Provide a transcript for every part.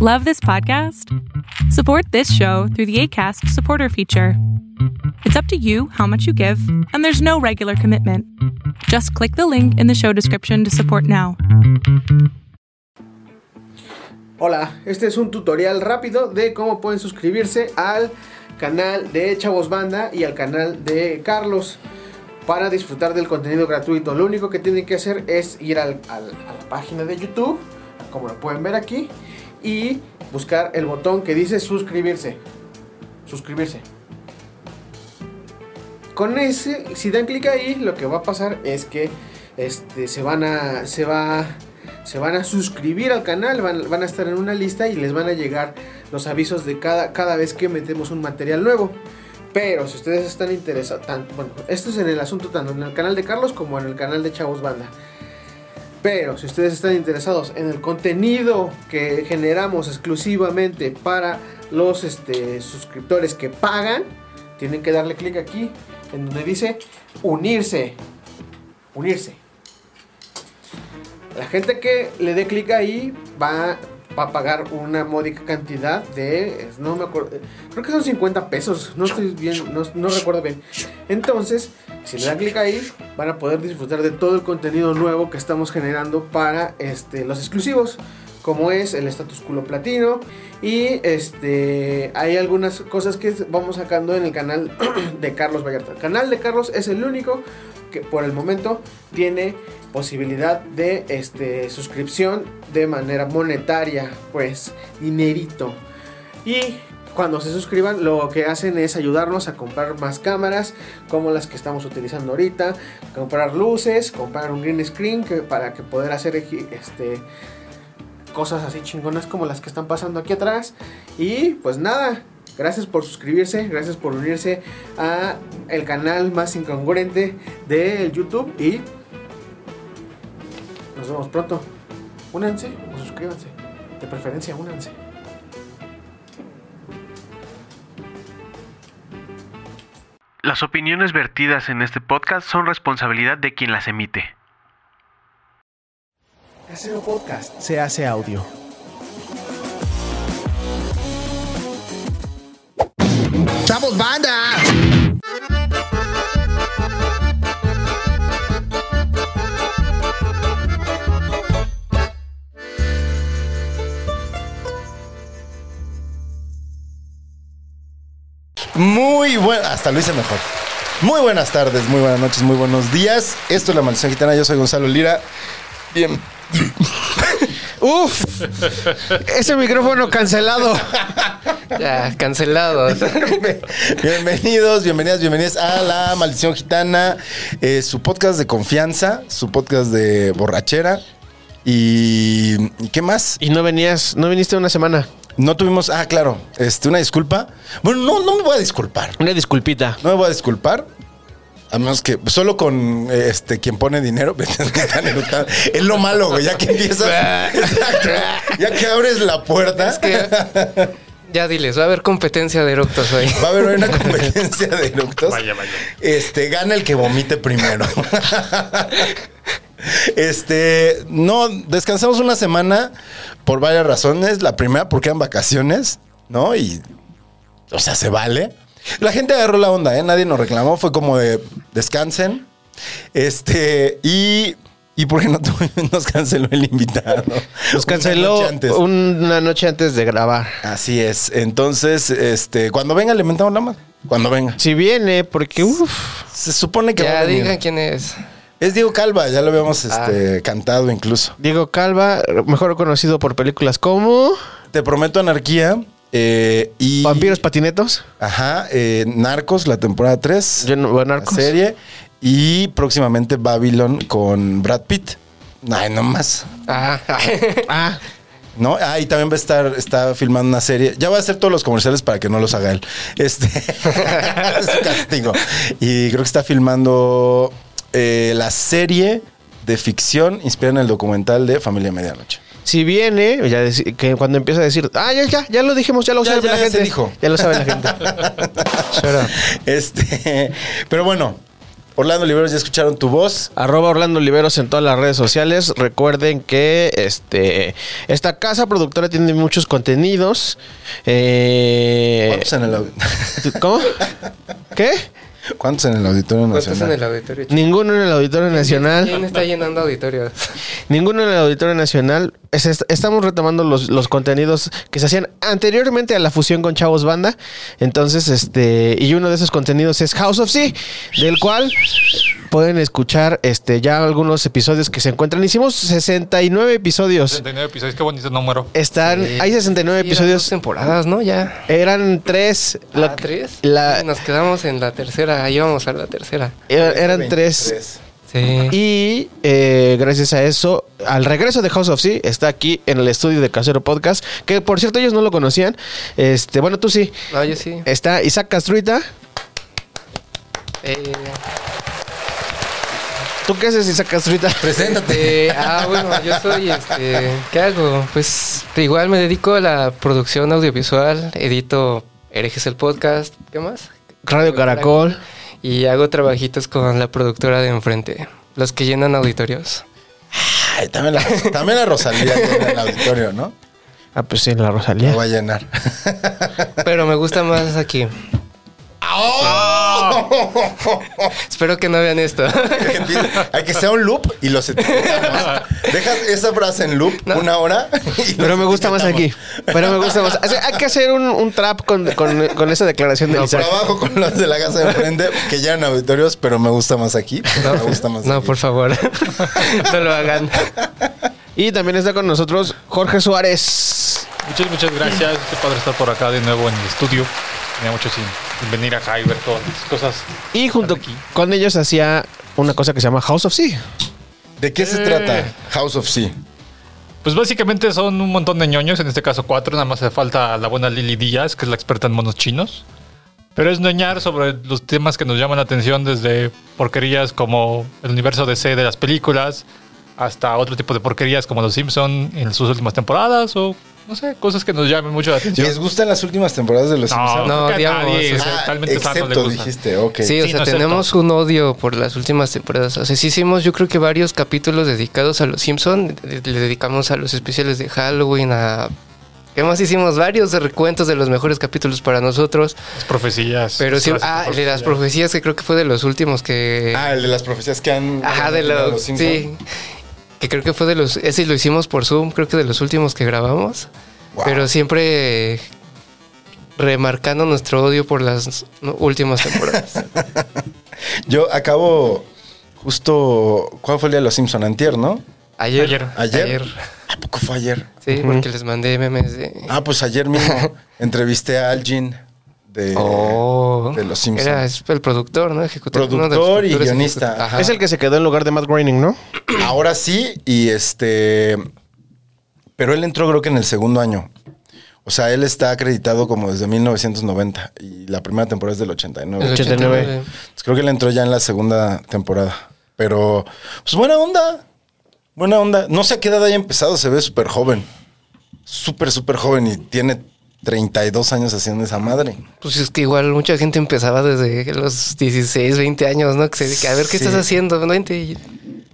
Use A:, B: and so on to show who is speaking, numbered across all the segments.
A: Love this podcast? Support this show through the ACAST supporter feature. It's up to you how much you give, and there's no regular commitment. Just click the link in the show description to support now.
B: Hola, este es un tutorial rápido de cómo pueden suscribirse al canal de Chavos Banda y al canal de Carlos para disfrutar del contenido gratuito. Lo único que tienen que hacer es ir al- al- a la página de YouTube, como lo pueden ver aquí, y buscar el botón que dice suscribirse. Suscribirse. Con ese, si dan clic ahí, lo que va a pasar es que este, se van a. Se va se van a suscribir al canal, van, van a estar en una lista y les van a llegar los avisos de cada, cada vez que metemos un material nuevo. Pero si ustedes están interesados, tan- bueno, esto es en el asunto tanto en el canal de Carlos como en el canal de Chavos Banda. Pero si ustedes están interesados en el contenido que generamos exclusivamente para los este, suscriptores que pagan, tienen que darle clic aquí en donde dice unirse. Unirse. La gente que le dé clic ahí va, va a pagar una módica cantidad de. es- No me acuerdo. Creo que son 50 pesos. No estoy bien. No, no recuerdo bien. Entonces, si le dan clic ahí, van a poder disfrutar de todo el contenido nuevo que estamos generando para este, los exclusivos. Como es el status culo platino. Y este. Hay algunas cosas que vamos sacando en el canal de Carlos Vallarta. El canal de Carlos es el único que por el momento tiene posibilidad de este, suscripción de manera monetaria, pues dinerito. Y cuando se suscriban, lo que hacen es ayudarnos a comprar más cámaras, como las que estamos utilizando ahorita, comprar luces, comprar un green screen que- para que poder hacer eji- este, cosas así chingonas como las que están pasando aquí atrás. Y pues nada, gracias por suscribirse, gracias por unirse a el canal más incongruente del YouTube y nos vemos pronto. Únanse o suscríbanse. De preferencia, únanse.
C: Las opiniones vertidas en este podcast son responsabilidad de quien las emite.
B: Casero Podcast se hace audio.
D: ¡Chavos, banda!
E: Muy buenas, hasta Luis mejor. Muy buenas tardes, muy buenas noches, muy buenos días. Esto es La Maldición Gitana, yo soy Gonzalo Lira. Bien.
F: ¡Uf! Ese micrófono cancelado. Ya, cancelado.
E: Bienvenidos, bienvenidas, bienvenidas a La Maldición Gitana, eh, su podcast de confianza, su podcast de borrachera. ¿Y ¿y qué más?
F: Y no venías, no viniste una semana.
E: No tuvimos, ah, claro, este, una disculpa. Bueno, no, no me voy a disculpar.
F: Una disculpita.
E: No me voy a disculpar. A menos que solo con eh, este quien pone dinero, están eructando. Es lo malo, güey. Ya que empiezas. Exacto. ya que abres la puerta.
F: Ya diles, va a haber competencia de eructos hoy.
E: Va a haber una competencia de eructos.
C: Vaya, vaya.
E: Este, gana el que vomite primero. Este, no, descansamos una semana por varias razones. La primera, porque eran vacaciones, ¿no? Y, o sea, se vale. La gente agarró la onda, ¿eh? Nadie nos reclamó. Fue como de, descansen. Este, y, y porque no tuvimos- nos canceló el invitado. Una
F: Nos canceló
E: noche antes.
F: una noche antes de grabar.
E: Así es. Entonces, este, cuando venga, le mentamos la madre. Cuando venga.
F: Si viene, porque uff.
E: Se supone que va a
G: Ya
E: venir.
G: digan quién es.
E: Es Diego Calva, ya lo habíamos
F: Ah.
E: este, cantado incluso.
F: Diego Calva, mejor conocido por películas como
E: Te prometo anarquía eh, y.
F: Vampiros Patinetos.
E: Ajá, eh, Narcos, la temporada 3.
F: Yo no- bueno, Narcos.
E: Serie. Y próximamente Babylon con Brad Pitt. Ay, no más.
G: Ah,
F: Ah,
E: ¿No? Ah, y también va a estar está filmando una serie. Ya va a hacer todos los comerciales para que no los haga él. Este es su castigo. Y creo que está filmando eh, la serie de ficción inspirada en el documental de Familia Medianoche.
F: si viene, ya deci- que cuando empieza a decir, ah, ya, ya, ya lo dijimos, ya lo
E: Ya,
F: sabe
E: ya,
F: la
E: ya
F: gente.
E: se dijo.
F: Ya lo sabe la gente. Shut up.
E: Este, pero bueno, Orlando Liberos, ya escucharon tu voz.
F: Arroba Orlando Oliveros en todas las redes sociales. Recuerden que este esta casa productora tiene muchos contenidos. Eh,
E: ¿Cuántos en el, au-
F: ¿Cómo? ¿Qué?
E: ¿Cuántos en el Auditorio
G: ¿Cuántos Pues en
E: Nacional?
G: el auditorio? chico?
F: Ninguno en el Auditorio
G: ¿Quién
F: Nacional.
G: está llenando auditorios?
F: Ninguno en el Auditorio Nacional. Es- es- estamos retomando los, los contenidos que se hacían anteriormente a la fusión con Chavos Banda. Entonces, este. Y uno de esos contenidos es House of Sea, del cual pueden escuchar este ya algunos episodios que se encuentran. Hicimos 69 episodios.
H: 69 episodios, qué bonito número.
F: Están. Ah, Hay 69
G: Sí, eran dos
F: episodios.
G: temporadas, ¿no? Ya.
F: Eran tres. Lo-
G: ¿La tres?
F: la-
G: Nos quedamos en la tercera. Ahí vamos a la tercera.
F: er- eran tres.
E: 23.
G: Sí.
F: Y eh, gracias a eso, al regreso de House of Sea, está aquí en el estudio de Casero Podcast, que por cierto ellos no lo conocían. Este, bueno, tú sí.
G: No, yo sí.
F: Está Isaac Castruita.
G: Eh,
F: ¿Tú qué haces, Isaac Castruita?
G: Preséntate. ah, bueno, yo soy este. ¿Qué hago? Pues igual me dedico a la producción audiovisual, edito Herejes el podcast, ¿qué más?
F: Radio Caracol.
G: Y hago trabajitos con la productora de enfrente, los que llenan auditorios.
E: Ay, también la, también la Rosalía llena el auditorio, ¿no?
F: Ah, pues sí, en la
E: Lo
F: Rosalía.
E: voy a llenar.
G: Pero me gusta más aquí. Espero que no vean esto.
E: Hay que sea un loop y los etiquetamos. Dejas esa frase en loop una hora. y
F: Pero
E: los
F: me gusta más aquí.
E: etiquetamos.
F: Pero me gusta más. O sea, hay que hacer un, un trap con, con- con esa declaración de
E: No,
F: Isaac.
E: trabajo con los de la casa de enfrente que llenan auditorios, pero me gusta más aquí. me gusta más
G: No,
E: aquí.
G: por favor. no lo hagan.
F: Y también está con nosotros Jorge Suárez.
H: Muchas, muchas gracias. Qué padre estar por acá de nuevo en el estudio. Tenía mucho sin sin venir acá y ver todas las cosas.
F: Y junto
H: Aquí.
F: con ellos hacía una cosa que se llama House of Sea.
E: ¿De qué se trata House of Sea?
H: Pues básicamente son un montón de ñoños, en este caso cuatro, nada más hace falta la buena Lili Díaz, que es la experta en monos chinos. Pero es ñoñar sobre los temas que nos llaman la atención, desde porquerías como el universo DC de las películas, hasta otro tipo de porquerías como Los Simpson en sus últimas temporadas, o no sé, cosas que nos llamen mucho la atención.
E: ¿Les gustan las últimas temporadas de Los
H: No,
E: Simpsons? Ah,
G: No,
H: creo que a
G: odiamos,
H: nadie
G: o
H: es
G: sea,
H: totalmente sano le
E: excepto
H: gusta.
E: dijiste, ok.
G: Sí, o
H: Sí,
G: sea,
H: no es
G: tenemos
H: cierto.
G: un odio por las últimas temporadas. O sea, sí hicimos, yo creo que varios capítulos dedicados a los Simpson. Le le dedicamos a los especiales de Halloween, a... ¿Qué más hicimos? Varios recuentos de los mejores capítulos para nosotros.
H: Las profecías.
G: Pero sí,
H: las
G: ah, el de las
H: profecías.
G: profecías que creo que fue de los últimos que...
E: Ah, el de las profecías que han...
G: Ajá, de
E: los
G: los...
E: Simpson.
G: sí. Que creo que fue de los... Ese lo hicimos por Zoom, creo que de los últimos que grabamos.
E: Wow.
G: Pero siempre eh, remarcando nuestro odio por las no, últimas temporadas.
E: Yo acabo justo... ¿Cuál fue el día de Los Simpson? Antier, ¿no?
G: Ayer.
H: Ayer.
E: ¿Ayer? ¿A poco fue ayer?
G: Sí, porque les mandé memes de...
E: Ah, pues ayer mismo entrevisté a Algin de...
G: Oh.
E: de los Simpson.
G: Era es el productor, ¿no? Ejecutivo.
E: Productor
G: uno de los
E: y
G: productores Ah,
E: guionista.
G: ejecutivos. Ajá.
F: Es el que se quedó en lugar de Matt Groening, ¿no?
E: Ahora sí, y este. Pero él entró, creo que en el segundo año. O sea, él está acreditado como desde 1990 y la primera temporada es del 89.
G: El
F: 89.
E: Entonces, Pues creo que él entró ya en la segunda temporada. Pero, pues buena onda. Buena onda. No sé a qué edad haya empezado, se ve súper joven. Súper, súper joven y tiene 32 años haciendo esa madre.
G: Pues es que igual mucha gente empezaba desde los 16, 20 años, ¿no? Que se dedica, a ver, ¿qué
E: Sí.
G: estás haciendo? No enti-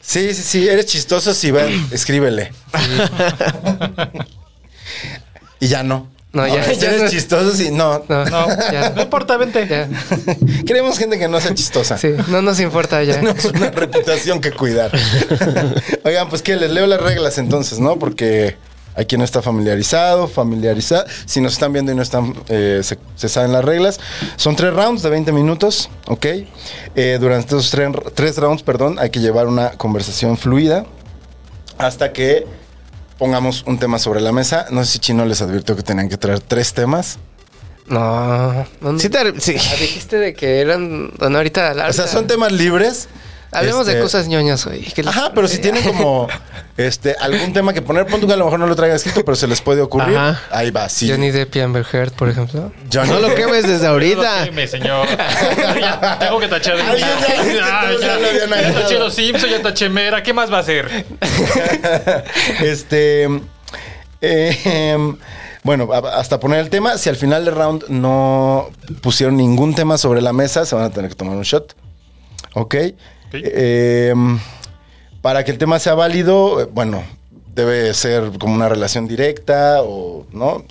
E: Sí, sí, sí, eres chistoso, sí, va, escríbele. y ya no.
G: No, ya-
E: Ahora, si
G: ya
E: eres
G: no.
E: chistoso, sí, no.
G: No,
H: No,
G: ya.
H: no importa, vente.
G: Ya.
E: Queremos gente que no sea chistosa.
G: Sí, no nos importa ya.
E: Tenemos una reputación que cuidar. Oigan, pues que les leo las reglas entonces, ¿no? Porque hay quien no está familiarizado, familiarizado. Si nos están viendo y no están, eh, se, se saben las reglas. Son tres rounds de 20 minutos, ¿ok? Eh, durante estos tres, tres rounds, perdón, hay que llevar una conversación fluida hasta que pongamos un tema sobre la mesa. No sé si Chino les advirtió que tenían que traer tres temas.
G: No, no, no.
F: Sí, te- sí.
G: Ah, Dijiste de que eran. Bueno, ahorita.
E: O sea,
G: ahorita-
E: son temas libres.
G: Hablemos de
E: Este,
G: cosas ñoñas hoy. ¿qué les
E: Ajá, pero si
G: parece?
E: tienen como este algún tema que poner, pon tú que a lo mejor no lo traigan escrito, pero se les puede ocurrir.
F: Ajá.
E: Ahí va, sí.
G: Johnny Depp y Amber Heard, por ejemplo.
E: Johnny.
F: No lo quemes desde ahorita.
H: Ahorita. Dime, señor. Ya Tengo que tachar.
E: Ay, ya, ya, es que
H: Ah,
E: todos ya
H: ya,
E: lo habían
H: ya
E: agarrado.
H: taché los Simpsons, ya taché Mera. ¿Qué más va a hacer?
E: este. eh, em, bueno, a- hasta poner el tema. Si al final del round no pusieron ningún tema sobre la mesa, se van a tener que tomar un shot. ¿Ok? Eh, para que el tema sea válido, eh, bueno, debe ser como una relación directa o no.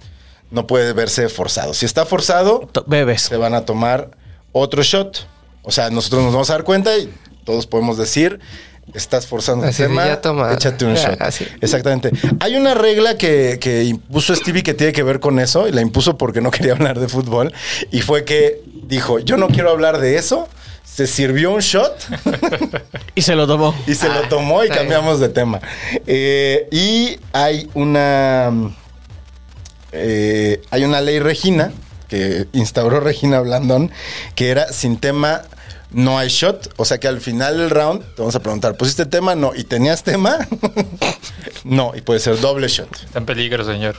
E: No puede verse forzado. Si está forzado,
F: To- Bebes.
E: se van a tomar otro shot. O sea, nosotros nos vamos a dar cuenta y todos podemos decir, estás forzando
G: Así
E: el
G: de,
E: tema,
G: Ah, "Ya toma". Ah,
E: échate un
G: Ya,
E: shot.
G: así.
E: Exactamente. Hay una regla que, que impuso Stevie que tiene que ver con eso, y la impuso porque no quería hablar de fútbol, y fue que dijo, yo no quiero hablar de eso, se sirvió un shot
F: Y se lo tomó.
E: y se lo tomó y
G: Ah, está bien.
E: cambiamos de tema. Eh, y hay una eh, hay una ley Regina que instauró Regina Blandón que era sin tema no hay shot, o sea que al final del round te vamos a preguntar, ¿pusiste tema? No, ¿y tenías tema? no, y puede ser doble shot.
H: Está en peligro, señor.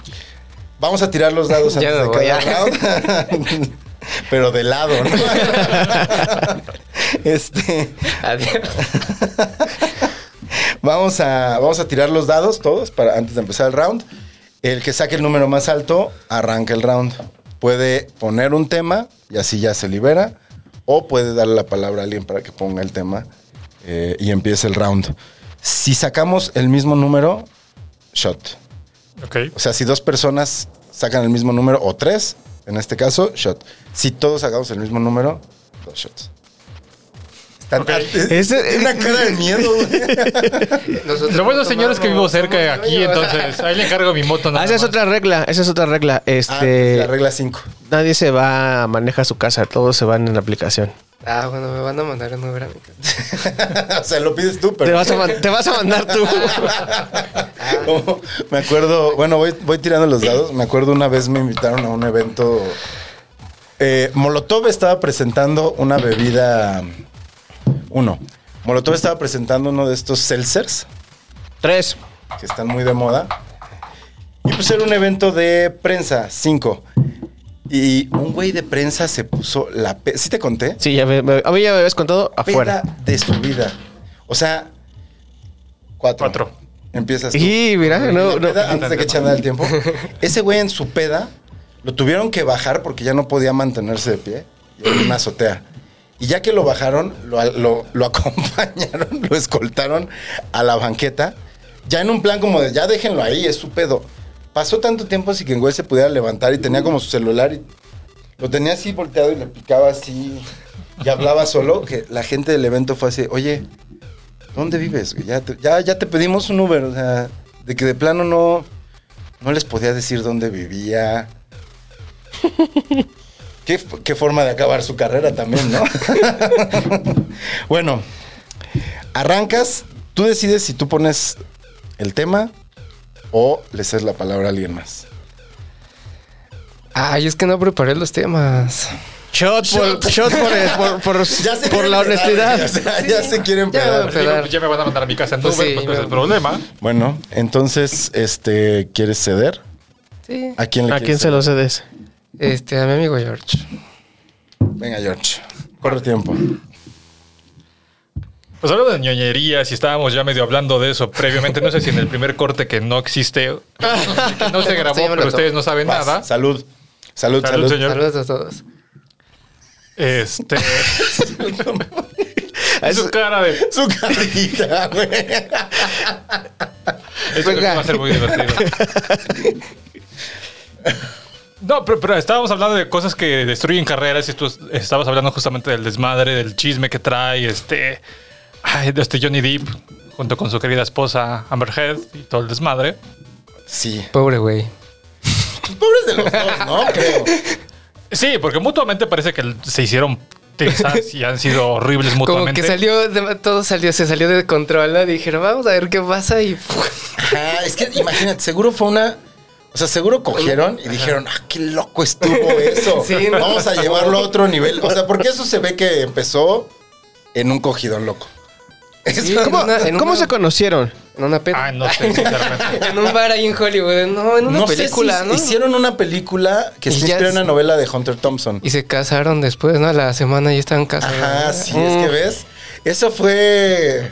E: Vamos a tirar los dados
G: Ya
E: antes de
G: me voy,
E: cada
G: ya.
E: round. Pero de lado, ¿no? este
G: Adiós.
E: Vamos a, vamos a tirar los dados todos para antes de empezar el round. El que saque el número más alto arranca el round. Puede poner un tema y así ya se libera. O puede darle la palabra a alguien para que ponga el tema eh, y empiece el round. Si sacamos el mismo número, shot.
H: Ok.
E: O sea, si dos personas sacan el mismo número o tres, en este caso, shot. Si todos sacamos el mismo número, dos shots. Están
H: Ok.
F: Este-
E: una cara de miedo, güey.
G: Nosotros
H: Lo bueno,
G: no
H: señor, es que vivo
G: tomamos,
H: cerca de
G: somos
H: aquí,
G: ñoños.
H: entonces ahí le encargo mi moto. nada
F: Ah, esa es
H: más.
F: otra regla, esa es otra regla.
E: Ah,
F: Este,
E: la regla 5.
F: nadie se va, maneja su casa, todos se van en la aplicación.
G: Ah, bueno, me van a mandar un Uber a mi casa.
E: o sea, lo pides tú, pero. Ah.
F: Te vas a, man- te vas a mandar tú.
E: Como, Oh, me acuerdo, bueno, voy, voy tirando los dados. Me acuerdo una vez me invitaron a un evento. eh, Molotov estaba presentando una bebida. Uno. Molotov estaba presentando uno de estos seltzers
F: Tres.
E: que están muy de moda. Y pues era un evento de prensa, cinco. Y un güey de prensa se puso la. pe- ¿Sí te conté?
F: Sí, ya, ve, ve- a mí ya me ves con todo afuera.
E: Peda de su vida. O sea, cuatro.
H: Cuatro.
E: Empiezas tú.
F: Y mira,
E: La
F: no, no.
E: peda, antes de que eche a andar el tiempo. Ese güey en su peda lo tuvieron que bajar porque ya no podía mantenerse de pie. Y era una azotea. Y ya que lo bajaron, lo, lo- lo acompañaron, lo escoltaron a la banqueta. Ya en un plan como de, ya déjenlo ahí, es su pedo. Pasó tanto tiempo sin que el güey se pudiera levantar y tenía como su celular y lo tenía así volteado y le picaba así y hablaba solo, que la gente del evento fue así, oye, ¿dónde vives? güey? Ya te, ya, ya te pedimos un Uber, o sea, de que de plano no, no les podía decir dónde vivía. qué, f- qué forma de acabar su carrera también, ¿no? bueno, arrancas, tú decides si tú pones el tema o le cedes la palabra a alguien más.
G: Ay, es que no preparé los temas.
F: Shot por, shot por, por, por-
E: Ya se
F: por la
E: quieren pedar,
F: honestidad.
E: güey, o sea, ya se quieren pedar.
H: Pero digo, pues, ya me van a mandar a mi casa en
G: Pues
H: Uber,
G: sí,
H: pues, ¿cuál es el
G: yo-
H: problema.
E: Bueno, entonces, este, ¿quieres ceder?
G: Sí.
E: ¿A quién le
F: ¿A
E: quieres
F: quién se
E: ceder?
F: lo cedes?
G: Este, a mi amigo George.
E: Venga, George. Corre tiempo.
H: Pues hablando de ñoñerías y estábamos ya medio hablando de eso previamente. No sé si en el primer corte que no existe, que no se grabó,
G: Sí, me lo
H: pero ustedes no saben
E: Vas,
H: nada.
E: Salud. Salud, salud.
H: Salud, señor.
G: Saludos a todos.
H: Este. su cara de.
E: Su carita, güey.
H: Eso creo que va a ser muy divertido. No, pero, pero estábamos hablando de cosas que destruyen carreras y tú estabas hablando justamente del desmadre, del chisme que trae este, ay, de este Johnny Depp junto con su querida esposa Amber Heard y todo el desmadre.
E: Sí.
G: Pobre güey.
E: Pues Pobres de los dos, ¿no? Creo.
H: Sí, porque mutuamente parece que se hicieron tensas y han sido horribles
G: Como
H: mutuamente.
G: que salió, de- todo salió, se salió de control, ¿no? Dijeron, vamos a ver qué pasa y...
E: Ajá, es que imagínate, seguro fue una. O sea, seguro cogieron y dijeron, ah, qué loco estuvo eso.
G: Sí, ¿no?
E: Vamos a llevarlo a otro nivel. O sea, porque eso se ve que empezó en un cogidón loco.
G: Sí,
E: Eso-
G: en una- en
F: ¿Cómo
G: una-
F: se conocieron?
G: En una peda.
H: Ah, no sé, sinceramente.
G: En un bar ahí en Hollywood. No, en una
E: no
G: película,
E: sé si
G: ¿no?
E: hicieron una película que se
G: Y ya
E: inspira en
G: es-
E: una novela de Hunter Thompson.
G: Y se casaron después, ¿no? A la semana ya estaban casados.
E: Ajá, sí, es
G: "Mm".
E: que ves. Eso fue.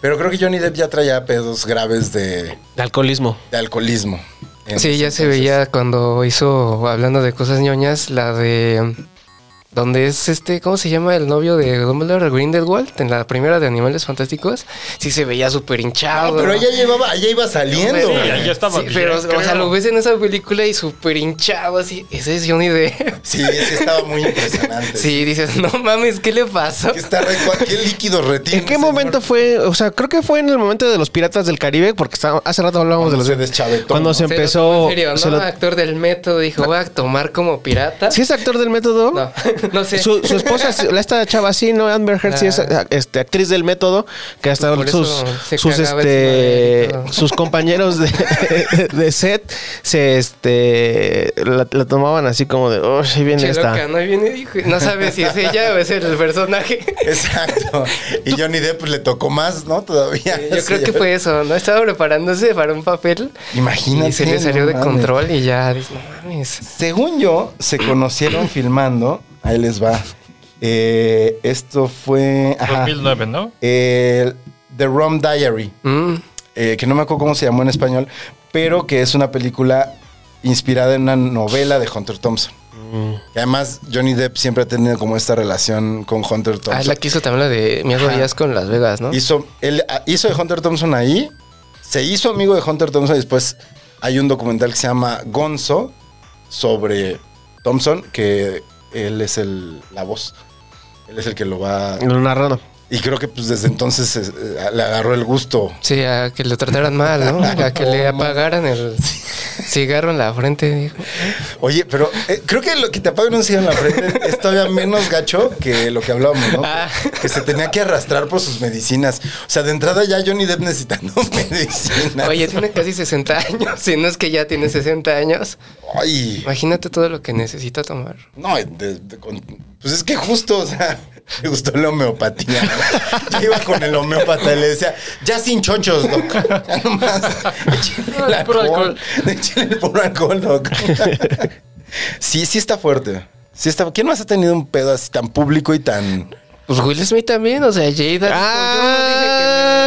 E: Pero creo que Johnny Depp ya traía pedos graves de,
F: De alcoholismo.
E: de alcoholismo.
G: Sí, ya se
E: Entonces,
G: veía cuando hizo, hablando de cosas ñoñas, la de donde es este, ¿cómo se llama el novio de Dumbledore? Grindelwald, en la primera de Animales Fantásticos, sí se veía súper
E: No,
G: hinchado.
E: Ah, pero
G: ¿no?
E: ella llevaba, ella iba saliendo.
H: Sí, ya, ya estaba
G: Sí, pero,
H: bien,
G: o sea,
H: creo.
G: lo ves en esa película y súper hinchado, así. Ese es Johnny Depp.
E: Sí, sí estaba muy impresionante.
G: Sí, dices, no mames, ¿qué le pasó?
E: Que está re- ¿Qué líquido retiene?
F: ¿En qué
E: señor?
F: momento fue? O sea, creo que fue en el momento de los piratas del Caribe, porque está- hace rato hablábamos
E: Cuando
F: de los.
E: se deschavetó,
F: Cuando
E: ¿no?
F: se
G: Se lo
F: empezó.
G: tomó en serio,
F: se
G: ¿no?
F: lo-
G: Actor del método dijo, voy a tomar como pirata.
F: ¿Sí es actor del método?
G: No, no sé.
F: Su, su esposa, es- la esta chava, sí, ¿no? Amber Heard, sí es
G: Ah.
F: este, actriz del método, que hasta
G: Por eso
F: sus,
G: se
F: sus,
G: cagaba encima de él y
F: este,
G: todo.
F: sus compañeros de, de set se, este, la, la tomaban así como de, oh, sí viene
G: Che
F: esta.
G: loca, no Y viene dijo, no sabe si es ella o es el personaje.
E: Exacto. Y Johnny Depp le tocó más, ¿no? Todavía.
G: Yo creo
E: Sí.
G: que fue eso, ¿no? Estaba preparándose para un papel.
E: Imagínate,
G: Y se le salió
E: no
G: de
E: mames.
G: control y ya, dice, no mames.
E: Según yo, se conocieron filmando. Ahí les va. Eh, esto fue. ajá.
H: 2009, ¿no?
E: El The Rum Diary.
G: Mm,
E: eh, que no me acuerdo cómo se llamó en español, pero que es una película inspirada en una novela de Hunter Thompson.
G: Mm.
E: Y además, Johnny Depp siempre ha tenido como esta relación con Hunter
G: Ah,
E: Thompson.
G: la que hizo también la de Miedo
E: pues, Ajá.
G: Díaz con Las Vegas, ¿no?
E: hizo, él, ah, hizo de Hunter Thompson ahí, se hizo amigo de Hunter Thompson y después hay un documental que se llama Gonzo sobre Thompson, que él es el, la voz. Él es el que lo va...
F: Lo narraron.
E: Y creo que pues desde entonces eh, le agarró el gusto.
G: Sí, a que lo trataran mal, ¿no? A que le apagaran el cigarro en la frente. dijo.
E: Oye, pero eh, creo que lo que te apaguen un cigarro en la frente es todavía menos gacho que lo que hablábamos, ¿no?
G: Ah.
E: Que se tenía que arrastrar por sus medicinas. O sea, de entrada ya Johnny Depp necesitando medicinas.
G: Oye, tiene casi 60 años. Si no es que ya tiene 60 años,
E: Ay.
G: imagínate todo lo que necesita tomar.
E: No, de- de- con- pues es que justo, o sea, le gustó la homeopatía. ¿no? Ya iba con el homeópata y le decía, ya sin chonchos, doc. Ya nomás, échale el
H: El puro
E: alcohol.
H: alcohol.
E: Échale el puro alcohol, doc. Sí, sí está fuerte. Sí está, ¿Quién más ha tenido un pedo así tan público y tan...
G: Pues Will Smith también, o sea, Jada.
F: Ah.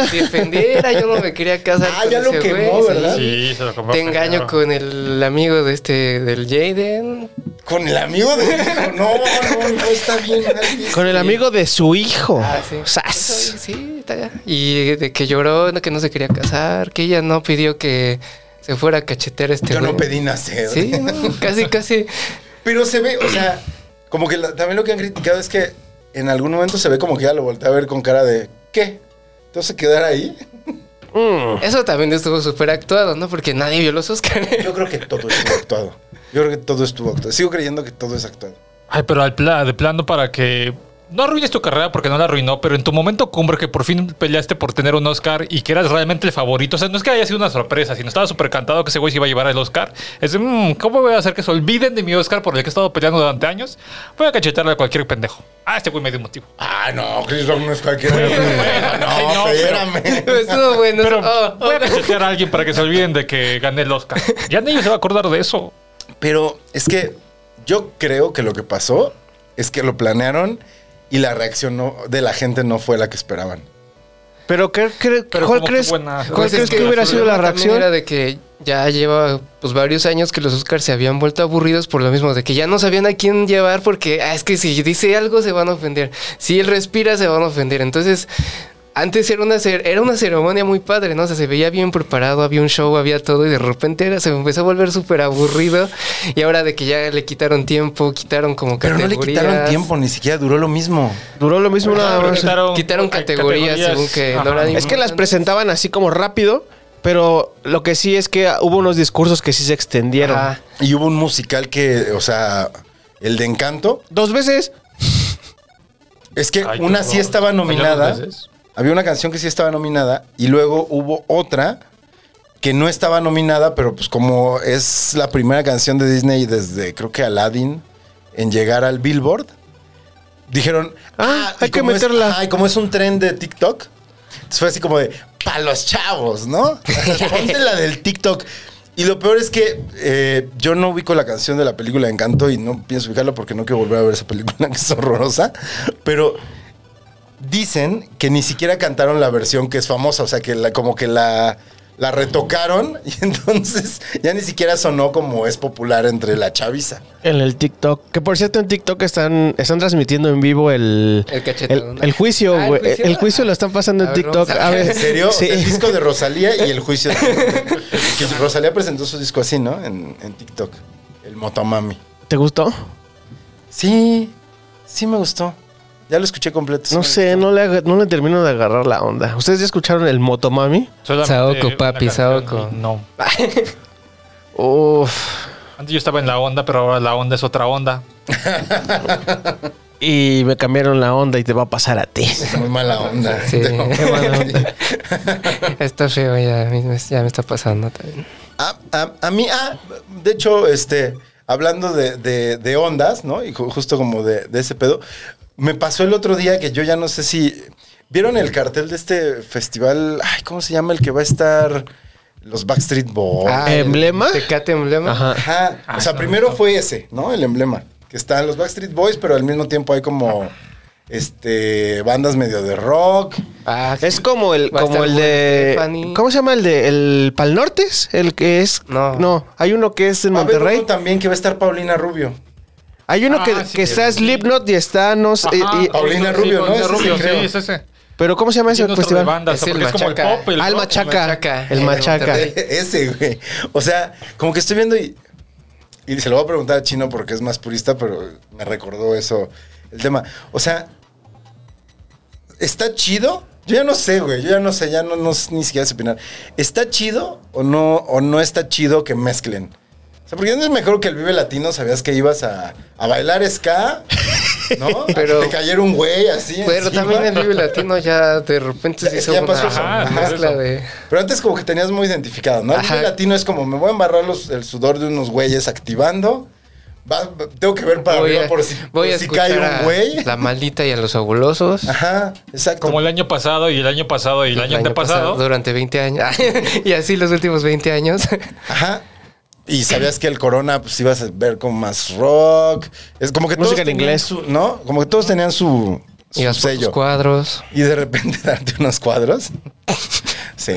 G: dijo, yo no dije que me defendiera, yo no me quería casar.
E: Ah,
G: con
E: ya lo
G: ese
E: quemó,
G: güey, sí.
E: ¿verdad?
H: Sí, se lo compró.
G: Te engaño con el amigo de este, del Jaden.
E: Con el amigo de No, no, no está bien. nadie.
F: Con el amigo de su
E: Oh.
F: hijo.
G: Ah, sí.
F: Sas.
G: Sí, está. Y de que lloró, no, que no se quería casar, que ella no pidió que se fuera a cachetear a este
E: Yo no
G: güey.
E: pedí nacer.
G: Sí, no, casi, casi.
E: Pero se ve, o sea, como que la- también lo que han criticado es que en algún momento se ve como que ya lo voltea a ver con cara de ¿qué? Entonces quedar ahí.
H: Oh.
G: Eso también estuvo súper actuado, ¿no? Porque nadie vio los Oscars.
E: Yo creo que todo estuvo actuado. Yo creo que todo estuvo actuado. Sigo creyendo que todo es actuado.
H: Ay, pero al pla- de plano para que... No arruines tu carrera porque no la arruinó, pero en tu momento cumbre que por fin peleaste por tener un Oscar y que eras realmente el favorito. O sea, no es que haya sido una sorpresa, sino estaba súper cantado que ese güey se iba a llevar el Oscar. Es de, "Mm, ¿cómo voy a hacer que se olviden de mi Oscar por el que he estado peleando durante años? Voy a cachetarle a cualquier pendejo. Ah, este güey me dio un motivo.
E: Ah, no, Chris Rock no es cualquiera.
H: Ay,
E: no,
H: no,
E: espérame.
G: Estuvo bueno.
H: Pero
G: Oh, oh.
H: voy a cachetear a alguien para que se olviden de que gané el Oscar. Ya nadie se va a acordar de eso.
E: Pero es que yo creo que lo que pasó es que lo planearon y la reacción no- de la gente no fue la que esperaban.
F: Pero, ¿qué, cre-
H: Pero
F: ¿cuál
H: como que
F: crees,
H: buena-
F: ¿cuál
H: Pues
F: crees
H: es
F: que,
H: que
F: hubiera
H: el
F: sido la
G: problema también
F: reacción?
G: Era de que ya lleva pues varios años que los Oscars se habían vuelto aburridos por lo mismo, de que ya no sabían a quién llevar porque ah, es que si dice algo se van a ofender, si él respira se van a ofender. Entonces, antes era una, cer- era una ceremonia muy padre, ¿no? O sea, se veía bien preparado, había un show, había todo y de repente era, se empezó a volver súper aburrido y ahora de que ya le quitaron tiempo, quitaron como
E: Pero no
G: categorías.
E: le quitaron tiempo, ni siquiera duró lo mismo.
F: Duró lo mismo una
H: Pero
F: vez.
H: quitaron-
G: Quitaron categorías, según que no
H: Ajá.
G: eran
F: Es que las
G: importantes.
F: presentaban así como rápido, pero lo que sí es que hubo unos discursos que sí se extendieron.
G: Ajá.
E: Y hubo un musical que, o sea, el de Encanto.
F: Dos veces.
E: Es que
H: Ay, qué
E: una
H: horror.
E: sí estaba
H: Ay, ya lo
E: nominada.
H: dices.
E: Había una canción que sí estaba nominada. Y luego hubo otra que no estaba nominada, pero pues como es la primera canción de Disney desde creo que Aladdin en llegar al Billboard, dijeron,
F: Ah,
E: y
F: hay que
E: como es-
F: meterla.
E: ajá, y como es un tren de TikTok, entonces fue así como de, para los chavos, ¿no? Ponte la del TikTok. Y lo peor es que eh, yo no ubico la canción de la película de Encanto y no pienso ubicarla porque no quiero volver a ver esa película que es horrorosa. Pero dicen que ni siquiera cantaron la versión que es famosa, o sea, que la, como que la la retocaron y entonces ya ni siquiera sonó como es popular entre la chaviza.
F: En el TikTok. Que por cierto, en TikTok están, están transmitiendo en vivo el,
G: El cachetadón.
F: el- el juicio,
G: Ah, ¿el
F: güey.
G: juicio?
F: el juicio lo están pasando
G: A
F: en
G: ver,
F: TikTok.
G: vamos a
F: A ver,
E: ¿En serio? O
F: Sí.
E: sea, el disco de Rosalía y el juicio. de- que Rosalía presentó su disco así, ¿no? En, en TikTok. El Motomami.
F: ¿Te gustó?
E: Sí, sí me gustó. Ya lo escuché completo. sí
F: No
E: me
F: sé,
E: gustó.
F: no le, aga- no le termino de agarrar la onda. ¿Ustedes ya escucharon el Motomami?
H: Solamente
G: Saoko,
H: una
G: papi,
H: canción,
G: Saoko.
H: No.
F: Uf.
H: Antes yo estaba en la onda, pero ahora la onda es otra onda.
F: Y me cambiaron la onda y te va a pasar a ti.
E: Es muy mala onda.
G: Sí,
E: Te-
G: qué mala onda. Está feo, ya, a mí me- ya me está pasando también.
E: A, a- a mí, ah, de hecho, este, hablando de, de- de ondas, ¿no? Y ju- justo como de, de ese pedo, me pasó el otro día que yo ya no sé si. ¿Vieron el cartel de este festival? Ay, ¿cómo se llama? El que va a estar los Backstreet Boys.
F: Ah, ¿Emblema?
G: Ah,
F: Ah,
G: Tecate emblema.
F: Ajá.
E: Ajá. o sea, primero fue ese, ¿no? El emblema. Que están los Backstreet Boys, pero al mismo tiempo hay como este bandas medio de rock.
G: Ah,
F: Es como el,
G: Va a
F: como
G: estar
F: el
G: Gwen
F: de.
G: Stefani.
F: ¿Cómo se llama el de el Pal Nortes? El que es.
G: No.
F: No, hay uno que es en
E: Va a haber
F: Monterrey.
E: uno también que va a estar Paulina Rubio.
F: Hay uno
H: Ah,
F: que,
H: sí,
F: que está
H: el-
F: Slipknot y está. No, sé- y-
H: Ajá,
F: y-
E: Paulina
H: sí,
E: Rubio, ¿no?
H: Paulina
E: Ese sí
H: Rubio,
E: creo.
H: sí, es ese.
F: pero ¿cómo se llama ese Pues
H: Tiene otro de
F: festival?
H: banda,
G: Es
H: o sea,
G: el
H: porque es como el
G: machaca.
H: pop, el
F: Ah, el
H: rock,
F: machaca. El
G: en
F: machaca.
G: Monterrey.
E: Ese, güey. O sea, como que estoy viendo y, y se lo voy a preguntar a Chino porque es más purista, pero me recordó eso el tema. O sea, ¿está chido? Yo ya no sé, güey. Yo ya no sé, ya no, no sé ni siquiera sé opinar. ¿Está chido o no, o no está chido que mezclen? O sea, porque no es mejor que el Vive Latino, sabías que ibas a, a bailar ska, ¿no? Pero
G: Pero-
E: te cayera un güey así.
G: Pero
E: encima.
G: también el Vive Latino ya de repente se
E: Ya-
G: hizo
E: ya
G: una
E: pasó eso.
H: Ajá,
G: mezcla
H: pues eso.
G: de...
E: Pero antes como que tenías muy identificado, ¿no? El
G: Ajá.
E: Vive latino es como, me voy a embarrar los- el sudor de unos güeyes activando. Va- tengo que ver para arriba por si,
G: voy
E: por
G: a
E: si
G: escuchar
E: cae un
G: a
E: güey. Ah,
G: La maldita y a los abulosos.
E: Ajá, exacto.
H: Como el año pasado y el año pasado y el año antepasado.
G: Durante 20 años. y así los últimos 20 años.
E: Ajá. Y sabías que el corona, pues ibas a ver como más rock. Es como que todos
F: Música en
E: tenían
F: inglés.
E: su- ¿no? Como que todos tenían su, su
G: y los
E: sello.
G: cuadros.
E: Y de repente darte unos cuadros. sí.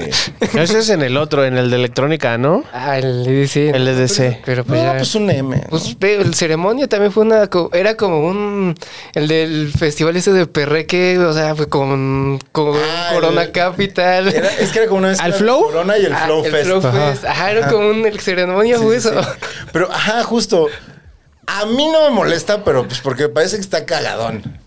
F: Ese es en el otro, en el de electrónica, ¿no?
G: Ah, el EDC.
F: El EDC.
G: Pero pues
E: no,
G: ya...
E: pues un M. ¿no?
G: Pues ve, el ceremonia también fue una. co- Era como un. El del festival ese de Perreque, o sea, fue con, con
E: Ah,
G: Corona
E: el-
G: Capital.
E: Era- es que era como una vez
F: ¿Al Flow?
E: corona y el
G: Ah,
E: flow fest.
G: Fest. Ajá, era como un. El ceremonia
E: Sí,
G: fue
E: sí,
G: eso.
E: sí. Pero, ajá, justo. A mí no me molesta, pero pues porque parece que está cagadón.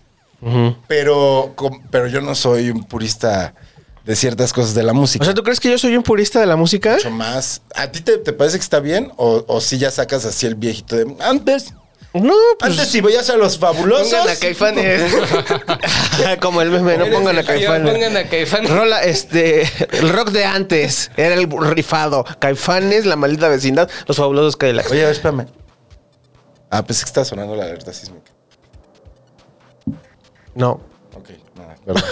E: Pero, com- pero yo no soy un purista de ciertas cosas de la música.
F: O sea, ¿tú crees que yo soy un purista de la música?
E: Mucho más. ¿A ti te, te parece que está bien? ¿O, o si ya sacas así el viejito de antes?
F: No,
E: Antes
F: pues.
E: si veías a los fabulosos.
G: Pongan a Caifanes.
F: como el meme, no pongan a Caifanes.
G: Pongan a Caifanes.
F: Rola, este, el rock de antes era el rifado. Caifanes, la maldita vecindad, los fabulosos que
E: Oye, a ver, espérame. Ah, pensé que está sonando la alerta sísmica.
F: No.
E: Ok, nada, perdón.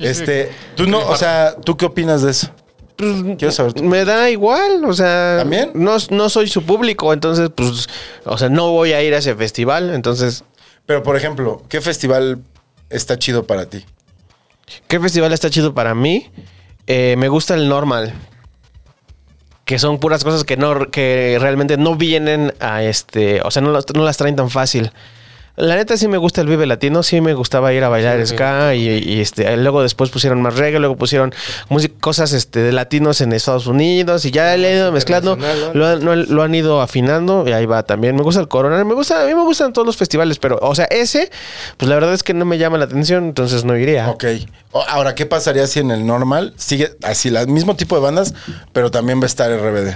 E: este, tú no, o sea, ¿tú qué opinas de eso?
G: Pues,
E: Quiero saber tú.
F: Me da igual, o sea.
E: ¿También?
F: No, no soy su público, entonces, pues, o sea, no voy a ir a ese festival. Entonces,
E: Pero, por ejemplo, ¿qué festival está chido para ti?
F: ¿qué festival está chido para mí? Eh, me gusta el normal. Que son puras cosas que no, que realmente no vienen a este. O sea, no, las- no las traen tan fácil. La neta sí me gusta el Vive Latino, sí me gustaba ir a bailar
G: Sí,
F: ska y, y, este luego después pusieron más reggae, luego pusieron música- cosas este de latinos en Estados Unidos y ya le han ido mezclando,
G: internacional, Ah, ¿no?
F: lo, han- lo han- lo han ido afinando y ahí va también. Me gusta el Corona, me gusta a mí me gustan todos los festivales, pero o sea, ese pues la verdad es que no me llama la atención, entonces no iría.
E: Ok. O- Ahora, ¿qué pasaría si en el normal sigue así el mismo tipo de bandas, pero también va a estar RBD?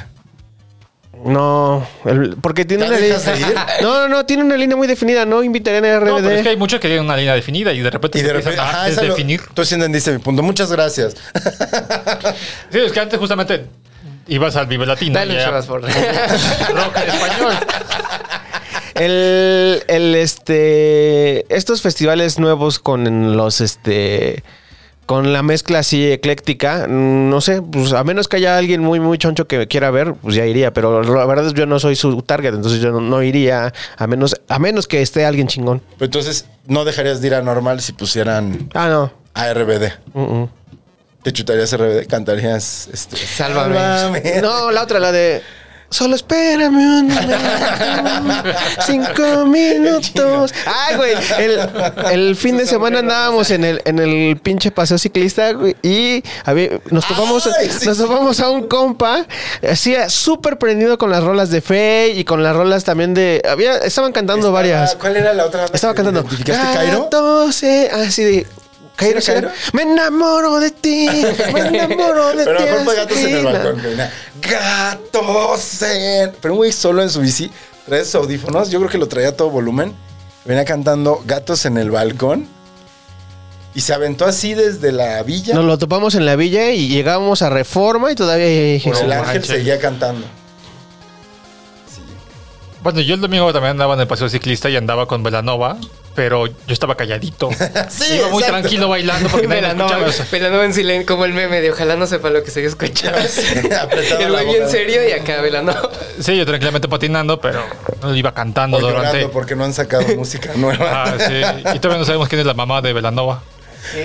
F: No, el- porque tiene
E: ¿Ya
F: una línea.
E: dejas de ir?
F: No, no, no, tiene una línea muy definida. No invitarían a RBD.
H: No, pero es que hay muchos que tienen una línea definida y de repente
E: Y
H: se
E: de
H: Pues empiezan
E: repente,
H: a
E: ajá, esa lo-
H: definir.
E: tú sí entendiste mi punto. Muchas gracias.
H: Sí, es que antes justamente ibas al Vive Latino.
G: Dale
H: y
G: un
H: era
G: chavas por.
H: Rock en español.
F: El, el, este, estos festivales nuevos con los, este, con la mezcla así ecléctica, mm, no sé, pues a menos que haya alguien muy, muy choncho que quiera ver, pues ya iría, pero la verdad es que yo no soy su target, entonces yo no, no iría, a menos, a menos que esté alguien chingón.
E: Pero Entonces, no dejarías de ir a normal si pusieran
F: Ah, no.
E: a RBD.
F: Mm, mm.
E: te chutarías RBD, cantarías este,
G: Sálvame.
F: No, la otra, la de. Solo espérame un momento, cinco minutos. Ay, güey. El, el fin de semana andábamos en el, en el pinche paseo ciclista güey, y había- nos topamos,
E: Ay, sí.
F: nos topamos a un compa. Hacía súper prendido con las rolas de Fe y con las rolas también de. Había, estaban cantando
E: Estaba-
F: varias.
E: ¿Cuál era la otra? banda
F: Estaba
E: que
F: cantando. "Ah,
E: ¿Identificaste Cairo?
F: 12, así de. Cairo,
E: ¿Sí era
F: Cairo. Me enamoro de ti. Me enamoro de
E: Pero
F: ti.
E: a lo mejor fue gatos en el
F: así,
E: balcón. güey, na- Gatos en. Pero un güey solo en su bici trae sus audífonos. Yo creo que lo traía a todo volumen. Venía cantando Gatos en el balcón. Y se aventó así desde la villa.
F: Nos lo topamos en la villa y llegamos a Reforma y todavía
E: Por el
H: No
E: ángel
H: manches.
E: seguía cantando.
H: Bueno, yo el domingo también andaba en el paseo ciclista y andaba con Velanova, pero yo estaba calladito.
E: Sí,
H: Iba muy
E: exacto.
H: tranquilo bailando porque nadie me
G: Velanova,
H: escuchaba. o sea,
G: Velanova en silencio, como el meme de ojalá no sepa lo que estoy escuchando.
E: Apretaba
G: el
E: la
G: güey
E: boca.
G: bien serio y acá Velanova.
H: Sí, yo tranquilamente patinando, pero iba cantando
E: O llorando
H: durante.
E: porque no han sacado música nueva.
H: Ah, sí. Y todavía no sabemos quién es la mamá de Velanova.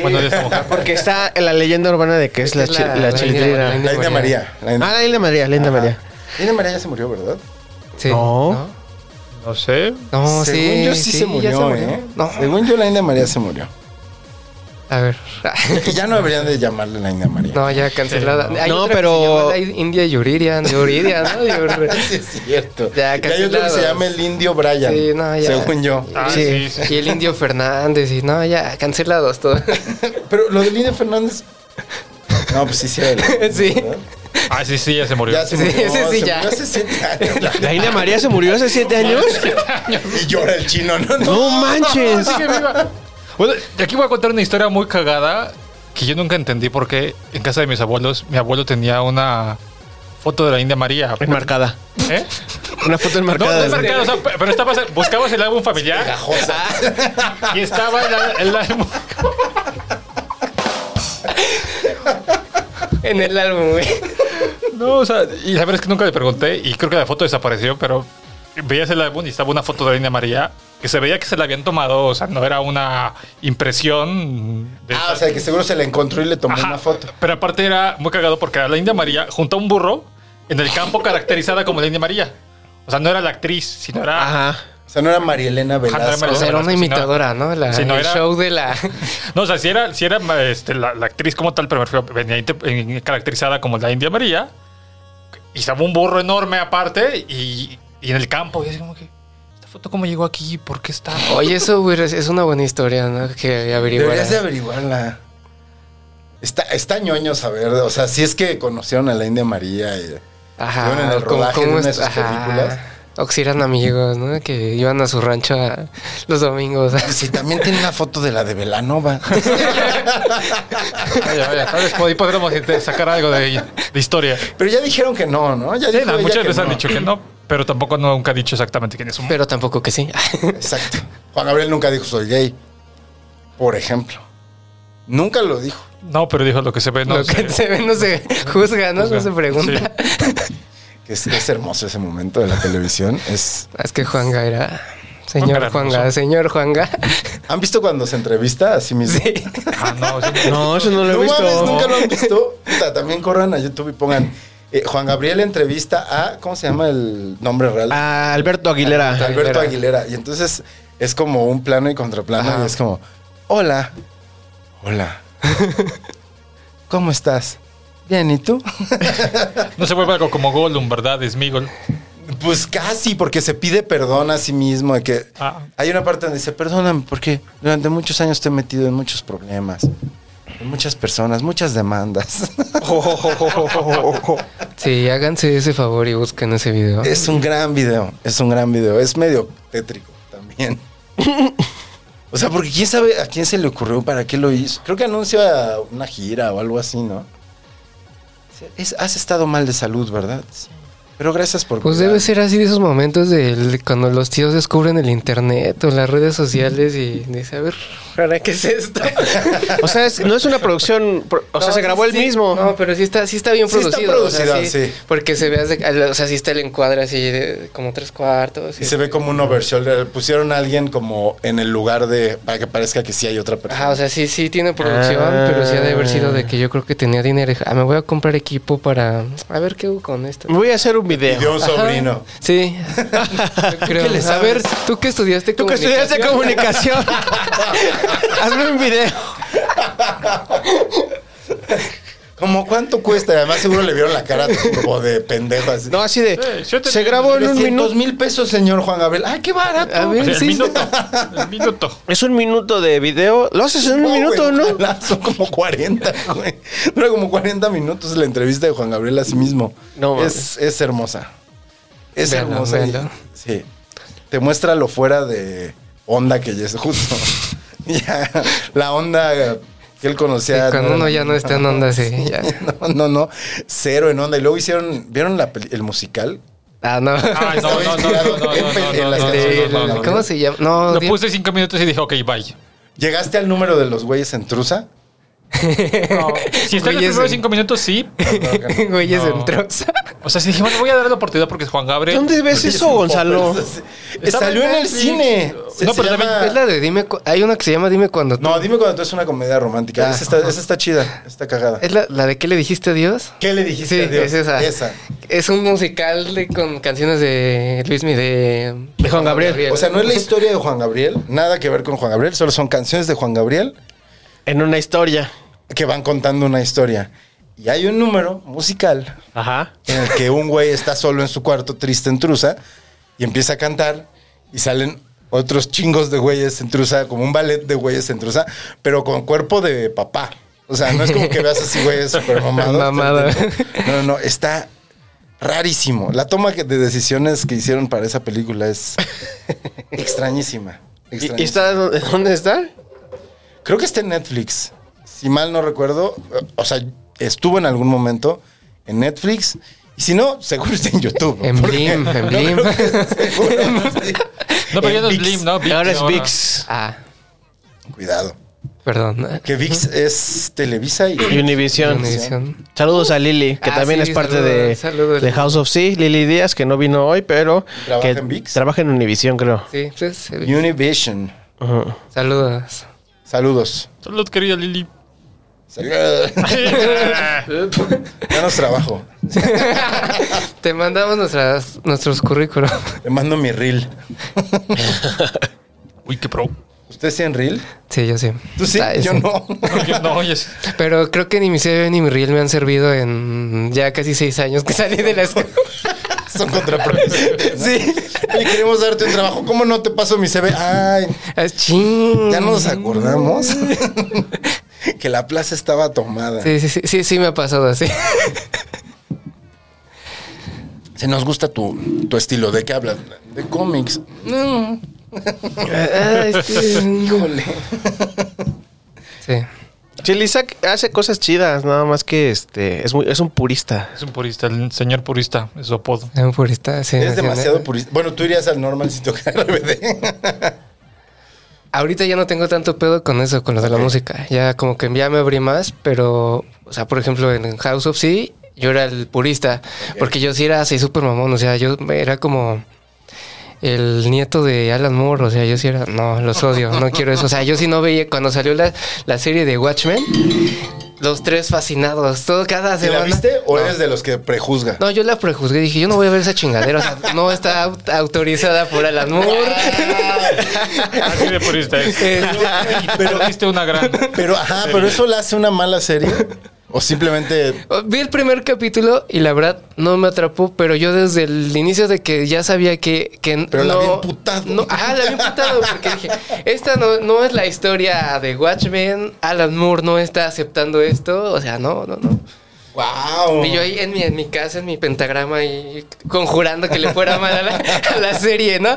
H: Bueno, de esta mujer.
F: Porque está la leyenda urbana de que es la,
G: Es
F: chi-
G: la-
F: la
G: la
F: chilindrina.
G: India-
E: La India María. La
F: Ah,
E: India,
F: la India María, la India María.
E: La India María ya se murió, ¿verdad?
G: Sí.
F: No.
H: No sé.
G: No, no,
E: Según
G: Oh, sí.
E: yo sí, se
G: ya
E: murió, ¿eh?
G: No.
E: Según yo la India María se murió.
G: A ver.
E: Y ya no deberían de llamarle la India María.
G: No, ya cancelada. Hay
F: No,
G: otra que
F: pero-
G: se llama la India Yuriria, Yuriria, ¿no? Yur-
E: Sí, es cierto.
G: Ya,
E: Y hay otro que
G: cancelados.
E: se llama el indio Brian.
G: Sí, no, ya.
E: Según yo.
H: Ah, sí. sí.
G: Y el indio Fernández, y no, ya, cancelados todo.
E: Pero lo del indio Fernández. No, pues sí, sí. era el-
G: Sí.
E: ¿verdad?
H: Ah, sí, sí, ya se murió.
E: Ya se
G: Sí,
E: murió.
G: ese sí
E: se
G: ya.
E: murió hace siete años.
F: ¿La India María se murió hace siete años?
E: Y llora el chino, ¿no?
F: ¡No manches!
H: Sigue viva. Bueno, y aquí voy a contar una historia muy cagada que yo nunca entendí por qué en casa de mis abuelos, mi abuelo tenía una foto de la India María.
F: Enmarcada.
H: ¿Eh?
F: Una foto
H: No, no
F: enmarcada.
H: es mercado, o sea, pe- pero estabas, buscabas el álbum familiar
E: Pegajosa.
H: y estaba el, el álbum.
G: en el álbum, güey.
H: No, o sea, y la verdad es que nunca le pregunté y creo que la foto desapareció, pero veías el álbum y estaba una foto de la India María que se veía que se la habían tomado, o sea, no era una impresión. de-
E: Ah, o sea, que seguro se la encontró y le tomó
H: Ajá,
E: una foto.
H: Pero aparte era muy cagado porque era la India María junto a un burro en el campo caracterizada como la India María. O sea, no era la actriz, sino era...
F: Ajá.
E: O sea, no era Marielena Velasco.
H: Marielena.
G: O sea, era
H: Velasco,
G: una
H: si no-
G: imitadora, ¿no? La,
H: si no
G: el
H: era-
G: show de la.
H: No, o sea, si era, si era este, la, la actriz como tal, pero me refiero, venía inte- en- caracterizada como la India María. Y estaba un burro enorme aparte y, y en el campo. Y así como que, ¿esta foto cómo llegó aquí? ¿Por qué está?
G: Oye, eso, güey, es- es una buena historia, ¿no? Que averiguar.
E: Deberías de averiguarla. Está, está ñoño saber. O sea, si es que conocieron a la India María. y- Bueno, en el rodaje de una de
G: es-
E: sus películas.
G: O que si eran amigos, ¿no? Que iban a su rancho a- los domingos.
E: Y si también tiene una foto de la de Velanova.
H: Vaya, vaya, tal vez por ahí podremos inte- sacar algo de, de historia.
E: Pero ya dijeron que no, ¿no? Ya
H: Sí,
E: dijo
H: no,
E: ella
H: muchas
E: que
H: veces han
E: no.
H: dicho que no, pero tampoco nunca ha dicho exactamente quién es un
G: Pero tampoco que sí.
E: Exacto. Juan Gabriel nunca dijo soy gay, por ejemplo. Nunca lo dijo.
H: No, pero dijo lo que se ve, no
G: Lo
H: sé. Pues,
G: que se ve no se juzga, ¿no?
H: Juzga.
G: No se pregunta.
E: Que es, es hermoso ese momento de la televisión. Es,
G: Es que Juanga era.
H: Juanga era
G: Señor Juanga,
H: hermoso.
G: señor Juanga.
E: ¿Han visto cuando se entrevista a sí mismo?
G: Sí.
H: Ah, no, sí, no.
F: No, eso no lo he
E: No
F: visto.
E: mames, nunca lo han visto. Puta, también corran a YouTube y pongan eh, Juan Gabriel entrevista a. ¿Cómo se llama el nombre real?
F: A
E: Alberto
F: Alberto Ah, Aguilera.
E: Alberto Aguilera. Y entonces es como un plano y contraplano
G: Ajá.
E: y es como, hola, hola, ¿cómo estás? Bien, ¿y tú?
H: No se vuelve algo como Gollum, ¿verdad? Smigol.
E: Pues casi, porque se pide perdón a sí mismo. De que
H: Ah.
E: Hay una parte donde dice, perdóname, porque durante muchos años te he metido en muchos problemas. en Muchas personas, muchas demandas.
G: Sí, háganse ese favor y busquen ese video.
E: es un gran video, es un gran video. Es medio tétrico también. O sea, porque quién sabe a quién se le ocurrió, para qué lo hizo. Creo que anuncia una gira o algo así, ¿no? Es- has estado mal de salud, ¿verdad? Sí. Pero gracias por...
G: Pues
E: cuidar".
G: debe ser así de esos momentos de cuando los tíos descubren el internet o las redes sociales y dice, a ver, Ojalá, ¿qué es esto?
F: O sea, es- no es una producción. pro- O sea,
G: No,
F: se
G: sí,
F: grabó el
G: sí.
F: mismo.
G: No, pero sí está, sí está bien
E: Sí está
G: producido. o sea,
E: producido, sí.
G: Porque se ve, así- o sea, sí está el encuadre así de como tres cuartos.
E: Y se ve como un overshoulder. Pusieron a alguien como en el lugar de. para que parezca que sí hay otra persona.
G: Ajá, o sea, sí, sí tiene producción,
F: Ah.
G: pero sí ha de haber sido de que yo creo que tenía dinero. y dije, Ah, me voy a comprar equipo para... A ver qué hago con esto.
F: Voy a hacer un video.
E: Y dio un
G: Ajá.
E: sobrino.
G: Sí. Yo creo.
F: ¿Qué le
G: a
F: sabes?
G: ver, tú que estudiaste
F: Tú que estudiaste comunicación, hazme un video.
E: Como cuánto cuesta. Y Además, seguro le vieron la cara como de pendejo así.
F: No, así de.
H: Eh, siete
F: se
H: mil-
F: grabó en un
E: 300
F: minuto.
E: mil pesos, señor Juan Gabriel. ¡Ay, qué barato!
G: A
H: O sea,
G: ver,
H: el
G: sí.
H: minuto. El minuto.
F: Es un minuto de video. Lo haces en un minuto,
E: güey,
F: ¿no?
E: ojalá, son como 40, güey. Dura como 40 minutos la entrevista de Juan Gabriel a sí mismo.
F: No,
E: es, es hermosa. Es
G: Véanlo,
E: hermosa. y-
G: véanlo.
E: Sí. Te muestra lo fuera de onda que ya es justo. Ya, la onda que él conocía.
G: Sí, cuando
E: era
G: uno
E: la
G: ya no
E: misma.
G: está en onda, sí, ya.
E: No, no, no. Cero en onda. Y luego hicieron, ¿vieron la peli- el musical?
G: Ah, no.
H: Ay, no, no, no, no, no, no,
E: En las
H: no, no,
E: canciones,
H: no, no, no.
E: ¿no?
G: ¿Cómo se llama? No,
H: Lo
G: di-
H: puse cinco minutos y dije, ok, bye.
E: ¿Llegaste al número de los güeyes en Trusa?
H: Si está en los
G: Güeyes
H: primeros
G: en-
H: cinco minutos, sí.
G: Güeyes
H: No.
G: en troza.
H: O sea, sí dije, bueno, voy a darle la oportunidad porque es Juan Gabriel.
F: ¿Dónde ves eso, Gonzalo?
H: Estaba
E: Salió en el
H: Netflix.
E: cine.
H: No, pero también
G: Es la de Dime... Cu- Hay una que se llama Dime Cuando... tú.
E: No, dime cuando tú es una comedia romántica.
G: Ah,
E: esa, está, esa está chida, está cagada.
G: ¿Es la, la de qué le dijiste a Dios?
E: ¿Qué le dijiste
G: Sí,
E: a Dios?
G: es esa.
E: Esa.
G: Es un musical de- con canciones de Luis Mi de,
F: De Juan Gabriel.
E: O sea, no es la historia de Juan Gabriel, nada que ver con Juan Gabriel, solo son canciones de Juan Gabriel
F: En una historia.
E: que van contando una historia. Y hay un número musical
F: Ajá.
E: en el que un güey está solo en su cuarto, triste en trusa, y empieza a cantar, y salen otros chingos de güeyes en trusa, como un ballet de güeyes en trusa, pero con cuerpo de papá. O sea, no es como que veas así güeyes super mamados.
G: Mamado.
E: No, no, no, está rarísimo. La toma que- de decisiones que hicieron para esa película es extrañísima.
F: ¿Y, y
E: extrañísima.
F: está dónde dónde está?
E: Creo que está en Netflix. Si mal no recuerdo, eh, o sea, estuvo en algún momento en Netflix. Y si no, seguro está en YouTube.
G: En
E: porque
G: Blim, en
E: no
G: Blim.
E: creo que- seguro, sí.
H: No, pero
E: En
H: ya no es
E: Vix.
H: Blim, ¿no? Vix,
F: Ahora es VIX.
G: Ah,
E: Cuidado.
G: perdón.
E: Que VIX es Televisa y...
F: Univision.
G: Univision.
F: Saludos a Lili, que
G: Ah,
F: también
G: sí,
F: es parte
G: saludos,
F: de,
G: saludos,
F: de
G: Lili.
F: House of Sea. Lili Díaz, que no vino hoy, pero
E: ¿Trabaja
F: que
E: en VIX?
F: trabaja en Univision, creo.
G: Sí, pues, eh,
E: Univision.
F: Ajá.
G: saludos.
E: Saludos.
H: Saludos, querida Lili.
E: Saludos. Ya nos trabajo.
G: Te mandamos nuestras, nuestros currículos.
E: Le mando mi reel.
H: Uy, qué pro.
E: ¿Ustedes tienen reel?
G: Sí, yo sí.
E: ¿Tú sí?
G: Ah,
E: Yo
G: sí.
E: no.
H: Yo No, oyes.
G: Pero creo que ni mi CV ni mi reel me han servido en ya casi seis años que salí de la escuela.
E: Son contraproducentes. ¿no?
G: Sí.
E: Oye, queremos darte un trabajo. ¿Cómo no te paso mi CV? Ay,
G: Ah, ching.
E: ya nos acordamos que la plaza estaba tomada.
G: Sí, sí, sí, sí, sí me ha pasado así.
E: Se nos gusta tu, tu estilo. ¿De qué hablas? De cómics.
G: No. Ah, este,
E: Híjole.
G: Sí.
F: Sí, Lisa hace cosas chidas, nada más que este es muy es un purista.
H: Es un purista, el señor purista, es su apodo.
G: Es un purista, sí,
E: Es
G: nacional.
E: demasiado purista. Bueno, tú irías al normal si toca RBD.
G: Ahorita ya no tengo tanto pedo con eso, con lo de la música. Ya como que ya me abrí más, pero, o sea, por ejemplo, en House of Sea, yo era el purista, porque yo sí era así súper mamón, o sea, yo era como el nieto de Alan Moore, o sea, yo sí era, no, los odio, no quiero eso. O sea, yo sí no veía, cuando salió la, la serie de Watchmen, los tres fascinados, todo cada
E: ¿Te
G: semana.
E: la viste o
G: No.
E: eres de los que prejuzga?
G: No, yo la prejuzgué, dije, yo no voy a ver esa chingadera, o sea, no está aut- autorizada por Alan Moore. Este,
H: Así de purista es.
G: ¿eh?
H: Eh, Pero viste una gran.
E: Pero, ajá, pero eso la hace una mala serie. O simplemente.
G: Vi el primer capítulo y la verdad no me atrapó, pero yo desde el inicio de que ya sabía que, que
E: Pero la
G: no,
E: vi emputado.
G: No, ah, la vi emputado porque dije, esta no, no es la historia de Watchmen, Alan Moore no está aceptando esto, o sea, no, no, no.
E: ¡Wow!
G: Y yo ahí en mi, en mi casa, en mi pentagrama y conjurando que le fuera mal a la, a la serie, ¿no?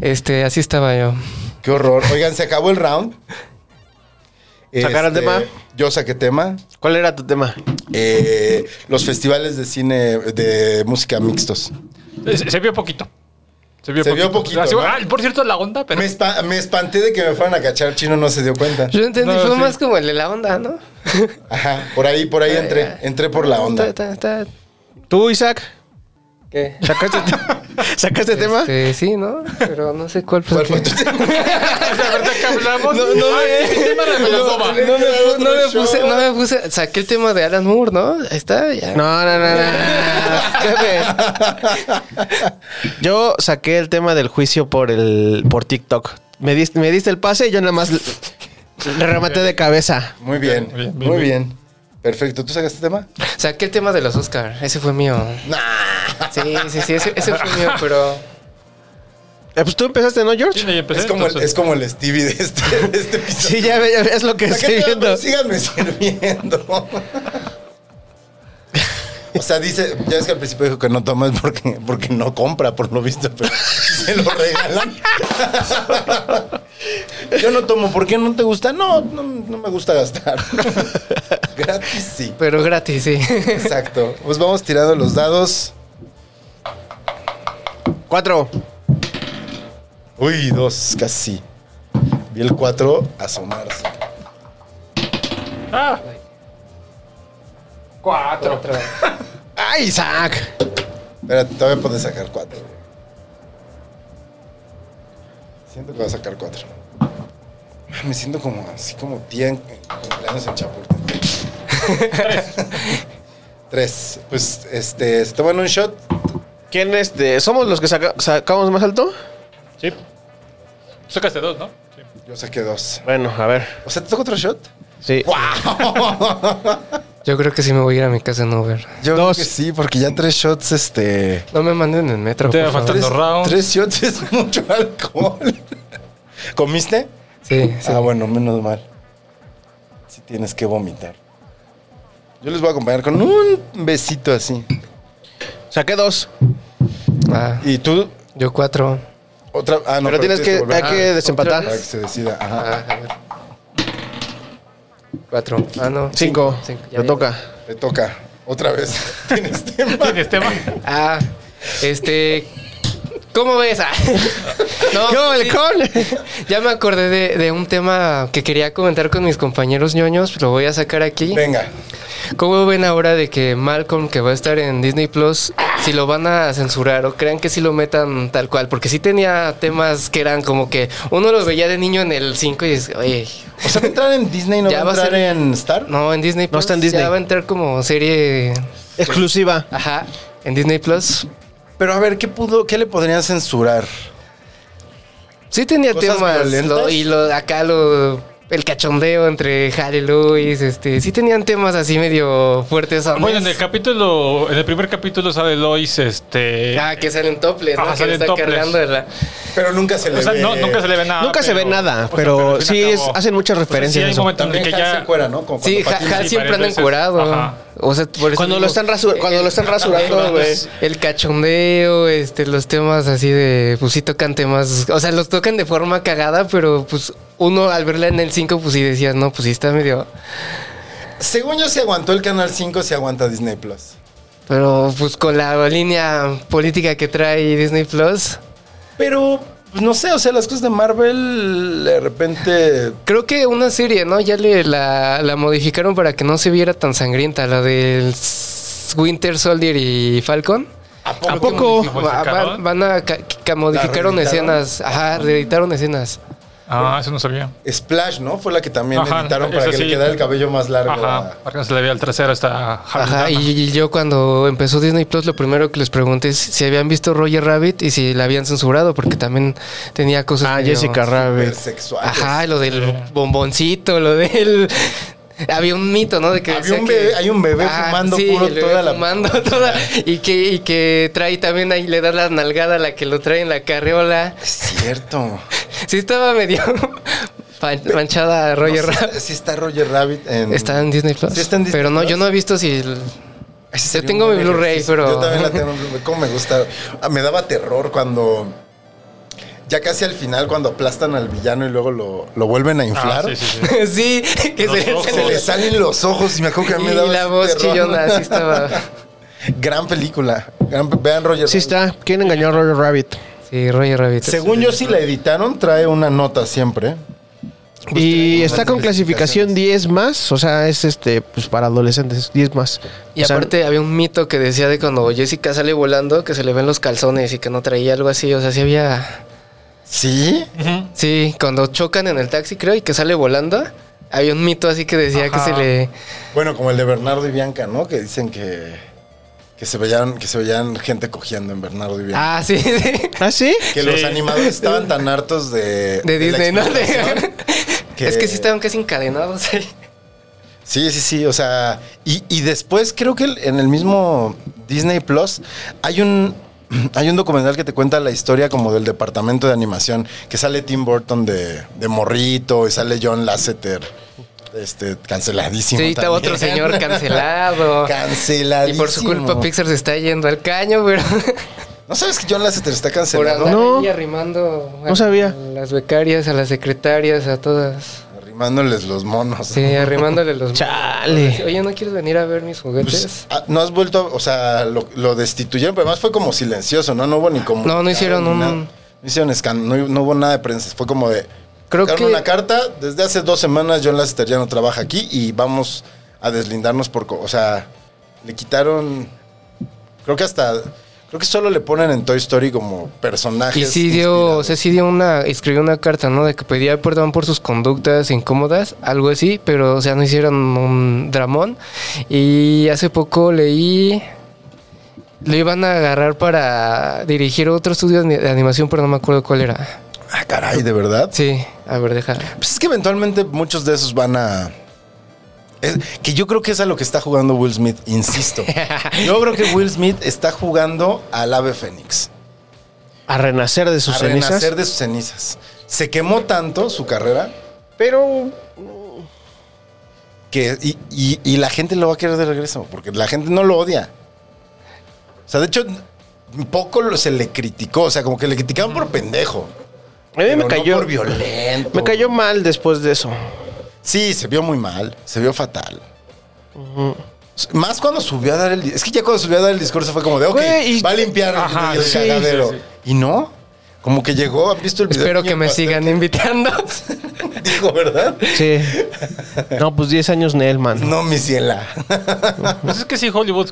G: Este, así estaba yo.
E: Qué horror. Oigan, se acabó el round. Este,
F: ¿Sacaron tema?
E: Yo saqué tema.
F: ¿Cuál era tu tema?
E: Eh, los festivales de cine de música mixtos.
H: Se, se vio poquito. Se vio
E: Se vio
H: poquito.
E: poquito,
H: Así,
E: ¿no?
H: ah, por cierto, la onda, pero.
E: Me, espa- me espanté de que me fueran a cachar. Chino no se dio cuenta.
G: Yo entendí,
H: No,
G: fue
H: sí.
G: más como el de la onda, ¿no?
E: Ajá, por ahí, por ahí entré. Entré por la onda.
G: Ta, ta, ta.
F: ¿Tú, Isaac?
G: ¿Qué?
F: ¿Sacaste, ¿sacaste tema?
G: Este, sí, ¿no? Pero no sé cuál fue.
E: ¿Cuál fue
G: el que-
E: tu tema?
H: La verdad que hablamos.
G: No, no,
H: Ay,
G: eh.
H: Ah, sí, el tema de la melanoma.
G: No me, pu- no me
E: Otro
G: puse,
E: show.
G: no me puse. Saqué el tema de Alan Moore, ¿no? Ahí está, ya.
F: No, no, no, no, no. Jefe. Yo saqué el tema del juicio por el por TikTok. Me diste, me diste el pase y yo nada más le- le rematé de cabeza.
E: Muy bien,
H: Bien, bien,
E: muy
H: bien.
E: bien. Perfecto. ¿Tú sacaste tema?
G: Saqué el tema de los Oscar. Ese fue mío. Sí, sí, sí. Ese, ese fue mío, pero.
F: Eh, pues tú empezaste, ¿no,
H: Pues Sí,
F: George?
H: no, ya empecé,
E: Es como, el,
H: entonces.
E: es como el Stevie de este, de este episodio.
F: Sí, ya, ve- ya ve- es lo que
E: Saqué tema,
F: estoy viendo.
E: pero Síganme sirviendo. O sea, dice, ya ves que al principio dijo que no tomas porque, porque no compra, por lo visto, pero se lo regalan. Yo no tomo, ¿por qué no te gusta? No, no, no me gusta gastar. Gratis sí.
G: Pero gratis, sí.
E: Exacto. Pues vamos tirando los dados.
F: Cuatro.
E: Uy, dos, casi. Vi el cuatro asomarse.
H: Ah,
F: ¡Ay, Isaac!
E: Espérate, todavía puedes sacar cuatro. Siento que voy a sacar cuatro. Ah, Me siento como así como tía en en cumpleaños en Chapultepec. Tres. Pues, este, se toman un shot.
F: ¿Quién este? ¿Somos los que saca- sacamos más alto?
H: sí. Sacaste dos, ¿no? Sí.
E: Yo saqué dos.
F: Bueno, a ver.
E: O sea, ¿te toca otro shot?
F: Sí.
G: Yo creo que sí me voy a ir a mi casa en Uber.
E: Yo creo
F: Dos.
E: que sí, porque ya tres shots, este...
G: No me manden en metro.
H: Te
G: Por
H: va a
G: favor.
H: faltar.
E: Tres,
H: Los rounds.
E: tres shots es mucho alcohol. ¿Comiste?
G: Sí, sí.
E: Ah, bueno, menos mal. Si tienes que vomitar. Yo les voy a acompañar con un besito así.
F: Saqué dos.
G: Ah,
E: Y tú,
G: yo cuatro.
E: otra. Ah, no,
F: pero tienes que, hay
E: volver
F: que
G: Ah,
F: desempatar.
E: para que se decida. Ajá.
G: Ah, a ver. Cuatro. Ah, no.
F: Cinco.
G: Cinco. Ya,
F: Te
G: ya.
F: toca.
E: Te toca. Otra vez. tienes tema.
H: ¿Tienes tema?
G: Ah, este. ¿Cómo ves? Ah, no,
F: ¡Yo,
G: sí,
F: el con!
G: Ya me acordé de, de un tema que quería comentar con mis compañeros ñoños. Lo voy a sacar aquí.
E: Venga.
G: ¿Cómo ven ahora de que Malcolm, que va a estar en Disney Plus, si lo van a censurar o crean que si lo metan tal cual? Porque sí tenía temas que eran como que uno los veía de niño en el 5 y dice, oye,
E: O sea, va a entrar en Disney, no va
G: Ya
E: a
G: va a
E: entrar
G: ser-
E: en Star.
G: no, en Disney Plus.
F: está en Disney.
G: Ya va a entrar como serie.
F: Exclusiva.
G: Ajá, en Disney Plus.
E: Pero a ver, ¿qué pudo, qué le podrían censurar?
G: Sí tenía
E: ¿Cosas
G: temas
E: violentas?
G: lo- y lo, acá lo el cachondeo entre Harry y Lewis, este, sí tenían temas así medio fuertes. ¿sabes?
H: Bueno, en el capítulo, en el primer capítulo sale Lois, este.
G: ah, que salen toples, ¿no?
H: Ah,
G: que
H: salen
G: está
H: topless.
G: cargando de la-
E: Pero nunca se le
H: o sea,
E: ve.
H: no, nunca se le ve nada.
F: Nunca se ve
H: pero-
F: nada,
H: o sea,
F: pero
H: al fin
F: sí
H: y al
F: es-
H: cabo-
F: Oh. hacen muchas
H: o sea,
F: referencias
H: Pues sí
F: en
H: hay
F: eso.
H: momentos en que
E: También Hal se
H: ya.
E: encuera, ¿no? Como
G: Sí,
E: cuando
G: Ha-
E: patina.
G: Hal
H: sí,
G: siempre anda
H: varias veces.
G: encuerado.
H: Ajá.
G: O sea, por eso digo,
F: Cuando
G: eh,
F: lo están rasu- cuando lo están rasurando, güey.
G: El cachondeo, este, los temas así de, pues sí tocan temas, o sea, los tocan de forma cagada, pero pues uno al verla en el 5, pues sí decías, no, pues sí está medio,
E: Según yo, se aguantó el Canal 5, se aguanta Disney Plus.
G: pero pues con la línea política que trae Disney Plus,
E: Pero, pues, no sé, o sea, las cosas de Marvel de repente
G: Creo que una serie, ¿no? Ya le la, la modificaron para que no se viera tan sangrienta, la del S- Winter Soldier y Falcon.
E: ¿A poco?
F: ¿A poco?
H: Ah,
G: Va- va-
H: ¿Modificaron?
G: van a ca- ca- modificaron
E: ¿La reeditaron?
G: escenas, ajá, reeditaron escenas.
H: Ah, eso no sabía.
E: Splash, ¿no? Fue la que también
H: Ajá,
E: editaron para
H: eso
E: que le
H: sí.
E: quedara el cabello más largo. ah.
H: Ajá, para que no se le vea el trasero hasta
G: Ajá, y, y yo cuando empezó Disney Plus lo primero que les pregunté es si habían visto Roger Rabbit y si la habían censurado porque también tenía cosas
F: Ah,
G: medio-
F: Jessica Rabbit.
E: Sexual.
G: Ajá, lo del bomboncito, lo del había un mito, ¿no? De que
E: Había
G: decía
E: un bebé-
G: que-
E: hay un bebé fumando puro
G: el bebé
E: toda la-
G: fumando toda y que y que trae también ahí le da la nalgada a la que lo trae en la carreola.
E: Es cierto.
G: Sí estaba medio pan- manchada Roger
E: No, sí
G: Rabbit.
E: está- Sí está Roger Rabbit en...
G: Está en Disney Plus.
E: Sí está en Disney
G: pero no,
E: Plus.
G: yo no he visto si el-
E: Ese
G: yo
E: sería
G: tengo
E: un
G: mi
E: buen
G: Blu-ray,
E: ejercicio.
G: pero-
E: Yo también la tengo en Blu-ray. ¿Cómo me gusta? Ah, me daba terror cuando... Ya casi al final, cuando aplastan al villano y luego lo, lo vuelven a inflar.
H: Ah, sí, sí, sí.
G: sí, que
H: Los
G: se,
H: ojos.
G: se
E: Se
G: le-
E: le salen los Ah, ojos y me acuerdo que a mí me
G: y
E: daba
G: la
E: ese
G: voz
E: terror.
G: chillona, así estaba.
E: Gran película. Gran- vean Roger
F: Sí
E: Rabbit. Pues
F: está. ¿Quién engañó a Roger Rabbit?
G: Sí, Roger Rabbit.
E: Según yo, si la editaron, trae una nota siempre.
F: Y está con clasificación 10 más, o sea, es este, pues para adolescentes, 10 más.
G: Y
F: O sea,
G: aparte había un mito que decía de cuando Jessica sale volando que se le ven los calzones y que no traía algo así. O sea, sí había.
E: ¿Sí?
G: Sí, cuando chocan en el taxi, creo, y que sale volando, había un mito así que decía que se le.
E: Bueno, como el de Bernardo y Bianca, ¿no? Que dicen que, que, se, veían, que se veían gente cogiendo en Bernardo y Bianca.
G: Ah, sí, sí.
F: ¿Ah, sí?
E: que los animadores estaban tan hartos de... la
G: De Disney, ¿no? De-
E: explotación que-
G: Es que sí estaban casi encadenados ahí.
E: Sí, sí, sí. O sea, y, y después creo que el- en el mismo Disney Plus hay un. Hay un documental que te cuenta la historia como del departamento de animación, que sale Tim Burton de, de morrito y sale John Lasseter, este, canceladísimo.
G: Sí, estaba
E: también.
G: otro señor cancelado.
E: canceladísimo.
G: Y por su culpa Pixar se está yendo al caño, pero
E: ¿No sabes que John Lasseter está
G: por
E: cancelado?
G: andar
F: No.
G: ahí arrimando a-
F: No sabía.
G: a las becarias, a las secretarias, a todas.
E: Arrimándoles los monos.
G: Sí, arrimándole los
F: Chale.
G: Oye, ¿no quieres venir a ver mis
E: Pues,
G: juguetes?
E: ah, no has vuelto, a- o sea, lo, lo destituyeron, pero además fue como silencioso, ¿no? No hubo ni como.
G: No, no hicieron un-
E: No hicieron escándalo, no, no hubo nada de prensa. Fue como de.
G: Creo
E: sacaron
G: que-
E: una carta, desde hace dos semanas John Lasseter ya no trabaja aquí y vamos a deslindarnos por. co- O sea, le quitaron. Creo que hasta. Creo que solo le ponen en Toy Story como personajes.
G: y sí dio, o
E: inspirados.
G: sea, sí dio una, escribió una carta, ¿no? De que pedía perdón por sus conductas incómodas, algo así, pero, o sea, no hicieron un dramón. Y hace poco leí, lo iban a agarrar para dirigir otro estudio de animación, pero no me acuerdo cuál era.
E: Ah, caray, de verdad.
G: Sí, a ver, deja.
E: Pues es que eventualmente muchos de esos van a. es- que yo creo que es a lo que está jugando Will Smith, insisto. Yo creo que Will Smith está jugando al ave fénix.
F: A renacer de sus
E: a
F: cenizas.
E: renacer de sus cenizas. Se quemó tanto su carrera
F: Pero
E: que. Y, y- y la gente lo va a querer de regreso, porque la gente no lo odia. O sea, de hecho, poco lo- se le criticó. O sea, como que le criticaban por pendejo.
F: a mí
E: pero
F: me
E: no
F: cayó.
E: por violento.
F: me cayó mal después de eso.
E: Sí, se vio muy mal, se vio fatal. Más cuando subió a dar el... di- Es que ya cuando subió a dar el discurso fue como de, ok,
F: Güey, y-
E: va a limpiar el-
H: Ajá,
E: el
H: sí,
E: cagadero.
H: sí,
E: Y no, como que llegó, han visto el video.
G: Espero
E: del
G: que me
E: niño
G: sigan invitando.
E: pastel? Dijo, ¿verdad?
F: Sí. No, pues 10 años Nelman.
E: No, mi ciela.
H: Pues es que sí, Hollywood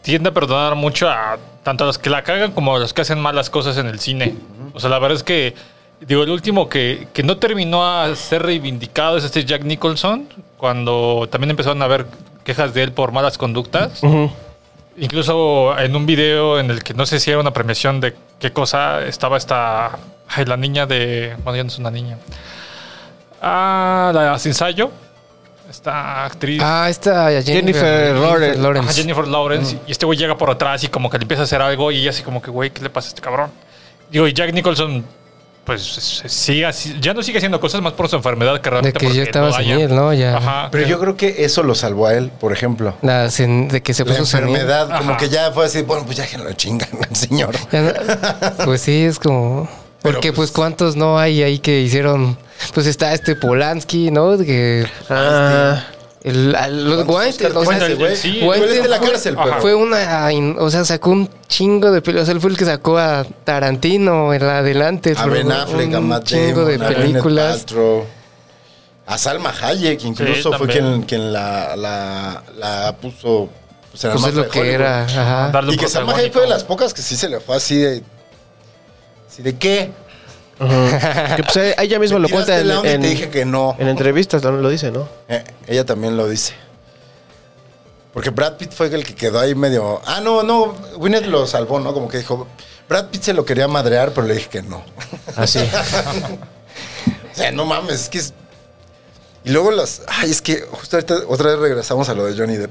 H: tiende a perdonar mucho a tanto a los que la cagan como a los que hacen malas cosas en el cine. O sea, la verdad es que, digo, el último que, que no terminó a ser reivindicado es este Jack Nicholson, cuando también empezaron a haber quejas de él por malas conductas.
F: Ujú.
H: Incluso en un video en el que no sé si era una premiación de qué cosa estaba esta. ay, la niña de. Bueno, ya no es una niña. Ah, la ensayo. Esta actriz.
G: Ah, esta Jennifer,
F: Jennifer Lawrence.
H: Ajá, Jennifer Lawrence. Y este güey llega por atrás y como que le empieza a hacer algo y ella así como que, güey, ¿qué le pasa a este cabrón? Digo, y Jack Nicholson, pues s- s- sigue así- ya no sigue haciendo cosas más por su enfermedad que
G: De
H: realmente
G: que ya
H: porque
G: estaba
H: no
G: sin
H: haya-
G: él, ¿no? Ya.
H: Ajá.
E: Pero yo creo que eso lo salvó a él, por ejemplo.
G: La sin- de que se
E: La
G: puso senil.
E: enfermedad, como
H: Ajá.
E: que ya fue así, bueno, pues ya que lo chingan al señor.
G: Ya no- Pues sí, es como.
E: Pero,
G: Porque
E: pues-
G: pues, cuántos no hay ahí que hicieron. Pues está este Polanski, ¿no? Que
F: Ah,
G: el, al- los guantes, o sea,
E: Bueno, el güey,
H: sí,
E: el güey es de la
G: fue-
E: cárcel,
H: ajá.
E: pero...
G: fue una, in- o sea, sacó un chingo de películas. Él fue el que sacó a Tarantino en la adelante.
E: A
G: pero
E: Ben Affleck, a
G: un
E: Matt Damon, a
G: chingo de
E: Gwyneth
G: películas.
E: Paltrow, a Salma Hayek, incluso
H: Sí,
E: fue
H: también.
E: quien, quien la, la, la puso. pues, en la
G: Pues es
E: mafia
G: lo
E: de
G: que
E: Hollywood.
G: era. Ajá.
H: darle un
E: Y que Salma Hayek
H: protagónico.
E: fue de las pocas que sí se le fue así de. Así de qué.
F: que pues eh, ella misma
E: Me
F: lo
E: tiraste
F: cuenta en,
E: la onda y
F: en-
E: te dije que no.
F: en entrevistas, también lo dice, ¿no?
E: Eh, ella también lo dice. Porque Brad Pitt fue el que quedó ahí medio. Ah, no, no. Winnet lo salvó, ¿no? Como que dijo. Brad Pitt se lo quería madrear, pero le dije que no.
F: Así.
E: O sea, no mames, es que es... Y luego las... Ay, es que justo ahorita otra vez regresamos a lo de Johnny Depp.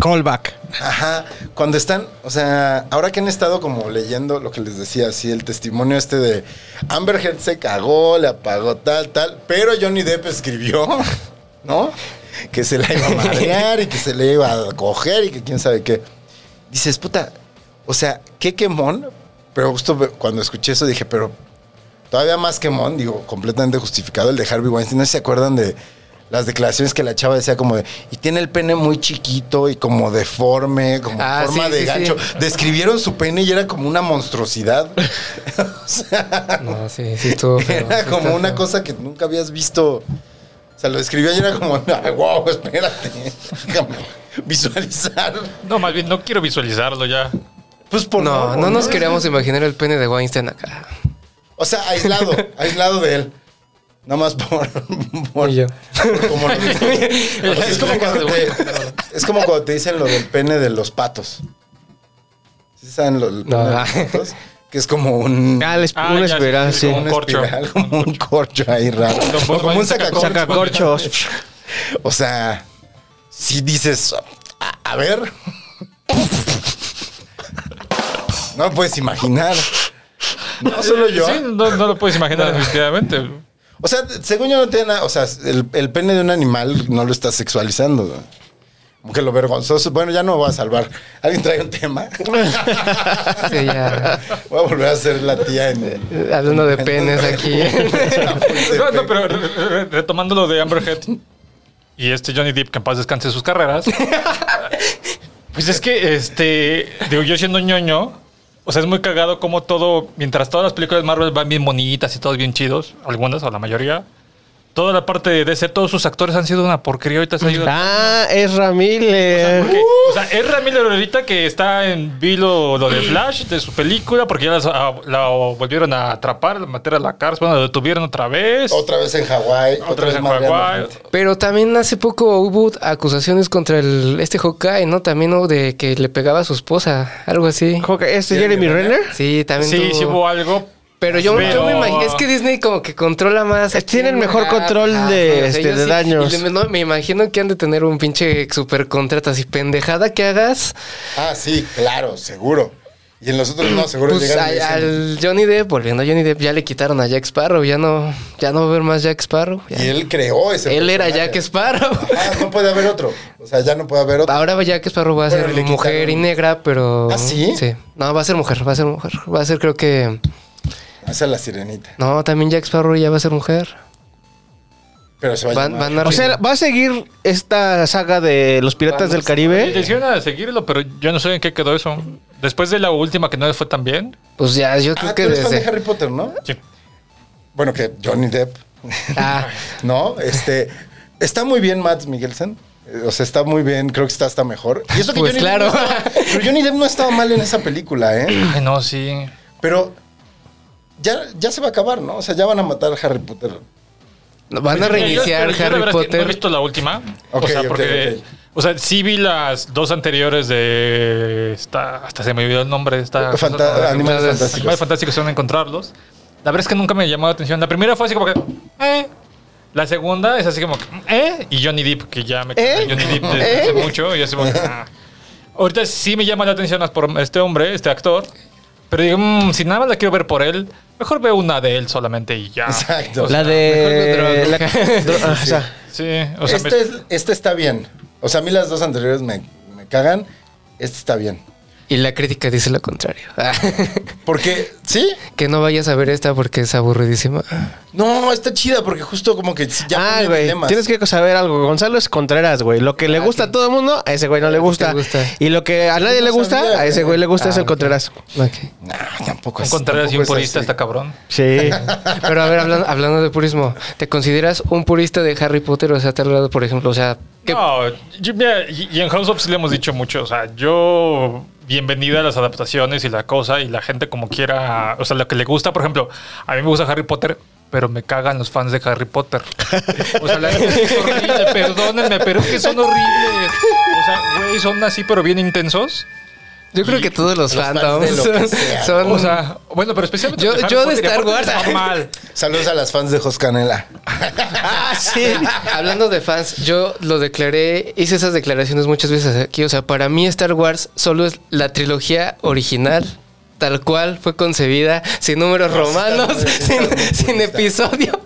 F: Callback.
E: Ajá, cuando están, o sea, ahora que han estado como leyendo lo que les decía, así el testimonio este de Amber Heard se cagó, le apagó tal, tal, pero Johnny Depp escribió, ¿no? Que se la iba a marear y que se le iba a coger y que quién sabe qué. Dices, puta, o sea, qué quemón, pero justo cuando escuché eso dije, pero todavía más quemón, digo, completamente justificado el de Harvey Weinstein. ¿No se acuerdan de las declaraciones que la chava decía como de, y tiene el pene muy chiquito y como deforme, como
G: Ah,
E: forma
G: sí,
E: de
G: sí,
E: gancho.
G: sí.
E: Describieron su pene y era como una monstruosidad. o sea,
G: No, sí, sí, estuvo. feo.
E: era
G: Sí
E: como
G: está
E: una
G: feo.
E: cosa que nunca habías visto. O sea, lo describió y era como, "Ay, wow, espérate, déjame visualizar.
H: No, más bien no quiero visualizarlo ya.
E: Pues por
G: No, no
E: queremos
G: nos queríamos imaginar el pene de Weinstein acá.
E: O sea, aislado, aislado de él. Nada más por. por
G: Y yo.
E: por Como lo viste. O sea, es, como cuando te, es como cuando te dicen lo del pene de los patos. ¿Sí saben lo del pene
G: No.
E: de los patos? Que es como un.
F: Ah, la esp-
H: Ah,
F: una
H: ya,
F: esperanza, sí.
H: sí, como-
E: una
H: un corcho.
E: espiral, como un corcho ahí raro. O
H: Don
E: como
H: Volkswagen
E: un sacacorcho.
H: saca
F: Sacacorchos.
E: O sea, si dices, a, a ver. No lo puedes imaginar. No solo yo.
H: Sí, no, no lo puedes imaginar efectivamente.
E: O sea, según yo no tiene nada. O sea, el, el pene de un animal no lo está sexualizando. güey. Como que lo vergonzoso. Bueno, ya no me voy a salvar. ¿Alguien trae un tema?
G: Sí, ya.
E: Voy a volver a ser la tía en.
G: eh, Hablando de penes aquí.
H: No, no, pero re- re- retomando lo de Amber Heard y este Johnny Depp, que en paz descanse sus carreras. Pues es que, este, digo, yo siendo ñoño, o sea, es muy cagado como todo, mientras todas las películas de Marvel van bien bonitas y todos bien chidos, algunas o la mayoría, toda la parte de DC, todos sus actores han sido una porquería. Ahorita se ha ido-
F: Ah, es Ramírez.
H: Porque, o sea, es Ramírez ahorita que está en vilo lo de Flash, de su película, porque ya las- a- la volvieron a atrapar, la meter a la cárcel, bueno, la detuvieron otra vez.
E: Otra vez en Hawái.
H: otra, vez en
E: madreando
H: Hawái.
E: gente.
G: Pero también hace poco hubo acusaciones contra el, este Hawkeye, ¿no? También hubo de que le pegaba a su esposa, algo así.
F: Hawkeye, ¿Este Jeremy Renner?
G: Sí, también.
H: Sí,
G: tuvo-
H: sí hubo algo.
G: Pero yo, yo
H: Pero-
G: me imagino, es que Disney como que controla más. aquí,
F: Tienen mejor control de,
G: o sea,
F: este,
G: yo
F: de daños.
G: y le- no, me imagino que han de tener un pinche super contratas y pendejada que hagas.
E: Ah, sí, claro, seguro. Y en los otros no, seguro
G: Pues
E: llegan. y
G: al,
E: dicen-
G: al Johnny Depp, volviendo a Johnny Depp, ya le quitaron a Jack Sparrow, ya no, ya no va a haber más Jack Sparrow. ya.
E: Y él creó ese.
G: Él era
E: personaje.
G: Jack Sparrow.
E: Ah, no puede haber otro. O sea, ya no puede haber otro.
G: Ahora Jack Sparrow va a
E: Bueno,
G: ser
E: le
G: mujer
E: quitaron-
G: y negra, pero.
E: ¿Ah, sí?
G: Sí. No, va a ser mujer, va a ser mujer. Va a ser, creo que.
E: Esa es la sirenita.
G: No, también Jack Sparrow ya va a ser mujer.
E: Pero se va a
G: Van,
E: llamar-
G: van a.
F: O sea, ¿va a seguir esta saga de los
E: Ah,
F: piratas del Caribe?
H: Intención a seguirlo, pero yo no sé en qué quedó eso. Después de la última que no les fue tan bien.
G: Pues ya, yo creo
E: Ah, tú
G: que
E: eres fan de
G: desde.
E: Harry Potter, ¿no?
H: Sí.
E: Bueno, que Johnny Depp.
G: Ah,
E: ¿No? Este. Está muy bien Matt Mikkelsen. Eh, O sea, está muy bien. Creo que está hasta mejor. Y eso que
G: Pues
E: Johnny
G: claro.
E: Depp no estaba- pero Johnny Depp no estaba mal en esa película, ¿eh?
H: Ay, no, sí.
E: Pero. Ya, ya se va a acabar, ¿no? O sea, ya van a matar a Harry Potter.
G: van a
H: Pues, mira, yo-
G: reiniciar
H: pero yo la
G: Harry
H: verdad es que No he
G: Potter.
H: visto la última.
E: Ok,
H: o sea,
E: ok,
H: porque.
E: ok.
H: O sea, sí vi las dos anteriores de. Esta, hasta se me olvidó el nombre. de
G: Ah,
H: Esta,
E: Fanta-
H: cosa-
E: Animales
G: pues, Animales-
E: Fantásticos.
H: Animales fantásticos son encontrarlos. La verdad es que nunca me llamó la atención. La primera fue así como que. Eh. La segunda es así como que. Eh. Y Johnny Depp, que ya me.
F: ¿Eh?
H: Johnny Depp desde hace mucho. Y así como que, ah. Ahorita sí me llama la atención más por este hombre, este actor. Pero digo, mm, si nada más la quiero ver por él, mejor veo una de él solamente y ya.
E: Exacto.
F: La de...
G: Mejor
F: La,
G: no drogas.
F: dro- o sea,
H: Sí, o sea,
E: este,
H: me-
E: es- este está bien. O sea, a mí las dos anteriores me, me cagan. Este está bien.
G: Y la crítica dice lo contrario. Ah,
E: Porque, ¿sí?
G: que no vayas a ver esta porque es aburridísima.
E: No, está chida porque justo como que ya
F: ah,
E: pone
F: güey,
E: dilemas. Ah,
F: tienes que saber algo. Gonzalo es Contreras, güey. Lo que le gusta a todo el mundo, a ese güey no le gusta.
G: gusta.
F: Y lo que a nadie
E: No
F: le gusta,
E: sabía,
F: a ese güey le gusta
G: Ah,
F: es el
G: ok.
F: Contreras.
G: Ok.
E: No, Ah, tampoco
H: un
E: es-
H: Contreras y
E: tampoco
H: un
E: es
H: purista
E: así.
H: está cabrón.
F: Sí.
G: Pero a ver, hablan- hablando de purismo, ¿te consideras un purista de Harry Potter? O sea, te ha hablado, por ejemplo, o sea, ¿qué-
H: No, yo- mira, y, y en House of sí le hemos dicho mucho. O sea, yo. Bienvenida a las adaptaciones y la cosa, y la gente como quiera. O sea, lo que le gusta, por ejemplo, a mí me gusta Harry Potter, pero me cagan los fans de Harry Potter. O sea, la verdad es que es horrible, perdónenme, pero es que son horribles. O sea, güey, son así, pero bien intensos.
G: yo creo que todos los,
E: los fans
G: fandoms
E: de lo que sea,
G: son.
H: O sea, bueno, pero especialmente.
G: Yo-
H: los Harry
G: yo de
H: Potter, y
G: Star
H: aparte
G: Wars.
H: está mal.
E: Saludos a las fans de Joscanela.
G: Ah, sí. Hablando de fans, yo lo declaré, hice esas declaraciones muchas veces aquí. O sea, para mí Star Wars solo es la trilogía original, tal cual fue concebida, sin números
E: No, sí, está
G: romanos,
E: muy- sí,
G: sin,
E: está muy
G: sin
E: purista.
G: episodio.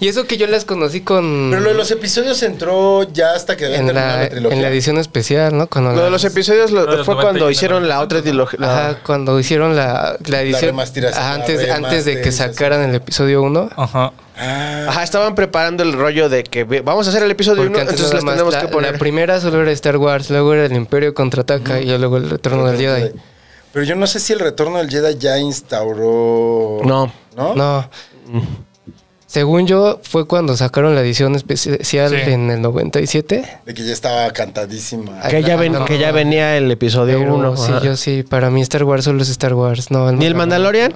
G: y eso que yo las conocí con.
E: Pero lo de los episodios entró ya hasta que habían
G: en
E: terminado
G: la,
E: la trilogía.
G: en la edición especial, ¿no? Cuando
F: Lo de los
G: las-
F: episodios lo-
H: Lo de los
F: fue
H: 90 y
F: cuando
H: los
F: hicieron la
H: 90,
F: otra trilogía.
G: Ajá, cuando hicieron la, la edición.
E: remasterización,
G: Ajá,
E: la
G: antes, antes de que
E: remasterización.
G: sacaran el episodio 1.
F: Ah,
H: Ajá.
E: Ah,
F: Ajá, estaban preparando el rollo de que ve- vamos a hacer el episodio
G: Porque
F: 1,
G: antes nada
F: entonces les
G: más
F: tenemos
G: la,
F: que poner.
G: la primera solo era Star Wars, luego era el Imperio contraataca y ya luego el Retorno del Jedi.
E: Pero yo no sé si el retorno del Jedi ya instauró.
F: No.
E: ¿No?
G: No. Según yo, fue cuando sacaron la edición especial
H: Sí.
G: en el 97.
E: De que ya estaba cantadísima.
G: Ay,
F: Que ya, ven-
G: Ajá.
F: que ya venía el episodio
G: Pero
F: 1.
G: sí, yo sí, para mí Star Wars solo es Star Wars. No,
F: ¿Ni el Mandalorian?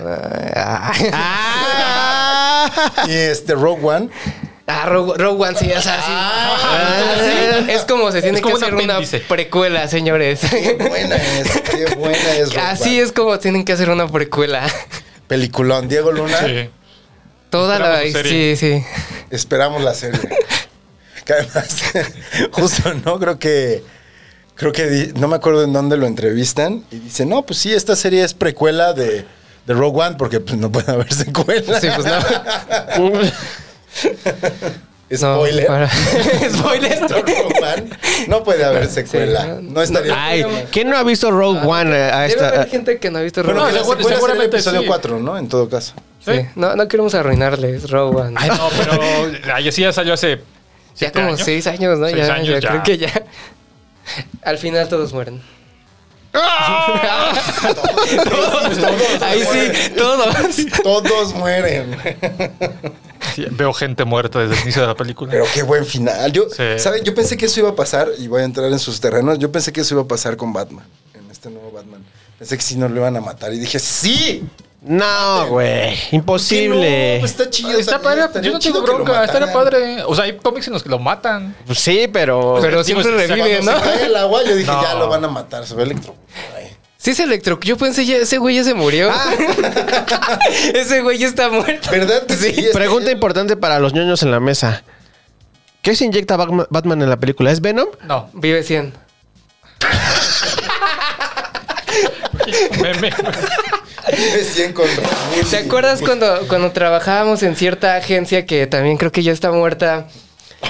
G: Ah,
E: Y este Rogue One.
G: Ah, Rogue, Rogue One, sí, o sea, sí. Ah, es como se tiene
H: Es como
G: que
H: un
G: hacer una
H: apéndice.
G: precuela, señores.
E: Qué buena es, qué buena es. Rogue
G: Así
E: One.
G: es como tienen que hacer una precuela.
E: Peliculón. Diego Luna,
G: ¿Eh?
H: Sí.
G: Toda la.
H: Esperamos su
G: Sí, sí.
H: serie.
E: esperamos la serie. Que además, justo, ¿no? Creo que. Creo que. di- No me acuerdo en dónde lo entrevistan. Y dice, no, pues sí, esta serie es precuela de, de Rogue One, porque pues, no puede haber secuela.
G: Sí, pues no. No,
E: Spoiler.
G: para- Spoiler.
E: Doctor Rogue One, no puede haber secuela.
G: Sí.
E: No estaría.
F: Ay, ¿quién no ha visto Rogue One? eh, A
G: Debe
F: esta,
G: haber Ah, gente que no ha visto Rogue
E: Bueno,
H: No,
E: que
G: One.
E: la
H: seguro-
E: secuela será el
H: seguramente
E: episodio
H: sí.
E: 4, ¿no? En todo caso.
G: Sí. No, no queremos arruinarles Rogue One.
H: No, pero ahí sí ya salió hace.
G: ya
H: siete
G: como
H: años.
G: seis años, ¿no?
H: Seis
G: ya,
H: años
G: ya
H: ya.
G: creo que ya. Al final todos mueren. Ah, Ahí sí, todos.
E: Todos mueren.
H: Sí, veo gente muerta desde el inicio de la película.
E: Pero qué buen final. Yo,
H: Sí.
E: ¿saben? Yo pensé que eso iba a pasar, y voy a entrar en sus terrenos. Yo pensé que eso iba a pasar con Batman, en este nuevo Batman. Pensé que sí nos lo iban a matar. Y dije, ¡sí!
F: No, güey.
E: ¿Qué no?
F: Imposible.
E: Pues está chido.
H: Está
E: también,
H: padre,
E: estaría
H: yo no tengo
E: chido que lo
H: bronca, estaría
E: mataran.
H: padre. O sea, hay cómics en los que lo matan.
F: Pues Sí, pero.
G: Pero
H: Digo,
G: siempre
H: se- se-
G: revive,
E: Cuando
G: ¿no?
E: se cae el agua, yo dije,
H: No.
E: ya lo van a matar. Se ve electro. Ay.
G: Sí, se electro. Yo pensé, ya, ese güey ya se murió.
E: Ah.
G: ese güey ya está muerto.
E: ¿Verdad? que Sí. es-
F: Pregunta importante para los ñoños en la mesa. ¿Qué se inyecta Bagma- Batman en la película? ¿Es Venom?
H: No,
G: Vive 100.
H: me- me-
E: Recién con pues, Raúl.
G: ¿Te acuerdas cuando, cuando trabajábamos en cierta agencia que también creo que ya está muerta?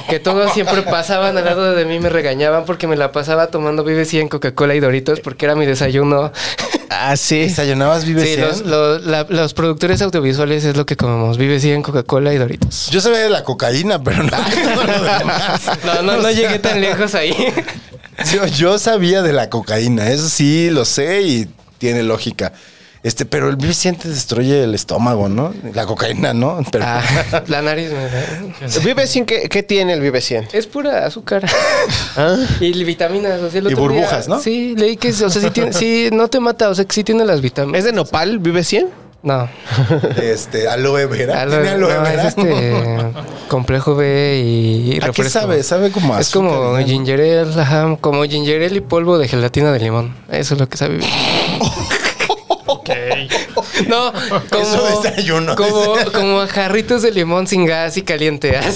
G: Que todos siempre pasaban al lado de mí y me regañaban porque me la pasaba tomando Vive 100 Coca-Cola y Doritos porque era mi desayuno.
F: Ah, sí.
E: ¿Desayunabas Vive
G: Sí,
E: 100?
G: los, los- la- los productores audiovisuales es lo que comemos. Vive 100 Coca-Cola y Doritos.
E: Yo sabía de la cocaína, pero no. todo lo demás.
G: No, no,
E: O
G: no
E: sea,
G: llegué tan lejos ahí.
E: Yo, yo sabía de la cocaína, eso sí lo sé y tiene lógica. Este, pero el Vive te destruye el estómago, ¿no? La cocaína, ¿no? Pero-
G: Ah, la nariz me...
F: ¿Vive 100 qué, qué tiene el Vive 100?
G: Es pura azúcar.
F: ¿Ah?
G: Y vitaminas, o sea, el
E: Y
G: otro día-
E: burbujas, ¿no?
G: Sí, leí que, o sea, sí, tiene- sí, no te mata, o sea, que sí tiene las vitaminas.
F: ¿Es de nopal Vive 100?
G: No.
E: Este, aloe vera.
G: Algo-
E: ¿Tiene aloe
G: no,
E: vera?
G: es este complejo B y
E: ¿A qué
G: refresco.
E: sabe? Sabe como a
G: Es como
E: azúcar, ¿no?
G: ginger ale, ajá, como ginger ale y polvo de gelatina de limón. Eso es lo que sabe.
H: ok.
G: No, como
E: Eso desayuno,
G: Como,
E: dice.
G: como a jarritos de limón sin gas y caliente.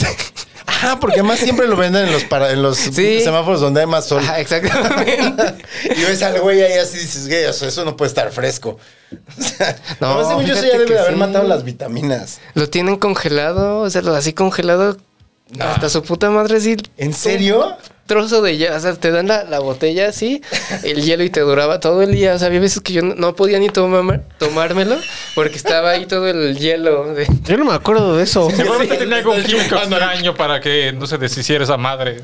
E: Ah, porque además siempre lo venden en los, para, en los
G: Sí.
E: semáforos donde hay más sol.
G: Ajá, exactamente.
E: Y ves al güey ahí así dices, güey, eso, eso no puede estar fresco. O sea,
G: No,
E: además, según yo, eso
G: fíjate
E: ya debe
G: que
E: de haber
G: sí.
E: matado las vitaminas.
G: Lo tienen congelado, o sea, lo así congelado. Hasta su puta madre sí.
E: ¿En serio?
G: trozo de hielo, o sea, te dan la, la botella así, el hielo y te duraba todo el día, o sea, había veces que yo no, no podía ni tomar, tomármelo porque estaba ahí todo el hielo. de-
F: Yo no me acuerdo de eso.
H: Seguramente tenía algún químico extraño para que no se deshiciera esa madre.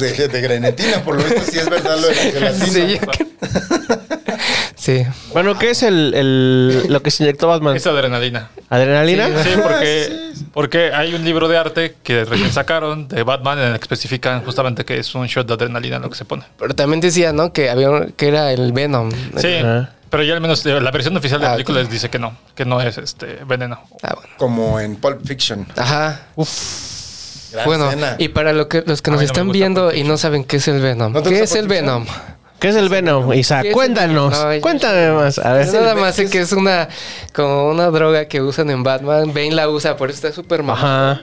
E: De, de grenetina, por lo visto, sí es verdad lo de la gelatina.
G: Sí, yo creo- sí.
F: Bueno, ¿qué es el, el- lo que se inyectó Batman?
H: Esa adrenalina.
F: ¿Adrenalina?
H: Sí, porque, porque hay un libro de arte que recién sacaron de Batman en el que especifican justamente que es un shot de adrenalina lo que se pone.
G: Pero también decía, ¿no? Que había un- que era el Venom.
H: Sí,
F: Ajá.
H: pero ya al menos eh, la versión oficial de
G: Ah,
H: la película
G: ok.
H: dice que no, que no es este veneno.
G: Ah, bueno.
E: Como en Pulp Fiction.
G: Ajá.
E: Gran
G: bueno,
E: escena.
G: y para lo que, los que
H: A
G: nos
H: mí no me
G: están
H: gusta
G: viendo
H: Pulp
G: y no saben qué es el Venom.
E: ¿No te
G: ¿Qué
E: gusta
G: es el
E: Pulp Fiction?
G: Venom?
F: ¿Qué es el Venom, Isaac?
G: ¿Qué es el
F: Cuéntanos.
G: Venom? No, yo-
F: Cuéntame más. A ver.
G: Yo nada más sé que es una como una droga que usan en Batman. Bane la usa, por eso está súper mamado.
F: Ajá.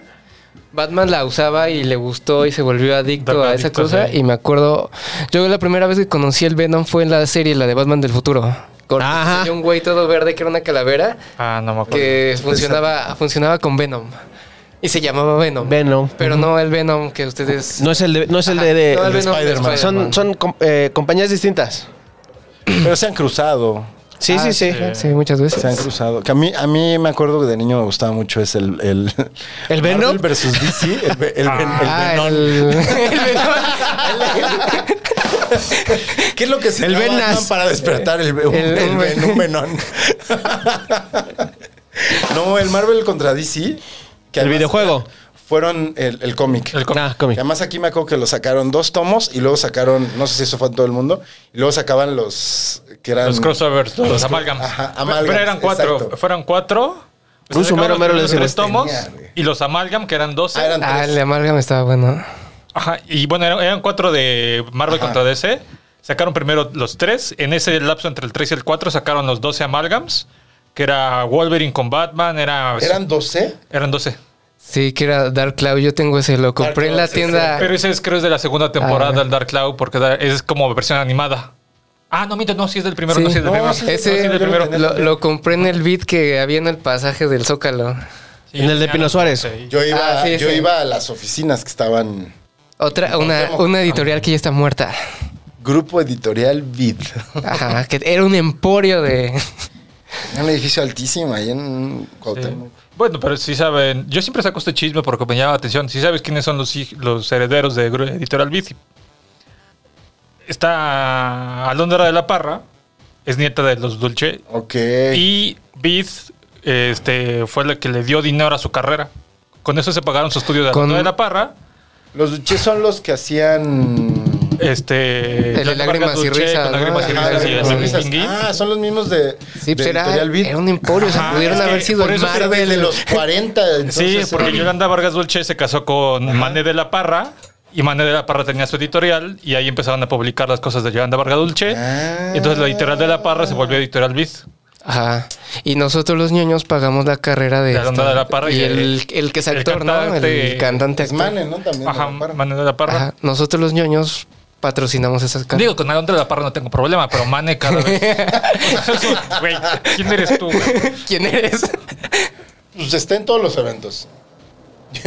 G: Batman la usaba y le gustó y se volvió adicto
H: Batman
G: a esa
H: adicto,
G: cosa.
H: sí.
G: Y me acuerdo, yo la primera vez que conocí el Venom fue en la serie, la de Batman del futuro. Con
F: Ajá.
G: salió un güey todo verde que era una calavera
H: Ah, no me acuerdo.
G: que funcionaba, funcionaba con Venom. Y se llamaba Venom.
F: Venom.
G: Pero no el Venom que ustedes.
F: No es el de, no es el de, de-
G: No,
E: el de
G: Venom
E: Spider-Man.
F: son son com- eh, compañías distintas.
E: Pero se han cruzado.
F: Sí, sí, sí.
G: Ah, Sí, muchas
E: Se han
G: veces.
E: cruzado. Que a mí, a mí me acuerdo que de niño me gustaba mucho es el. ¿El,
F: ¿El Venom?
E: Marvel versus DC. El, ve- el, ven- el
G: Ah,
E: Venom.
G: el- el Venom.
E: ¿Qué es lo que se
F: El
E: llama
F: Venas.
E: Batman para despertar el, un,
G: El-
E: el ven- un venón? no, el Marvel contra DC. Que
F: El
E: además
F: videojuego.
E: Fueron el, el cómic.
H: El co-
F: Ah, cómic.
E: Además aquí me acuerdo que lo sacaron dos tomos y luego sacaron, no sé si eso fue en todo el mundo, y luego sacaban los que eran...
H: Los crossovers, los,
E: cro-
H: amalgams.
E: Ajá, amalgams,
H: Pero eran cuatro.
E: exacto.
H: Fueron cuatro.
F: Ruso, mero,
H: Sacaron
F: mero,
H: los
F: le
H: tres
F: decimos.
H: tomos
E: Tenía, güey.
H: y los amalgam, que eran 12.
E: Ah, eran
G: Ah,
E: tres.
G: el de Amalgam estaba bueno.
H: Ajá, y bueno, eran, eran cuatro de Marvel
E: Ajá.
H: contra DC. Sacaron primero los tres. En ese lapso entre el 3 y el 4 sacaron los 12 amalgams, que era Wolverine con Batman, era,
E: ¿Eran 12?
H: eran 12.
G: Sí, que era Dark Cloud. Yo tengo ese, lo compré en la
E: Dark Cloud, sí,
G: tienda.
H: Pero ese es, creo, es de la segunda temporada
G: Ah.
H: del Dark Cloud, porque da- es como versión animada. Ah, no, mira, no, sí es del primero,
G: Sí.
H: no, sí es del
G: No,
H: primero.
E: sí,
H: No, sí
G: Ese
H: es del
E: yo
H: primero.
E: tenía.
G: lo, lo compré en el beat que había en el pasaje del Zócalo.
H: Sí,
F: En el de Pino Suárez.
H: sí.
E: Yo iba,
G: Ah, sí,
E: yo
G: sí.
E: iba a las oficinas que estaban...
G: Otra, una, una editorial que ya está muerta.
E: Grupo Editorial Vid.
G: Ajá, que era un emporio de.
E: Un edificio altísimo ahí en Cuauhtémoc.
H: Bueno, pero si saben, yo siempre saco este chisme porque me llama la atención. Si sabes quiénes son los, hij- los herederos de Gru- Editorial Bici. Está Alondra de la Parra, es nieta de los Dulce,
E: Ok.
H: y Biz este, fue la que le dio dinero a su carrera. Con eso se pagaron su estudio de
G: Con-
H: Alondra de la Parra.
E: Los Duches son los que hacían...
H: Este,
G: El de
H: Johnny
G: lágrimas
H: Vargas
G: y
H: Dulce
G: risas,
H: con
G: ¿no?
H: lágrimas y
G: Ajá,
H: risas. y
G: lágrimas
H: el
G: y risas.
H: Pinguín.
E: Ah, son los mismos de,
G: Sí,
E: de
G: pues era,
E: Editorial Vid.
G: era un emporio. O sea,
H: Ajá,
G: pudieron
H: es que
G: haber sido
H: por
G: el
H: eso se
E: Era
G: Marvel.
E: de los 40. entonces, eh,
H: sí, porque Yolanda Vargas Dulce se casó con Mané de la Parra y Mané de la Parra tenía su editorial y ahí empezaron a publicar las cosas de Yolanda Vargas Dulce.
E: Ah.
H: Entonces la editorial de la Parra se volvió editorial Biz.
G: Ajá. Y nosotros los ñoños pagamos la carrera de.
H: La
G: esta-
H: onda de la parra y
G: y
H: el-
G: el, el que es
H: el
G: actor, ¿no?
H: cantante-
G: El cantante
E: Es
G: actor.
E: Mane, ¿no? También.
H: este,
E: de
H: Ajá,
E: la Parra.
H: Mané de la Parra.
G: Ajá. Nosotros los ñoños patrocinamos esas carreras.
H: Digo, con la onda de la Parra no tengo problema, pero Mané cada vez. O sea, Güey, ¿quién eres tú? güey?
G: ¿quién eres?
E: Pues está en todos los eventos.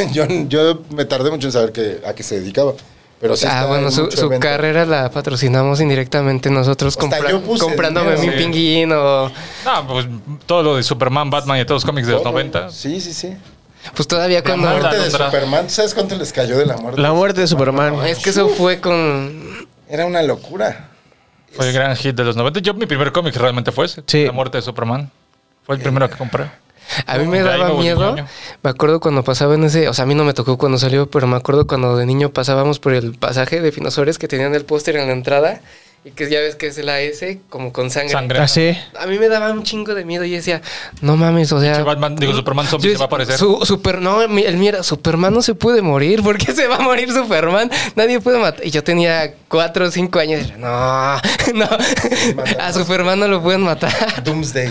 E: Yo, yo me tardé mucho en saber que, a qué se dedicaba. Pero sí
G: ah,
E: está
G: bueno,
E: en
G: su,
E: mucho
G: su
E: evento.
G: carrera la patrocinamos indirectamente nosotros
E: Hasta
G: compra-
E: yo puse
G: comprándome
E: dinero,
G: mi
E: sí.
G: pinguín o...
H: No, pues todo lo de Superman, Batman y todos los cómics de los
E: Todo.
H: 90.
E: Sí, sí, sí.
G: Pues todavía
H: De
G: cuando...
H: amor,
E: Muerte
H: la
E: de
H: otra.
E: Superman. ¿Sabes cuánto les cayó de la muerte?
F: La muerte de Superman.
G: Es que eso fue con...
E: Era una locura.
H: Fue el gran hit de los 90. Yo mi primer cómic realmente fue ese.
F: Sí.
H: La muerte de Superman. Fue el primero que compré.
G: A mí me
H: De ahí
G: daba
H: me volví
G: miedo.
H: ñoño.
G: Me acuerdo cuando pasaba en ese... O sea, a mí no me tocó cuando salió, pero me acuerdo cuando de niño pasábamos por el pasaje de Finosores que tenían el póster en la entrada y que ya ves que es la S como con sangre.
H: Sangre.
F: Ah, sí.
G: A mí me daba un chingo de miedo y decía, no mames, o sea...
H: Sí, Batman- digo, Superman zombie
G: Yo
H: se va a
G: decía,
H: aparecer.
G: su- super, no, mi- el mira, Superman no se puede morir. ¿Por qué se va a morir Superman? Nadie puede matar. Y yo tenía cuatro o cinco años. y era, No, no. A Superman no lo pueden matar.
E: Doomsday.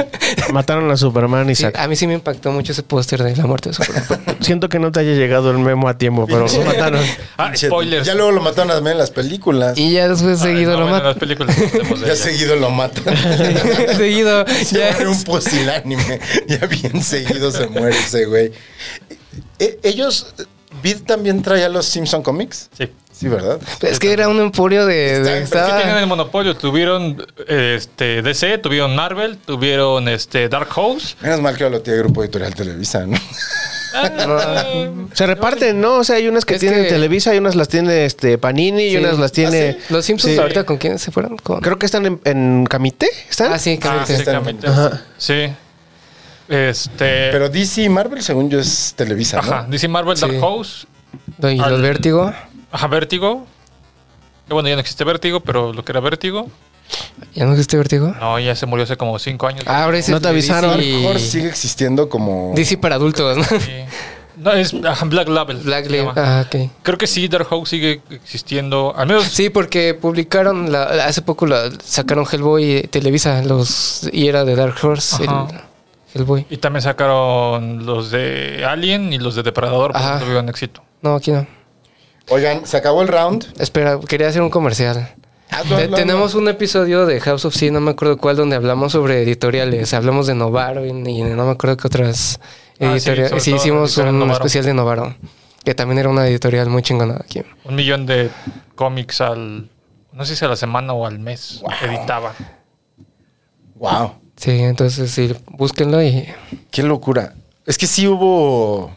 F: Mataron a Superman y
G: Sí,
F: sacaron.
G: a mí sí me impactó mucho ese póster de la muerte de Superman.
F: Siento que no te haya llegado el memo a tiempo, pero lo mataron.
H: Ah,
E: Pinche-
H: spoilers.
E: Ya luego lo mataron también en las películas.
G: y ya después
H: Ay,
G: seguido
H: no,
G: lo
H: bueno,
G: mata.
H: las películas no hablemos de
E: Ya
H: ellas.
E: seguido lo matan.
G: seguido.
E: Se
G: ya
E: muere un pusilánime. Ya bien seguido se muere ese güey. E- ellos, Vid también traía los Simpson Comics.
H: Sí.
E: Sí, ¿verdad?
G: Es que era un emporio de... de-
E: Está-
H: Es que tienen
G: estaba...
H: el monopolio. Tuvieron este, DC, tuvieron Marvel, tuvieron este, Dark Horse.
E: Menos mal que yo lo tiene Grupo Editorial Televisa, ¿no?
G: Ah,
H: Ah,
G: No.
F: Se reparten, ¿no? O sea, hay unas que
G: Es
F: tienen
G: que-
F: Televisa, hay unas las tiene este Panini, y
G: Sí.
F: unas las tiene.
G: Los Simpsons
F: Sí.
G: ahorita con quién se fueron? Con...
F: Creo que están en, en Camite. ¿Están?
G: Ah, sí, creo
H: Ah,
G: que-
H: sí,
E: están-
H: Camite.
F: Ajá.
H: Sí. Este.
E: Pero DC y Marvel, según yo, es Televisa, ¿no?
H: ajá. DC Marvel,
G: Sí.
H: Dark Horse.
G: Y los
H: Al-
G: Vértigo.
H: Ajá, Vértigo. Que bueno, ya no existe Vértigo, pero lo que era Vértigo.
G: ¿Ya no existe Vértigo?
H: No, ya se murió hace como cinco años.
G: Ahora es
F: No
G: el
F: te
G: de
F: avisaron.
G: DC.
E: Mejor sigue existiendo como...
G: DC para adultos, ¿no?
H: Sí. No, es ajá, Black Label.
G: Black
H: se
G: Label.
H: llama.
G: Ah, ok.
H: Creo que sí, Dark Horse sigue existiendo. Al menos
G: Sí, porque publicaron la- hace poco la, sacaron Hellboy eh, Televisa los y era de Dark Horse el
H: Ajá.
G: Hellboy.
H: Y también sacaron los de Alien y los de Depredador, pero
G: Ajá.
H: no tuvieron éxito.
G: No, aquí no.
E: Oigan, se acabó el round.
G: Espera, quería hacer un comercial.
E: Ah,
G: Te-
E: no, no, no.
G: Tenemos un episodio de House of C, no me acuerdo cuál, donde hablamos sobre editoriales. Hablamos de Novaro y, y no me acuerdo qué otras
H: Ah, sí,
G: Editorial-
H: sobre
G: sí,
H: todo
G: hicimos
H: editorial
G: un
H: Novaro.
G: especial de Novaro, que también era una editorial muy chingona aquí.
H: Un millón de cómics al. No sé si a la semana o al mes editaba.
E: Wow.
G: Sí, entonces sí, búsquenlo y
E: Qué locura. Es que sí hubo.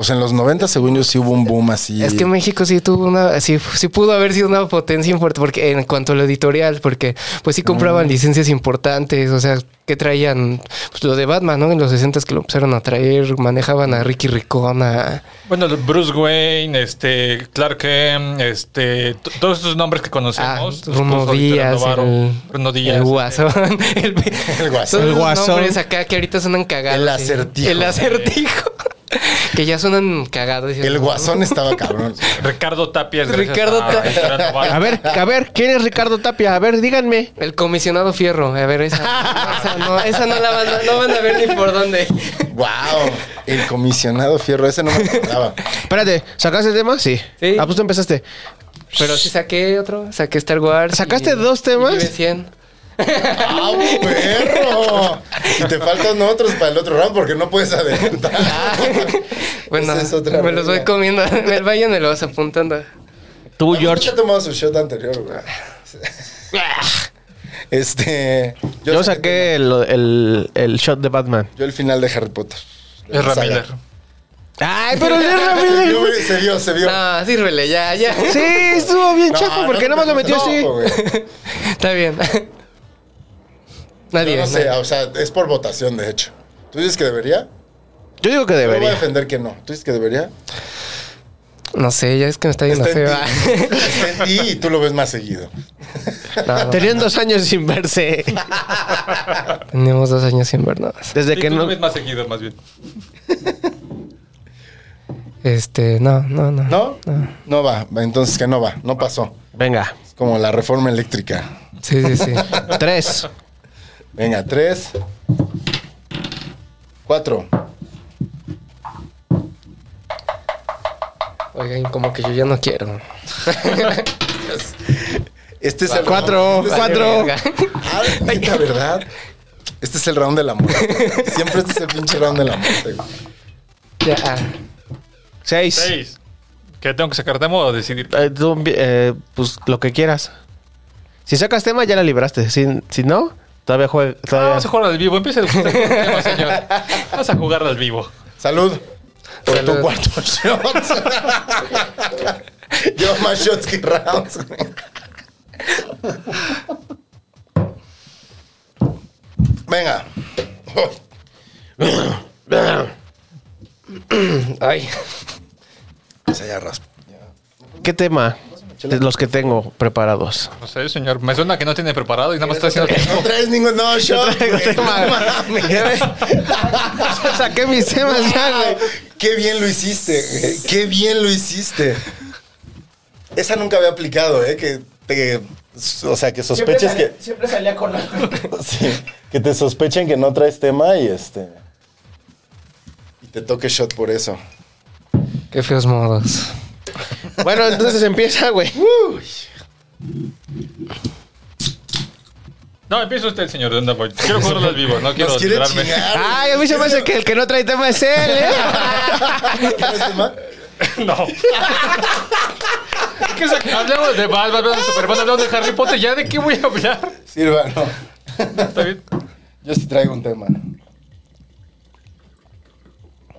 E: O sea, en los 90, según yo, sí hubo un boom así.
G: Es que México sí tuvo una, sí, sí pudo haber sido una potencia importante porque en cuanto a lo editorial, porque pues sí compraban
E: Mm.
G: licencias importantes, o sea, que traían pues, lo de Batman, ¿no? En los 60 que lo empezaron a traer, manejaban a Ricky Ricón, a-
H: Bueno, Bruce Wayne, este, Clark Kent, este, t- todos estos nombres que
G: a
H: conocemos. los
G: Bruno
H: puso Victoriano
G: Ah, Díaz,
H: Alvaro.
G: el,
H: Bruno
G: el
H: Díaz, este,
G: Guasón, el,
E: El Guasón.
G: todos
F: El
G: los
F: Guasón.
G: nombres acá que ahorita suenan cagados.
E: El
G: sí.
E: Acertijo.
G: El acertijo. que ya suenan cagados.
E: El guasón estaba cabrón.
H: Ricardo Tapia. es gracias
G: Ricardo
H: a
G: Tapia.
H: Victoriano Alvaro.
F: A ver, a ver, ¿quién es Ricardo Tapia? A ver, díganme.
G: El comisionado Fierro, a ver, esa, no, esa no, esa no la van, a- no van a ver ni por dónde.
E: wow. El comisionado fierro, ese no me acordaba.
F: Espérate, ¿sacaste temas? Sí.
G: Sí.
F: Ah, pues tú empezaste.
G: Pero sí saqué otro, saqué Star Wars.
F: ¿Sacaste dos temas?
G: y cien.
E: ¡Ah, perro! Y te faltan otros para el otro round porque no puedes adelantar.
G: Bueno,
E: Esa es otra
G: me los voy
E: regla.
G: comiendo, me, vayan me los apuntando.
F: Tú,
E: Ah,
F: George.
E: Ya tomado su shot anterior, güey. Este.
F: Yo, saqué el, el- el shot de Batman.
E: Yo el final de Harry Potter.
H: Es
E: Saga.
H: Ramiller.
F: Ay, pero el
E: Se
F: Ramírez.
E: vio, se vio, se vio.
F: Ah,
G: No, sírvele, ya, ya.
F: Sí, estuvo bien
E: No,
F: chafa, porque
E: no,
F: nada más lo metió
E: no,
F: así.
E: güey.
G: Está bien.
E: Yo
G: Nadie.
E: no sé, ah.
G: nadie.
E: o sea, es por votación, de hecho. ¿Tú dices que debería?
F: Yo digo que
E: Yo voy a
F: debería.
E: defender que no. ¿Tú dices que debería?
G: No sé, ya es que me está viendo
E: Está en
G: feo. Ah.
E: ti. Está en ti y tú lo ves más seguido.
G: No, no,
F: Tenían dos años sin verse.
G: tenemos dos años sin vernos.
F: Desde
H: Sí,
F: que
H: tú lo
F: no.
H: ves más seguido, más bien.
G: Este, no, no, no.
E: ¿No? No va. Entonces que no va. No pasó.
F: Venga.
E: Es como la reforma eléctrica.
G: Sí, sí, sí.
F: Tres.
E: Venga, tres. Cuatro.
G: Oigan, como que yo ya no quiero.
E: Este es el
F: Cuatro. Cuatro.
G: Verga.
E: Ah, neta, ¿verdad? Este es el round de la muerte. Siempre este es el pinche round de la muerte. güey.
G: Ya. ah.
F: Seis.
H: Seis. ¿Qué tengo que sacar tema o decidir? Ah,
F: Eh, tú, eh, pues lo que quieras. Si sacas tema, ya la libraste. Si, si no, todavía juega.
H: Ah,
F: Todavía...
H: vamos a jugar al vivo. Empieza el tema, señor. Vamos a jugar al vivo.
E: Salud. Por
G: Salud.
E: tu cuarto shot. Yo más shots que rounds. güey. Venga.
G: Ay.
E: Se ya raspa.
F: ¿Qué tema? De los que tengo preparados.
H: No sé, señor. Me suena que no tiene preparado y nada más está haciendo
E: No traes ningún no shot. güey. No mames.
F: Saqué mis temas ya, güey.
E: Qué bien lo hiciste. güey. Qué bien lo hiciste. Esa nunca había aplicado, ¿eh? Que te. O sea, que sospeches que.
B: Siempre salía con algo.
E: Sí, que te sospechen que no traes tema y este. Y te toque shot por eso.
G: Qué feos modos.
F: Bueno, entonces empieza, güey.
H: No, empieza usted, señor. ¿Dónde voy? Quiero jugarlo al vivo. No quiero
E: Nos quieren
H: librarme.
E: chingar.
F: Ay, a mí se me hace que el que no trae tema es él, ¿eh?
E: ¿Traes tema?
H: No. ¿Qué sac- Hablemos de Batman, hablemos de Superman, hablemos de Harry Potter. ¿Ya de qué voy a hablar?
E: Sirva, no.
H: Está bien.
E: Yo sí traigo un tema.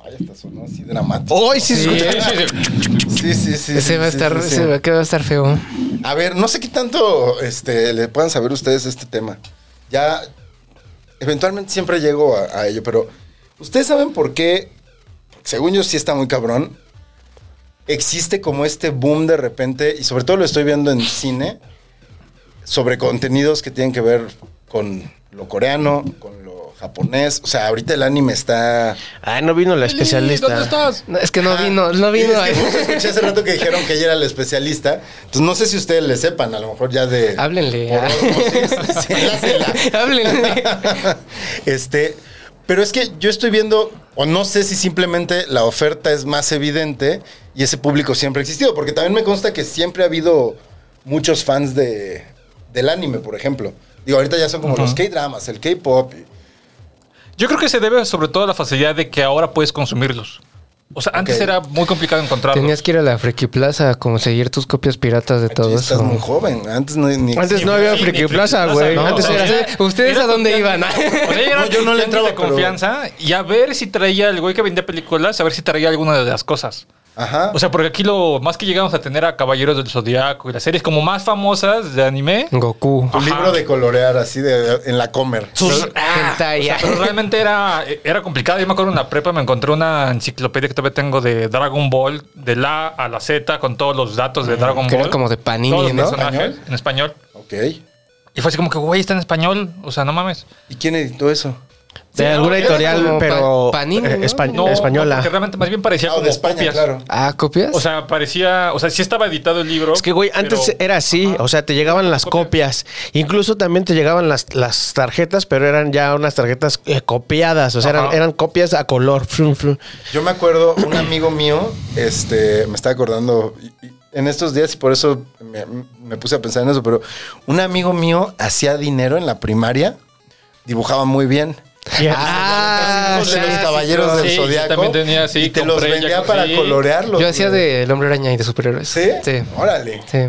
E: Ay, hasta sonó así dramático.
F: Hoy sí,
G: Sí,
H: Sí, sí, sí.
E: Sí, sí, sí.
G: Ese
E: sí,
G: va a
E: sí,
G: estar,
E: sí, sí.
G: ese va- que va a estar feo.
E: A ver, no sé qué tanto este, le puedan saber ustedes este tema. Ya, eventualmente siempre llego a, a ello, pero ustedes saben por qué, según yo sí está muy cabrón, existe como este boom de repente, y sobre todo lo estoy viendo en cine, sobre contenidos que tienen que ver con lo coreano, con lo japonés. O sea, ahorita el anime está...
F: Ay, no vino la especialista.
H: ¿Dónde estás?
G: No, es que no
E: Ah,
G: vino, no
E: y es
G: vino.
E: que justo escuché hace rato que dijeron que ella era la especialista. Entonces no sé si ustedes le sepan, a lo mejor ya de.
G: Háblenle.
E: por
G: ah.
E: osmosis, enlácenla.
G: Háblenle.
E: este, pero es que yo estoy viendo, o no sé si simplemente la oferta es más evidente y ese público siempre ha existido, porque también me consta que siempre ha habido muchos fans de, del anime, por ejemplo. Digo, ahorita ya son como los K-dramas, el K-pop. y-
H: Yo creo que se debe sobre todo a la facilidad de que ahora puedes consumirlos. O sea, antes
E: Ok.
H: era muy complicado encontrarlos.
G: Tenías que ir a la Friki Plaza a conseguir tus copias piratas de todo
E: Tú estás
G: eso.
E: muy joven. Antes no, ni
F: Antes no había
H: Sí, ni
F: Friki
H: Friki
F: Plaza,
H: Plaza,
F: güey.
H: no.
F: Antes
H: O sea,
F: era.
G: ¿Ustedes, ¿ustedes
H: Era
G: a dónde
H: confianza.
G: iban?
H: O sea,
E: No, yo no le entraba,
H: de
E: pero-
H: confianza y a ver si traía el güey que vendía películas, a ver si traía alguna de las cosas.
E: Ajá.
H: O sea, porque aquí lo más que llegamos a tener a Caballeros del Zodiaco y las series como más famosas de anime.
G: Goku.
E: tu libro de colorear así de, en la comer.
G: Hentai.
H: Pero realmente era, era complicado. Yo me acuerdo en la prepa me encontré una enciclopedia que todavía tengo de Dragon Ball, de la A la Z, con todos los datos de Dragon
G: que
H: Ball.
G: era como de Panini,
H: Todos los
G: ¿no?
H: personajes
E: ¿Español?
H: en español.
E: Ok.
H: Y fue así como que, güey, está en español. O sea, no mames.
E: ¿Y quién editó eso?
F: De
G: era
F: alguna editorial,
G: como
F: pero.
G: pa- Panini,
F: eh,
G: ¿no?
F: espa-
H: No,
F: española.
H: Porque realmente más bien parecía
E: Ah,
H: como
E: de España,
H: copias.
E: claro.
G: Ah, ¿copias?
H: O sea, parecía, o sea, sí estaba editado el libro.
F: Es que, güey, antes
H: pero-
F: era así.
H: Ajá.
F: O sea, te llegaban las copias. Incluso también te llegaban las, las tarjetas, pero eran ya unas tarjetas eh, copiadas. O sea, eran,
H: Ajá.
F: eran copias a color. Frum, frum.
E: Yo me acuerdo, un amigo mío, este, me está acordando y- y en estos días y por eso me, me puse a pensar en eso, pero un amigo mío hacía dinero en la primaria, dibujaba muy bien.
F: Ah,
E: Los de los
G: clásico.
E: caballeros del
H: Sí, yo
E: Zodíaco.
H: también tenía, sí,
E: y te los
H: compré, ya
E: vendía
H: con-
E: para
H: sí.
E: colorearlos.
G: Yo hacía
E: güey.
G: de El Hombre Araña y de superhéroes.
E: ¿Sí?
G: Sí.
E: Órale.
G: Sí.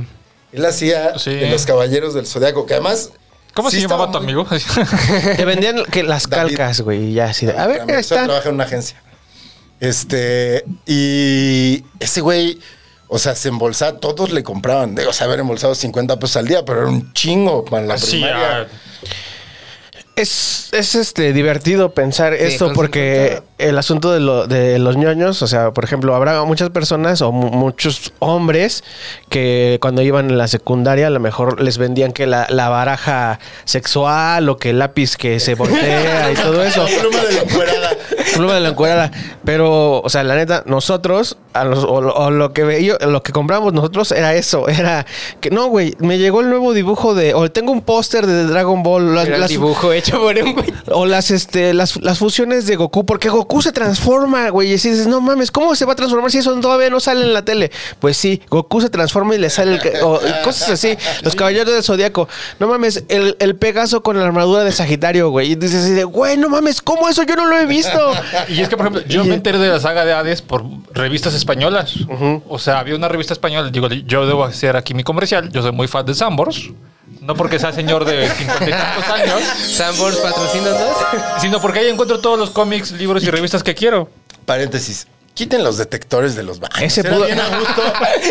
E: Él hacía
H: Sí.
E: de los caballeros del Zodíaco, que además.
H: ¿Cómo
E: sí
H: se llamaba tu
E: estaba muy-
H: amigo?
F: Te vendían que las
E: David.
F: calcas, güey. y Ya así de, A ver,
E: También, o sea,
F: está.
E: Trabaja en una agencia. Este, y ese güey, o sea, se embolsaba, todos le compraban, de, o sea, haber embolsado 50 pesos al día, pero era un chingo para la
H: sí,
E: primaria.
H: ah,
F: Es, es este divertido pensar esto
G: con
F: porque
G: cincuenta.
F: el asunto de, lo- de los ñoños, o sea, por ejemplo, habrá muchas personas o mu- muchos hombres que cuando iban en la secundaria a lo mejor les vendían que la, la baraja sexual o que el lápiz que se voltea y todo eso.
E: La pluma de la encuerada.
F: Pluma de la encuerada. Pero, o sea, la neta, nosotros, a los- o, lo- o lo que veía, lo que compramos nosotros era eso. Era que, no, güey, me llegó el nuevo dibujo de, o tengo un póster de Dragon Ball. Las,
G: Era el
F: las-
G: dibujo hecho por un güey.
F: o las, este, las, las fusiones de Goku, porque Goku se transforma, güey. Y si dices, no mames, ¿cómo se va a transformar si eso todavía no sale en la tele? Pues sí, Goku se transforma y le sale el. ca- o cosas así. Los caballeros del zodiaco. No mames, el, el Pegaso con la armadura de Sagitario, güey. Y dices, así de, güey, no mames, ¿cómo eso yo no lo he visto?
H: Y es que, por ejemplo, yo me enteré de la saga de Hades por revistas españolas. O sea, había una revista española. Digo, yo debo hacer aquí mi comercial. Yo soy muy fan de Sambors. No porque sea señor de 50 y tantos años,
G: Sambors patrocínanos.
H: sino porque ahí encuentro todos los cómics, libros y revistas que quiero.
E: Paréntesis. Quiten los detectores de los baños.
F: Ese
E: era
F: pudo-
E: bien a gusto.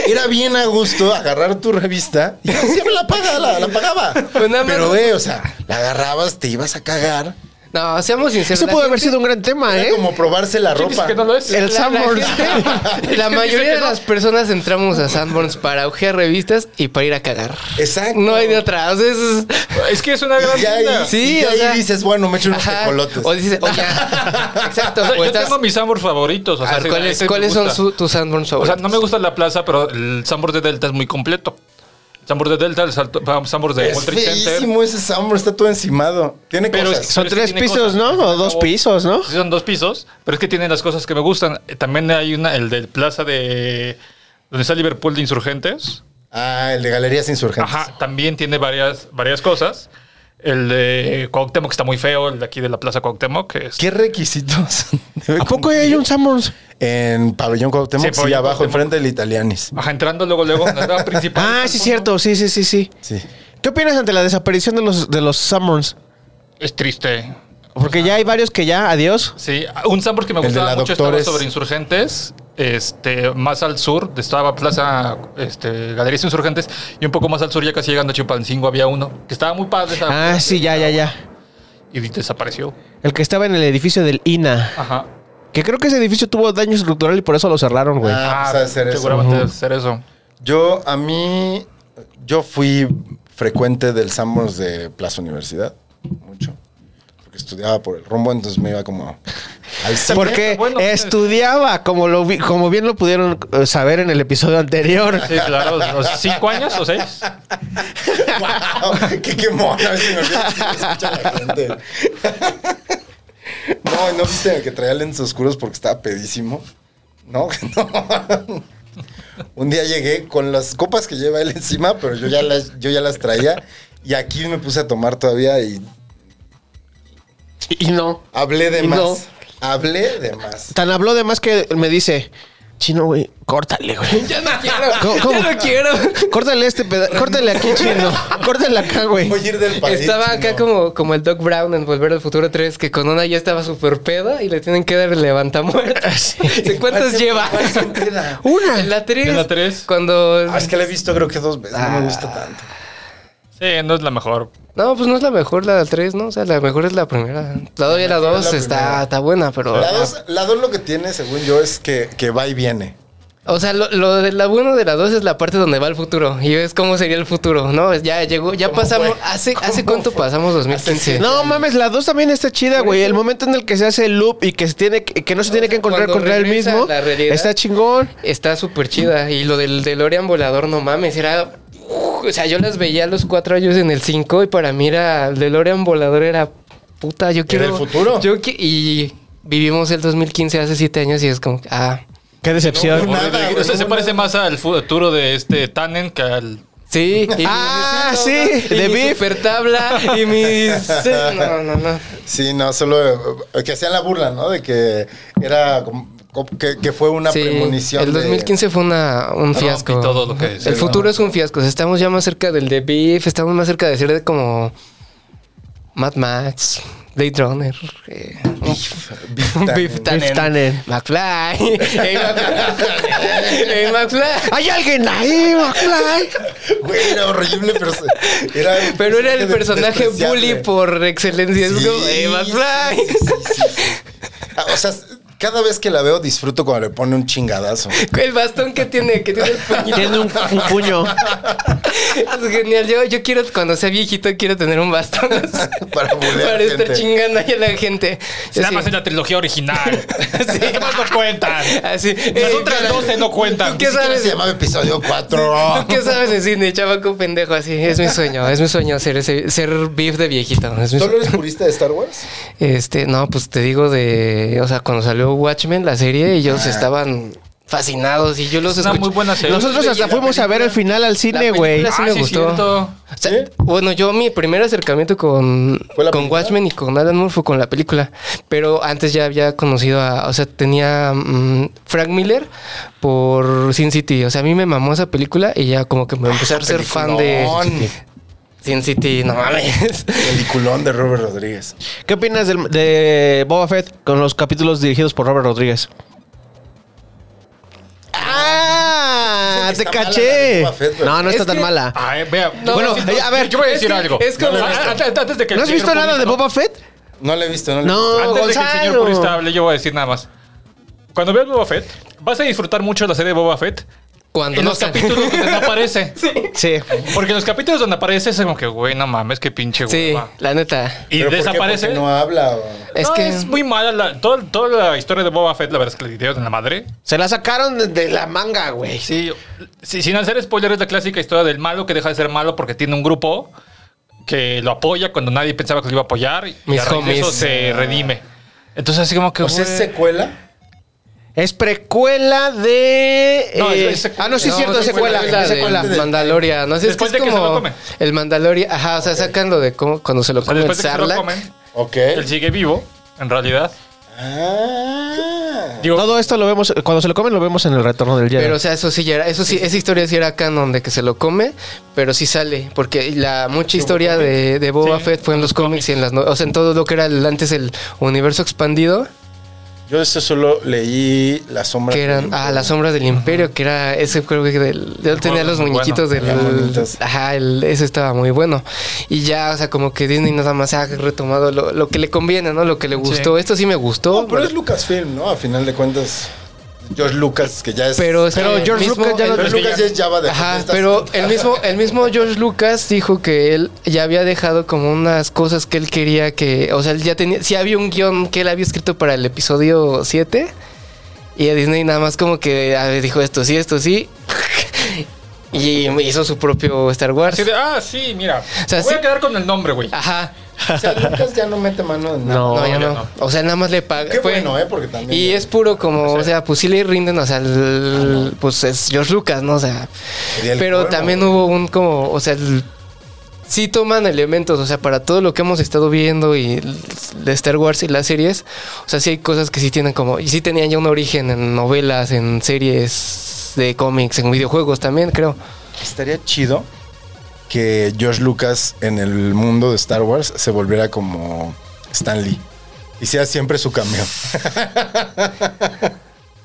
E: Era bien a gusto agarrar tu revista y siempre la pagaba, la, la pagaba.
G: Pues nada más-
E: Pero, güey, o sea, la agarrabas, te ibas a cagar.
G: No, seamos sinceros.
F: Ese
G: la
F: pudo haber
G: gente-
F: sido un gran tema,
E: Era
F: ¿eh?
E: como probarse la
H: ¿Quién dice
E: ropa.
H: que no lo es?
F: El
G: La- la
F: Sanborns.
G: gente- La mayoría de las personas entramos a Sanborns para ojear revistas y para ir a cagar.
E: Exacto.
G: No hay de otra. O sea, es-
H: Es que es una gran
E: Y ya ahí,
H: tienda.
G: Sí,
E: y ya
G: o
E: ahí
G: sea,
E: dices, bueno, me echo unos
G: Ajá.
E: tecolotes.
G: O dices, oye, exacto.
H: O sea,
G: o
H: yo
G: estás-
H: tengo Ah, mis Sambors favoritos. O sea,
G: A ver,
H: ese-
G: ¿Cuáles
H: ese me
G: cuáles son
H: gusta.
G: su- tus Sanborns
H: O sea,
G: favoritos?
H: no me gusta la plaza, pero el Sambors de Delta es muy completo. Sambors de Delta, el salto- Sambors de
E: Es
H: World Trade Center.
E: feísimo ese Sambor, está todo encimado. Tiene
H: Pero
E: cosas.
H: es-
F: Son
H: Pero
F: tres
H: tiene
F: pisos,
H: cosas.
F: ¿no? O dos
H: Acabó.
F: pisos, ¿no?
H: Sí, son dos pisos, pero es que tienen las cosas que me gustan. Eh, También hay una, el del Plaza de. donde está Liverpool de Insurgentes.
E: Ah, el de Galerías Insurgentes.
H: Ajá, también tiene varias, varias cosas. El de Cuauhtémoc que está muy feo, el de aquí de la Plaza Cuauhtémoc. Que es,
E: ¿Qué requisitos? debe
F: ¿A poco hay un Sanborns?
E: En Pabellón Cuauhtémoc,
H: Sí,
E: sí,
H: Pabellón
E: abajo,
H: Cuauhtémoc.
E: enfrente del Italianis.
H: Ajá, entrando luego, luego, en la entrada principal.
F: Ah, sí,
H: es
F: cierto. Sí, sí, sí, sí.
E: Sí.
F: ¿Qué opinas ante la desaparición de los, de los Sanborns?
H: Es triste.
F: Porque ya hay varios que ya, adiós.
H: Sí, un Sambor que me
E: El de
H: gustaba
E: la
H: mucho
E: Doctores.
H: estaba sobre Insurgentes, este, más al sur estaba Plaza este, Galerías Insurgentes y un poco más al sur, ya casi llegando a Chimpancingo, había uno que estaba muy padre. estaba-
F: Ah, sí, ya, ya, ya.
H: Y desapareció.
F: El que estaba en el edificio del INA.
H: Ajá.
F: Que creo que ese edificio tuvo daño estructural y por eso lo cerraron, güey.
E: Ah, pues ha de ser eso.
H: seguramente debe ser eso.
E: Yo, a mí, yo fui frecuente del Sambors de Plaza Universidad. Mucho. Porque estudiaba por el rumbo, entonces me iba como al cine.
F: Porque
H: bueno, pues.
F: Eh, estudiaba, como, lo vi- como bien lo pudieron eh, saber en el episodio anterior.
H: Sí, claro, los cinco años o seis.
E: ¡Guau! ¡Qué, qué mono! A ver si me olvida si me escucha la gente. No, ¿no viste el que traía lentes oscuros porque estaba pedísimo? No, no. Un día llegué con las copas que lleva él encima, pero yo ya las, yo ya las traía. Y aquí me puse a tomar todavía y...
F: Y no.
E: Hablé de
F: Y
E: más.
F: no.
E: Hablé de más.
F: Tan habló de más que me dice, chino, güey, córtale, güey.
G: Ya no quiero.
F: ¿Cómo- cómo?
G: Ya no quiero.
F: Córtale este pedazo. Córtale aquí, chino. Córtale acá, güey.
E: Voy a ir del país.
G: Estaba acá
E: no.
G: como, como el Doc Brown en Volver al Futuro 3, que con una ya estaba súper peda y le tienen que dar el levantamuertos. ¿Cuántas lleva?
F: Una.
G: En la 3.
H: Ah, En la tres.
G: Cuando...
E: Ah, es que la he visto creo que dos veces. No me
G: Ah,
E: gusta tanto.
H: Sí, no es la mejor.
G: No, pues no es la mejor la 3, ¿no? O sea, la mejor es la primera. La 2 y la
E: mejor es
G: 2
E: la primera.
G: está, está buena, pero...
E: La dos, la dos lo que tiene, según yo, es que, que va y viene.
G: O sea, lo, lo de la bueno de la 2 es la parte donde va el futuro y ves cómo sería el futuro, ¿no? Pues Ya llegó, ya
E: ¿Cómo
G: pasamos...
E: fue?
G: ¿Hace, hace
E: ¿Cómo
G: cuánto
E: fue?
G: pasamos? 2015.
F: No mames, la 2 también está chida, güey. El momento en el que se hace el loop y que se tiene que, que no se tiene que encontrar
G: cuando
F: contra él
G: regresa
F: mismo,
G: a la realidad.
F: está chingón.
G: Está súper chida. Y lo del DeLorean volador, no mames, era. Uf, o sea, yo las veía a los cuatro años en el 5 y para mí era. El DeLorean volador era. Puta, yo quiero.
E: el futuro.
G: Yo qui- y vivimos el 2015 hace siete años y es como. Ah.
F: Qué decepción.
E: No, Nada,
H: Horrible.
E: güey,
H: O sea, se
E: no,
H: parece más al futuro de este Tannen que al.
G: Sí. y
F: Ah,
G: mis-
F: sí,
G: Y
F: de
G: mi
F: Beef.
G: super tabla y mis. No, no, no.
E: Sí, no, solo eh, que hacían la burla, ¿no? De que era como- como que, que fue una
G: Sí,
E: premonición.
G: el
E: de-
G: 2015 fue una, un
H: Trump
G: fiasco.
H: y todo lo que
G: el
H: se
G: futuro es un fiasco. O sea, Estamos ya más cerca del de Beef, estamos más cerca de ser de como Mad Max, Blade Runner, eh,
E: Beef
G: un
E: Tannen.
G: Beef
F: Beef
G: Tannen,
F: Tannen.
G: McFly, Ey, McFly, Ey, McFly.
F: ¡Hay alguien ahí, McFly!
E: Güey, era horrible, pero se- era un
G: Pero era el personaje
E: despreciable.
G: bully por excelencia. Es como,
E: Sí,
G: "Ey,
E: sí,
G: McFly.
E: sí, sí, sí. Ah, O sea, cada vez que la veo disfruto cuando le pone un chingadazo.
G: El bastón que tiene, que tiene el puñito.
F: Tiene un, un puño.
G: Es genial. Yo, yo quiero, cuando sea viejito, quiero tener un bastón. así,
E: Para bulear
G: Para estar
E: gente.
G: chingando ahí a la gente. Así.
H: Se llama en la trilogía original. Las demás no cuentan.
G: Así.
H: Las
G: eh,
H: otras
G: ¿qué-
H: 12 no cuentan.
G: ¿Qué
E: Ni siquiera
G: sabes?
E: Se llamaba episodio 4.
G: ¿Tú qué sabes de cine, chavaco pendejo? Así es mi sueño, es mi sueño ser ese- ser beef de viejito. es mi
E: ¿Solo
G: sueño.
E: eres purista de Star Wars?
G: Este, no, pues te digo de, o sea, cuando salió Watchmen la serie, ellos
F: Ah.
G: estaban fascinados y yo los
H: Es una
G: escuché.
H: muy buena serie.
F: Nosotros hasta fuimos a ver el final al cine,
G: La
F: güey.
G: película- sí me gustó.
H: Ah, cierto.
G: O sea, Bueno, yo mi primer acercamiento con,
E: ¿Fue la
G: con
E: película?
G: Watchmen y con Alan Moore fue con la película. Pero antes ya había conocido a, o sea, tenía mm, Frank Miller por Sin City. O sea, a mí me mamó esa película y ya como que me empecé a ser fan de
E: Ah, Peliculón.
G: Sin City. No mames.
E: Peliculón de Robert Rodríguez.
F: ¿Qué opinas del- de Boba Fett con los capítulos dirigidos por Robert Rodríguez? ¡Ah!
E: Dicen que está
F: ¡Te
E: mala la de
F: caché!
E: Boba Fett, pero-
F: No, no está
G: Es
F: tan
G: que-
F: mala.
H: A ver, Ah, vea.
G: No,
F: Bueno,
G: sí, no.
F: eh, a ver,
H: yo voy a decir
G: que-
H: algo.
G: es como-
H: No, antes- antes de que el
F: ¿No has
H: señor
F: visto nada de
H: purista-
F: Boba Fett?
E: No la he visto, no la he
F: No.
E: visto.
H: Antes de que el señor
F: Gonzalo.
H: purista hable, yo voy a decir nada más. Cuando veas Boba Fett, vas a disfrutar mucho la serie de Boba Fett
G: Cuando
H: en
G: no
H: los
G: sale.
H: capítulos donde no aparece.
F: Sí.
H: Porque en los capítulos donde aparece es como que, güey, no mames, qué pinche
G: Sí,
H: hueva.
G: la neta.
H: Y
E: ¿Pero por qué?
H: desaparece.
E: Porque no habla. o-
G: Es
H: No,
G: que
H: es muy mala. la- todo- toda la historia de Boba Fett, la verdad es que le dieron en la madre.
F: Se la sacaron de, de la manga, güey.
H: Sí, sí, sin hacer spoiler, es la clásica historia del malo que deja de ser malo porque tiene un grupo que lo apoya cuando nadie pensaba que lo iba a apoyar. Y
G: Mis
H: a raíz de eso
G: homies.
H: se redime. Entonces, así como que.
E: O sea, ¿es
H: güey,
E: secuela?
F: Es precuela de.
H: No,
F: eh,
H: es- es secu-
F: ah, no, sí, es
G: No,
F: cierto, es secuela.
G: secuela,
F: Es secuela.
G: de Mandalorian. No sé, es que
H: Después
G: es
H: de que se lo
G: como
H: comen.
G: el Mandalorian. Ajá, o sea, sacan lo de cómo, cuando se lo
H: o sea,
G: comen
H: después de que se lo
G: Sarlacc. ¿eh?
H: comen,
E: Ok.
H: él sigue vivo, en realidad.
E: Ah.
H: Digo,
F: Todo esto lo vemos. Cuando se lo comen, lo vemos en el retorno del Jedi.
G: Pero, o sea, eso sí, ya era- eso sí, esa historia sí era canon de que se lo come, pero sí sale, porque la mucha historia de, de Boba
H: Sí,
G: Fett fue en los cómics y en las, no- o sea, en todo lo que era el- antes el universo expandido,
E: Yo eso solo leí La Sombra.
G: que eran, ah, las sombras del imperio, que era ese creo que del, yo tenía los
H: muy bueno,
G: muñequitos
E: eran
G: del,
E: bonitos.
G: ajá, el- ese estaba muy bueno y ya, o sea, como que Disney nada más ha retomado lo, lo que le conviene, ¿no? Lo que le gustó, esto sí me gustó,
E: No, pero es Lucasfilm, ¿no? A final de cuentas, George Lucas, que ya es.
G: pero, es
F: Pero
G: que
F: George
G: mismo
F: Lucas ya
G: el-
F: no-
E: George
H: es que
E: Lucas
H: ya-
E: ya es Java de
G: Ajá,
E: protestas.
G: pero el mismo, el mismo George Lucas dijo que él ya había dejado como unas cosas que él quería que. O sea, él ya tenía. Sí había un guión que él había escrito para el episodio 7. Y a Disney nada más como que a ver, dijo esto sí, esto sí. y hizo su propio Star Wars.
H: así de, ah, sí, mira.
G: sea,
H: me voy
G: sí.
H: a quedar con el nombre, güey.
G: Ajá.
E: O sea, Lucas ya no mete mano en nada.
F: No.
G: No, ya
H: ya
G: no.
H: no.
G: O sea, nada más le paga.
E: Qué
G: fue-
E: bueno, ¿eh? Porque también.
G: Y es puro como, o sea, pues sí le rinden, o sea,
E: Ah,
G: el- pues es George Lucas, ¿no? O sea,
E: Sería el
G: pero
E: colmo.
G: también hubo un como, o sea, el- sí toman elementos, o sea, para todo lo que hemos estado viendo y de Star Wars y las series, o sea, sí hay cosas que sí tienen como, y sí tenían ya un origen en novelas, en series de cómics, en videojuegos también, creo.
E: Estaría chido que George Lucas en el mundo de Star Wars se volviera como Stan Lee. Hiciera siempre su cameo.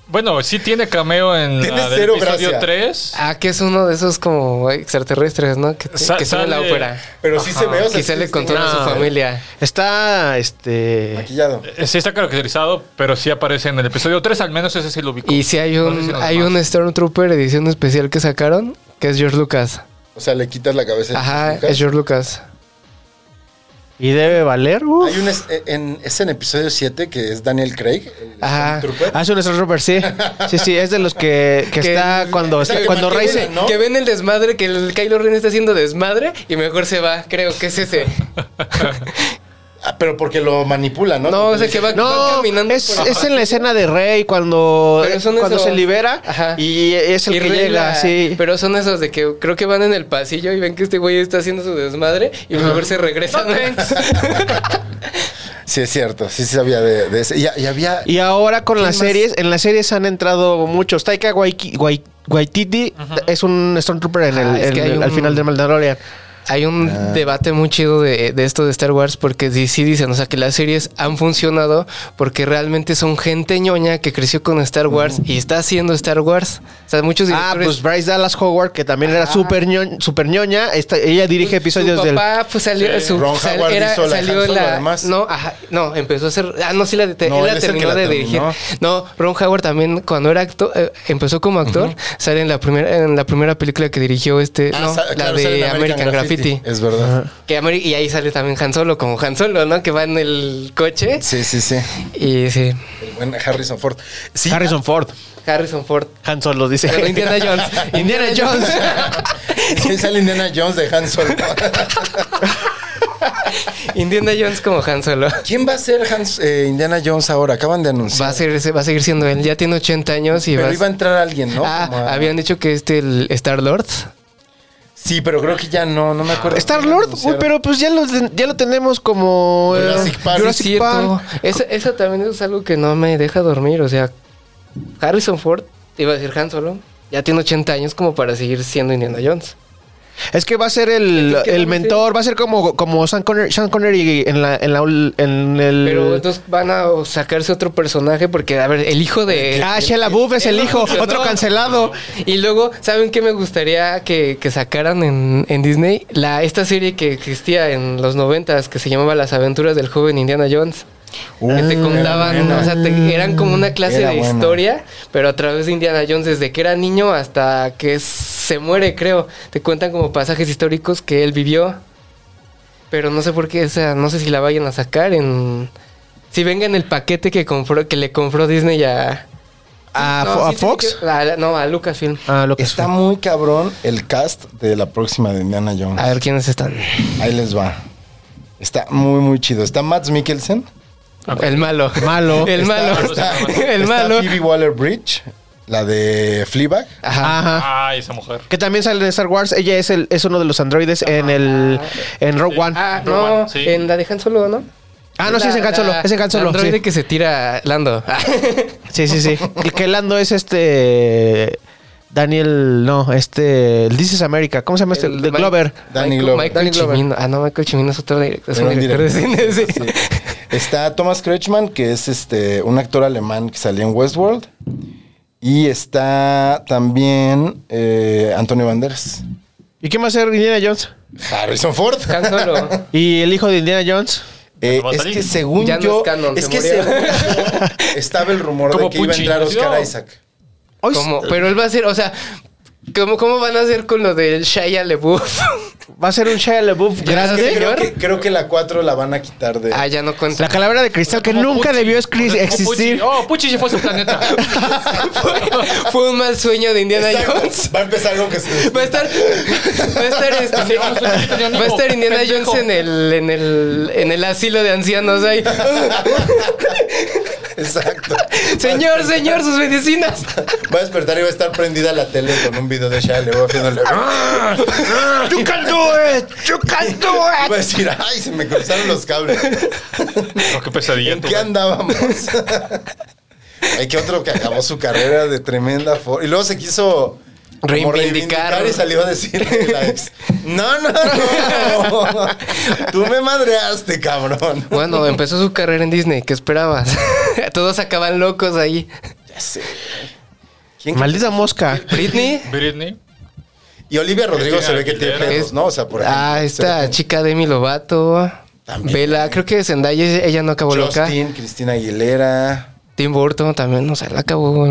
H: Bueno, sí tiene cameo en
E: Tiene
H: la del
E: cero
H: episodio
E: gracia.
H: 3.
G: Ah, que es uno de esos como extraterrestres, ¿no? Que,
H: Sa-
G: que sale en la
H: sale-
G: ópera.
E: Pero sí se ve, o sea,
G: Que
E: sí
G: sale
E: está
G: con toda su
F: No.
G: familia.
F: Está, este...
E: maquillado.
H: Eh, Sí está caracterizado, pero sí aparece en el episodio 3, al menos ese sí lo ubicó.
G: Y si hay
H: No sé si
G: un,
H: los
G: hay
H: demás.
G: un Stormtrooper edición especial que sacaron, que es George Lucas.
E: O sea, le quitas la cabeza. de
G: Ajá,
E: George Lucas.
G: es George Lucas.
F: Y debe valer, uh, uf.
E: Hay un es, eh, en, es en episodio 7 que es Daniel Craig, el
G: Ajá.
E: Stormtrooper.
F: Ah, es un Stormtrooper, sí. Sí, sí, es de los que, que
G: Que-
F: está cuando,
E: Esa que
F: cuando Rey
E: mantiene
F: se-
E: la- ¿no?
G: Que ven el desmadre, que el Kylo Ren está haciendo desmadre y mejor se va, creo que es ese.
E: Ah, pero porque lo manipula, ¿no?
G: No, o sea que va, van
F: No,
G: caminando.
F: es,
G: por-
F: es en la escena de Rey cuando,
G: Pero son
F: cuando
G: esos-
F: se libera
G: Ajá.
F: y es el
G: Y
F: que
G: Rey
F: llega,
G: la-
F: sí.
G: Pero son esos de que creo que van en el pasillo y ven que este güey está haciendo su desmadre y mejor se regresan.
E: Sí, es cierto. Sí, sí sabía de, de ese. Y, y había.
F: Y ahora con
E: ¿Quién
F: las
E: más?
F: series, en las series han entrado muchos. Taika Waiki- Wai- Waititi es un Stormtrooper en el,
G: Ah, es
F: en
G: que hay
F: el- al
G: un-
F: final de Mandalorian.
G: Hay un
F: Ah.
G: debate muy chido de, de esto de Star Wars porque sí, sí dicen, o sea, que las series han funcionado porque realmente son gente ñoña que creció con Star Wars y está haciendo Star Wars. O sea, muchos
F: Ah,
G: directores...
F: pues Bryce Dallas Howard, que también era súper ño- súper ñoña, está- ella dirige episodios
G: su
F: del...
G: papá, pues salió su
E: Ron
G: sal-
E: Howard
G: era-
E: hizo la de
G: salió
E: Han Solo,
G: la
E: además.
G: no ajá, no empezó a hacer ah no sí la de-
E: No,
G: él
E: él
G: la
E: es el que
G: terminó
E: la
G: de dirigir
E: terminó.
G: no Ron Howard también cuando era actor eh, empezó como actor sale en la primera en la primera película que dirigió este
E: Ah,
G: no,
E: sa-
G: la
E: claro, sale
G: de
E: en
G: American, Graffiti,
E: Es verdad.
G: Que Ameri- y ahí sale también Han Solo como Han Solo no que va en el coche
E: Sí, sí, sí.
G: y sí
E: El buen Harrison Ford. Sí,
F: Harrison Ford.
G: Harrison Ford
F: Han Solo dice.
G: pero Indiana Jones
F: Indiana Jones.
E: sí, sale Indiana Jones de Han Solo.
G: Indiana Jones como Han Solo
E: ¿Quién va a ser Hans- eh, Indiana Jones ahora? Acaban de anunciar.
G: va a ser va a seguir siendo él ya tiene 80 años y
E: pero
G: va a-
E: iba a entrar alguien, ¿no?
G: Ah,
E: Como a-
G: habían dicho que este el Star Lord.
E: Sí, pero creo que ya no, no me acuerdo.
F: Star Lord, uy, pero pues ya lo, ya lo tenemos como... eh,
E: Jurassic Park.
F: Jurassic
G: Sí, es cierto.
F: Park.
G: Eso, eso también es algo que no me deja dormir. O sea, Harrison Ford, iba a decir Han Solo, ya tiene 80 años como para seguir siendo Indiana Jones.
F: Es que va a ser el,
G: Es que
F: el
G: no lo sé.
F: mentor, va a ser como, como Sean, Connery, Sean Connery en la, en la ul- en el.
G: Pero entonces van a sacarse otro personaje porque, a ver, el hijo de...
F: ah, Shia Boob es el
G: no
F: hijo,
G: funcionó.
F: otro cancelado.
G: Y luego, ¿saben qué me gustaría que, que sacaran en, en Disney? La, esta serie que existía en los noventas que se llamaba Las aventuras del joven Indiana Jones. que
E: Uh,
G: te contaban, o sea, te- eran como una clase
E: Ah, Era
G: de
E: buena.
G: historia, pero a través de Indiana Jones, desde que era niño hasta que se muere, creo. Te cuentan como pasajes históricos que él vivió. Pero no sé por qué, o sea, no sé si la vayan a sacar en... Si venga en el paquete que compró, que le compró Disney a...
F: ¿A,
G: No,
F: Fo- a
G: sí tiene
F: Fox?
G: que- a- no, a Lucasfilm.
F: Ah, lo que
E: Está muy cabrón el cast de la próxima de Indiana Jones.
G: A ver quiénes están.
E: Ahí les va. Está muy, muy chido. Está Matt Mikkelsen.
G: El malo.
F: Malo.
G: El
E: Está-
G: malo.
E: está-
G: el
E: está
G: malo.
E: Phoebe Waller-Bridge, la de Fleabag.
G: Ajá.
F: Ajá.
H: Ay, esa mujer.
F: Que también sale en Star Wars. Ella es el, es uno de los androides en el en Rogue One. Ah,
G: Ah, no,
H: Roman, sí.
G: en la de Han Solo, ¿no?
F: no, sí, es en
G: La-
F: Han Solo.
G: la-
F: Es en Han
G: la
F: Solo.
G: androide
F: Sí.
G: que se tira Lando. Ah.
F: sí, sí, sí. El que Lando es este. Daniel. No, este. el This is America. ¿Cómo se llama este?
G: El
F: de
G: Mike-
F: Glover.
E: Danny
G: Michael-
E: Glover.
G: Michael
E: Danny Glover.
G: Chimino. Ah, no, Michael Chimino es otro director, es
E: Era
G: un
E: un
G: director de cine. sí.
E: Sí. Está Thomas Kretschmann, que es este un actor alemán que salió en Westworld. Y está también eh, Antonio Banderas.
F: ¿Y quién va a ser Indiana Jones?
E: Harrison Ford.
G: Han Solo.
F: ¿Y el hijo de Indiana Jones?
E: Eh,
H: va a
E: es
H: salir.
E: que según
G: Ya no
E: yo.
G: es canon,
E: es
G: se
E: que
G: murió.
E: según yo estaba el rumor de
H: Como
E: que iba a
H: Pucci.
E: entrar Oscar
H: No.
E: Isaac.
F: Hoy
G: Como- Pero él va a ser, o sea, ¿cómo, cómo van a hacer con lo del Shia LeBouf?
F: va a ser un Shia LaBeouf
E: Es que
F: grande.
E: creo, que, creo que la 4 la van a quitar de.
G: ah, ya no cuenta.
F: La calavera de cristal que nunca debió escri-
H: Como
F: existir.
H: Pucci. Oh, Pucci se fue a su planeta.
G: fue, fue un mal sueño de Indiana
E: Exacto.
G: Jones.
E: Va a empezar algo que se.
G: Va a estar, va a estar, este,
H: vamos a ver, tenía un
G: va a estar
H: hijo,
G: Indiana
H: pendejo.
G: Jones en el, en el, en el asilo de ancianos ahí.
E: Exacto.
G: Señor, señor, sus medicinas.
E: Va a despertar y va a estar prendida la tele con un video de Shia LaBeouf haciéndole.
G: Ah,
F: You can do it. You can do
E: Va
F: it.
E: a decir, ay, se me cruzaron los cables.
H: No, Oh, qué pesadilla.
E: ¿En
H: tú,
E: qué
H: güey.
E: andábamos? Hay que otro que acabó su carrera de tremenda forma. Y luego se quiso como
G: Reivindicar.
E: reivindicar y salió a decir la ex, No, no, no. Tú me madreaste, cabrón.
G: Bueno, empezó su carrera en Disney. ¿Qué esperabas? Todos acaban locos ahí.
E: ¿Quién-
F: Maldita mosca.
G: Ah, Britney.
H: Britney.
E: Y Olivia Rodrigo se ve que tiene
H: Cristina
E: pedos, ¿no? O sea, por ejemplo,
G: Ah,
E: se ve
G: esta
E: como
G: chica Demi Lovato.
E: También.
G: Vela, creo que Zendaya, ella no acabó loca.
E: Justin, Cristina Aguilera.
G: Tim Burton también, o sea, la acabó.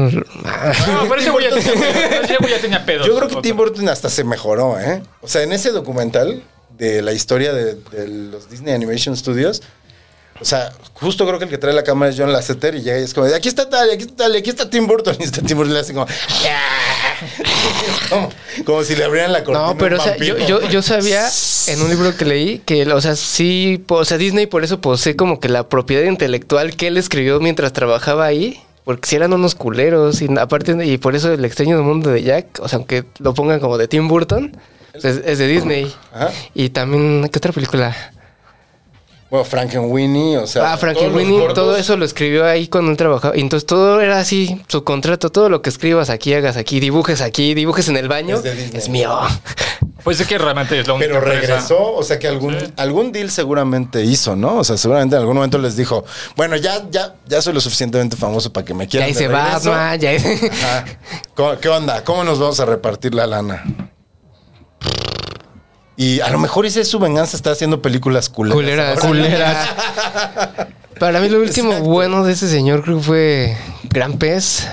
G: Ah.
H: No, pero ese güey ya tenía, ese güey ya tenía pedos.
E: Yo creo que Tim Burton hasta se mejoró, ¿eh? O sea, en ese documental de la historia de, de los Disney Animation Studios, o sea, justo creo que el que trae la cámara es John Lasseter y llega y es como, de, aquí está tal, y aquí está tal, y aquí está Tim Burton. Y está Tim Burton y le hace como, "Ah". como, como si le abrieran la cortina. a
G: No,
E: un
G: pero o sea, yo,
E: vampiro.
G: yo, yo sabía en un libro que leí que, o sea, sí, po- o sea, Disney por eso posee como que la propiedad intelectual que él escribió mientras trabajaba ahí, porque si eran unos culeros, y aparte, y por eso el extraño del mundo de Jack, o sea, aunque lo pongan como de Tim Burton, pues, es, es de Disney.
E: Ajá.
G: Y también, ¿qué otra película?
E: Bueno, Frankenweenie, o sea.
G: ah,
E: todos los
G: Frankenweenie,
E: cortos-
G: todo eso lo escribió ahí cuando él trabajaba. Y entonces todo era así, su contrato, todo lo que escribas aquí, hagas aquí, dibujes aquí, dibujes en el baño,
E: Es de Disney.
G: es mío.
H: Pues es que realmente es la única
E: Pero
H: empresa.
E: regresó, o sea que algún, algún deal seguramente hizo, ¿no? O sea, seguramente en algún momento les dijo, bueno, ya, ya, ya soy lo suficientemente famoso para que me
G: Ya
E: quieran. de
G: hice
E: regreso".
G: Batman, ya hice...
E: Ajá. ¿Cómo- ¿Qué onda? ¿Cómo nos vamos a repartir la lana? Y a lo mejor ese es su venganza, está haciendo películas culeras.
G: Culeras.
E: Ahora,
G: Culeras. Para mí lo último
E: Exacto.
G: bueno de ese señor creo que fue Gran Pez.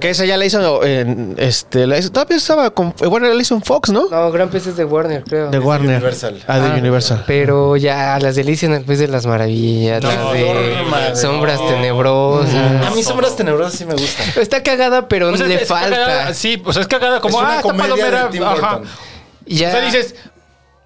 F: Que esa ya la hizo en este. La hizo, todavía estaba con. Bueno, la hizo en Fox, ¿no?
G: No, Gran Pez es de Warner, creo.
F: de Warner.
E: Universal.
F: Ah, de
G: Ah,
F: Universal.
G: Pero ya, las delicias en el Pez de las Maravillas,
H: No,
G: las de
H: no, madre,
G: Sombras
H: no.
G: Tenebrosas.
E: A mí Sombras Tenebrosas sí me gusta.
G: Está cagada, pero
H: O sea,
G: le
H: Pues es
G: falta.
H: cagada, sí, o sea, es cagada como,
E: es una
H: ah, esta
E: comedia
H: palomera.
E: de Tim
H: Ajá.
E: Burton.
G: Ya.
H: O sea, dices,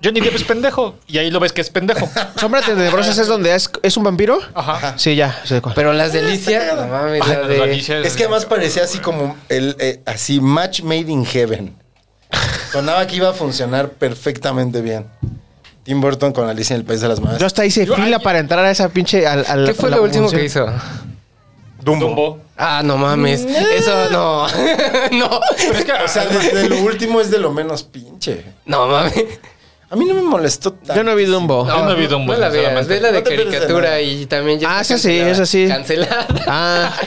H: Johnny Depp es pendejo. Y ahí lo ves que es pendejo.
F: Sombra Tenebrosas es donde es, es un vampiro.
H: Ajá.
F: Sí, ya. sé cuál.
H: "Ah,
G: Pero las delicias. No mames, la
H: Las
G: de.
H: Alicia
E: Es que además parecía así como el eh, así match made in heaven. Sonaba que iba a funcionar perfectamente bien. Tim Burton con Alicia en el País de las Madres.
F: yo hasta hice
H: Yo-
F: fila
H: ay-
F: para entrar a esa pinche. al- al-
G: ¿Qué fue
F: a la
G: lo último que
F: función.
G: hizo?
H: Dumbo.
G: Ah, no mames. Eso no. no.
H: Mm. Pero es que,
E: O sea, desde lo último es de lo menos pinche.
G: No mames.
E: A mí no me molestó tanto.
F: Yo no vi Dumbo.
H: Yo no he visto un buen,
G: No la veas,
H: sinceramente.
G: ve la de
E: No te pierdes de
G: caricatura
E: nada.
G: y también ya.
F: Ah,
G: está
F: esa sí,
G: cancelada.
F: esa sí.
G: Cancelada.
F: Ah,
H: ah,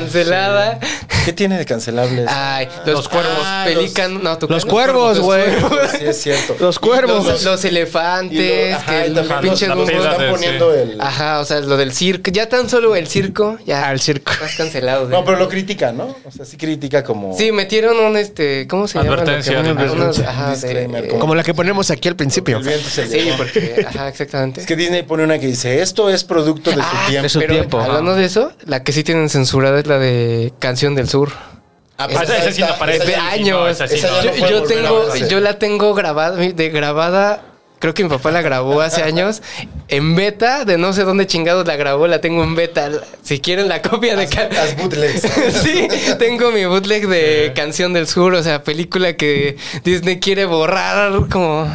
G: cancelada.
E: ¿Qué tiene de cancelable? eso?
G: Ay, Ah, los,
H: Los cuervos.
G: ah, pelican, no,
F: Los
G: tucanes.
F: cuervos, güey.
E: Sí, es cierto.
F: Los
G: Los,
F: cuervos.
G: los elefantes,
E: Y lo- ajá,
G: que
E: y
G: el
E: también
G: pinche
E: los-
H: la
G: Dumbo.
H: peda.
E: Están
H: de-
E: poniendo
H: sí.
E: el.
G: Ajá, o sea, lo del circo. Ya tan solo el circo, ya.
F: Al Ah, circo.
G: Estás cancelado.
E: No,
G: güey.
E: pero lo critica, ¿no? O sea, sí critica como.
G: Sí, metieron un este, ¿cómo se llama? lo que-
H: Advertencia,
G: unos-
H: advertencia.
G: ajá, de-
E: Disclaimer,
G: eh,
E: como-
F: Como la que ponemos aquí al principio.
E: El viento se
G: Sí,
E: llevó.
G: porque, ajá, exactamente.
E: Es que Disney pone una que dice: Esto es producto de su tiempo.
F: de su
G: Pero
F: tiempo.
G: hablando de eso, la que sí tienen censurada es la de Canción del Sur.
E: Ah,
H: Ah,
E: pero
H: esa, esa sí no
E: está-
H: aparece.
G: de
E: esa-
H: No,
G: años.
H: esa sí
E: Esa
H: no.
E: ya
G: yo,
E: no puede
G: yo
E: volver a
G: tengo,
E: verse.
G: yo la tengo grabada, de grabada. Creo que mi papá la grabó hace años en beta, de no sé dónde chingados la grabó, la tengo en beta. Si quieren la copia de ca-
E: Las bootlegs.
G: Sí, tengo mi bootleg de Canción del Sur, o sea, película que Disney quiere borrar como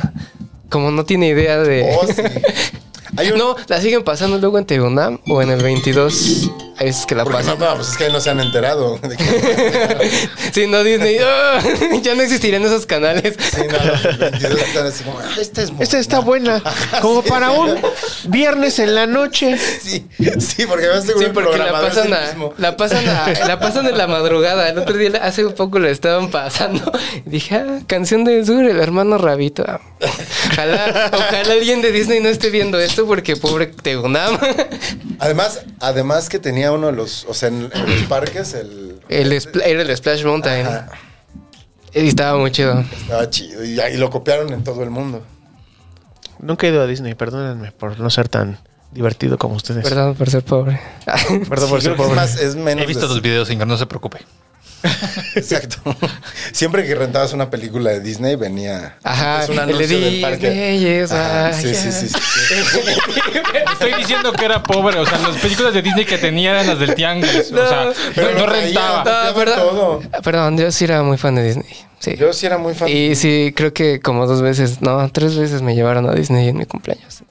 G: como no tiene idea de
E: Oh, sí. Hay un-
G: No, la siguen pasando luego en Tegunam o en el 22. Ahí es que la
E: Porque
G: pasan.
E: no, no, pues es que no se han enterado. de que-
G: Si no, Disney. ¡ah! ya no existirían esos canales.
E: Sí, no, los 22 están así como, "Ah, esta es
F: Esta está
E: buena".
F: buena. Como
E: sí,
F: para
E: sí.
F: un viernes en la noche.
E: Sí, sí, porque va a ser
G: Sí,
E: un
G: porque la
E: programador es el
G: pasan, a,
E: mismo.
G: la pasan a- la pasan en la madrugada. El otro día, la- hace un poco la estaban pasando. Y dije, ah, canción de Sur, el hermano Rabito. Ah, Ojalá, ojalá alguien de Disney no esté viendo esto porque pobre Tegunam.
E: Además, además que tenía uno de los, o sea, en, en los parques el
G: El spl- era el Splash Mountain.
E: Ajá.
G: Y estaba muy chido.
E: estaba chido y, ahí lo copiaron en todo el mundo.
F: Nunca he ido a Disney, perdónenme por no ser tan divertido como ustedes.
G: Perdón por ser pobre.
F: Perdón por
E: Sí, creo
F: ser
E: que es
F: pobre.
E: más, es menos.
H: He visto
E: des-
H: los videos, señor, no se preocupe.
E: Exacto. Siempre que rentabas una película de Disney venía
G: Ajá,
E: es un
G: el de
E: anuncio del
G: Disney,
E: parque.
G: es,
E: Ajá,
G: ay,
E: sí,
G: ya.
E: sí, sí, sí, sí.
H: Estoy diciendo que era pobre. O sea, las películas de Disney que tenía eran las del Tianguis. o sea,
E: Pero
H: no
E: lo traía.
H: rentaba.
E: Ya
G: Ah,
E: ve todo.
G: perdón. Ah, Perdón, yo sí era muy fan de Disney. Sí.
E: Yo sí era muy fan.
G: Y sí, creo que como dos veces, no, tres veces me llevaron a Disney en mi cumpleaños.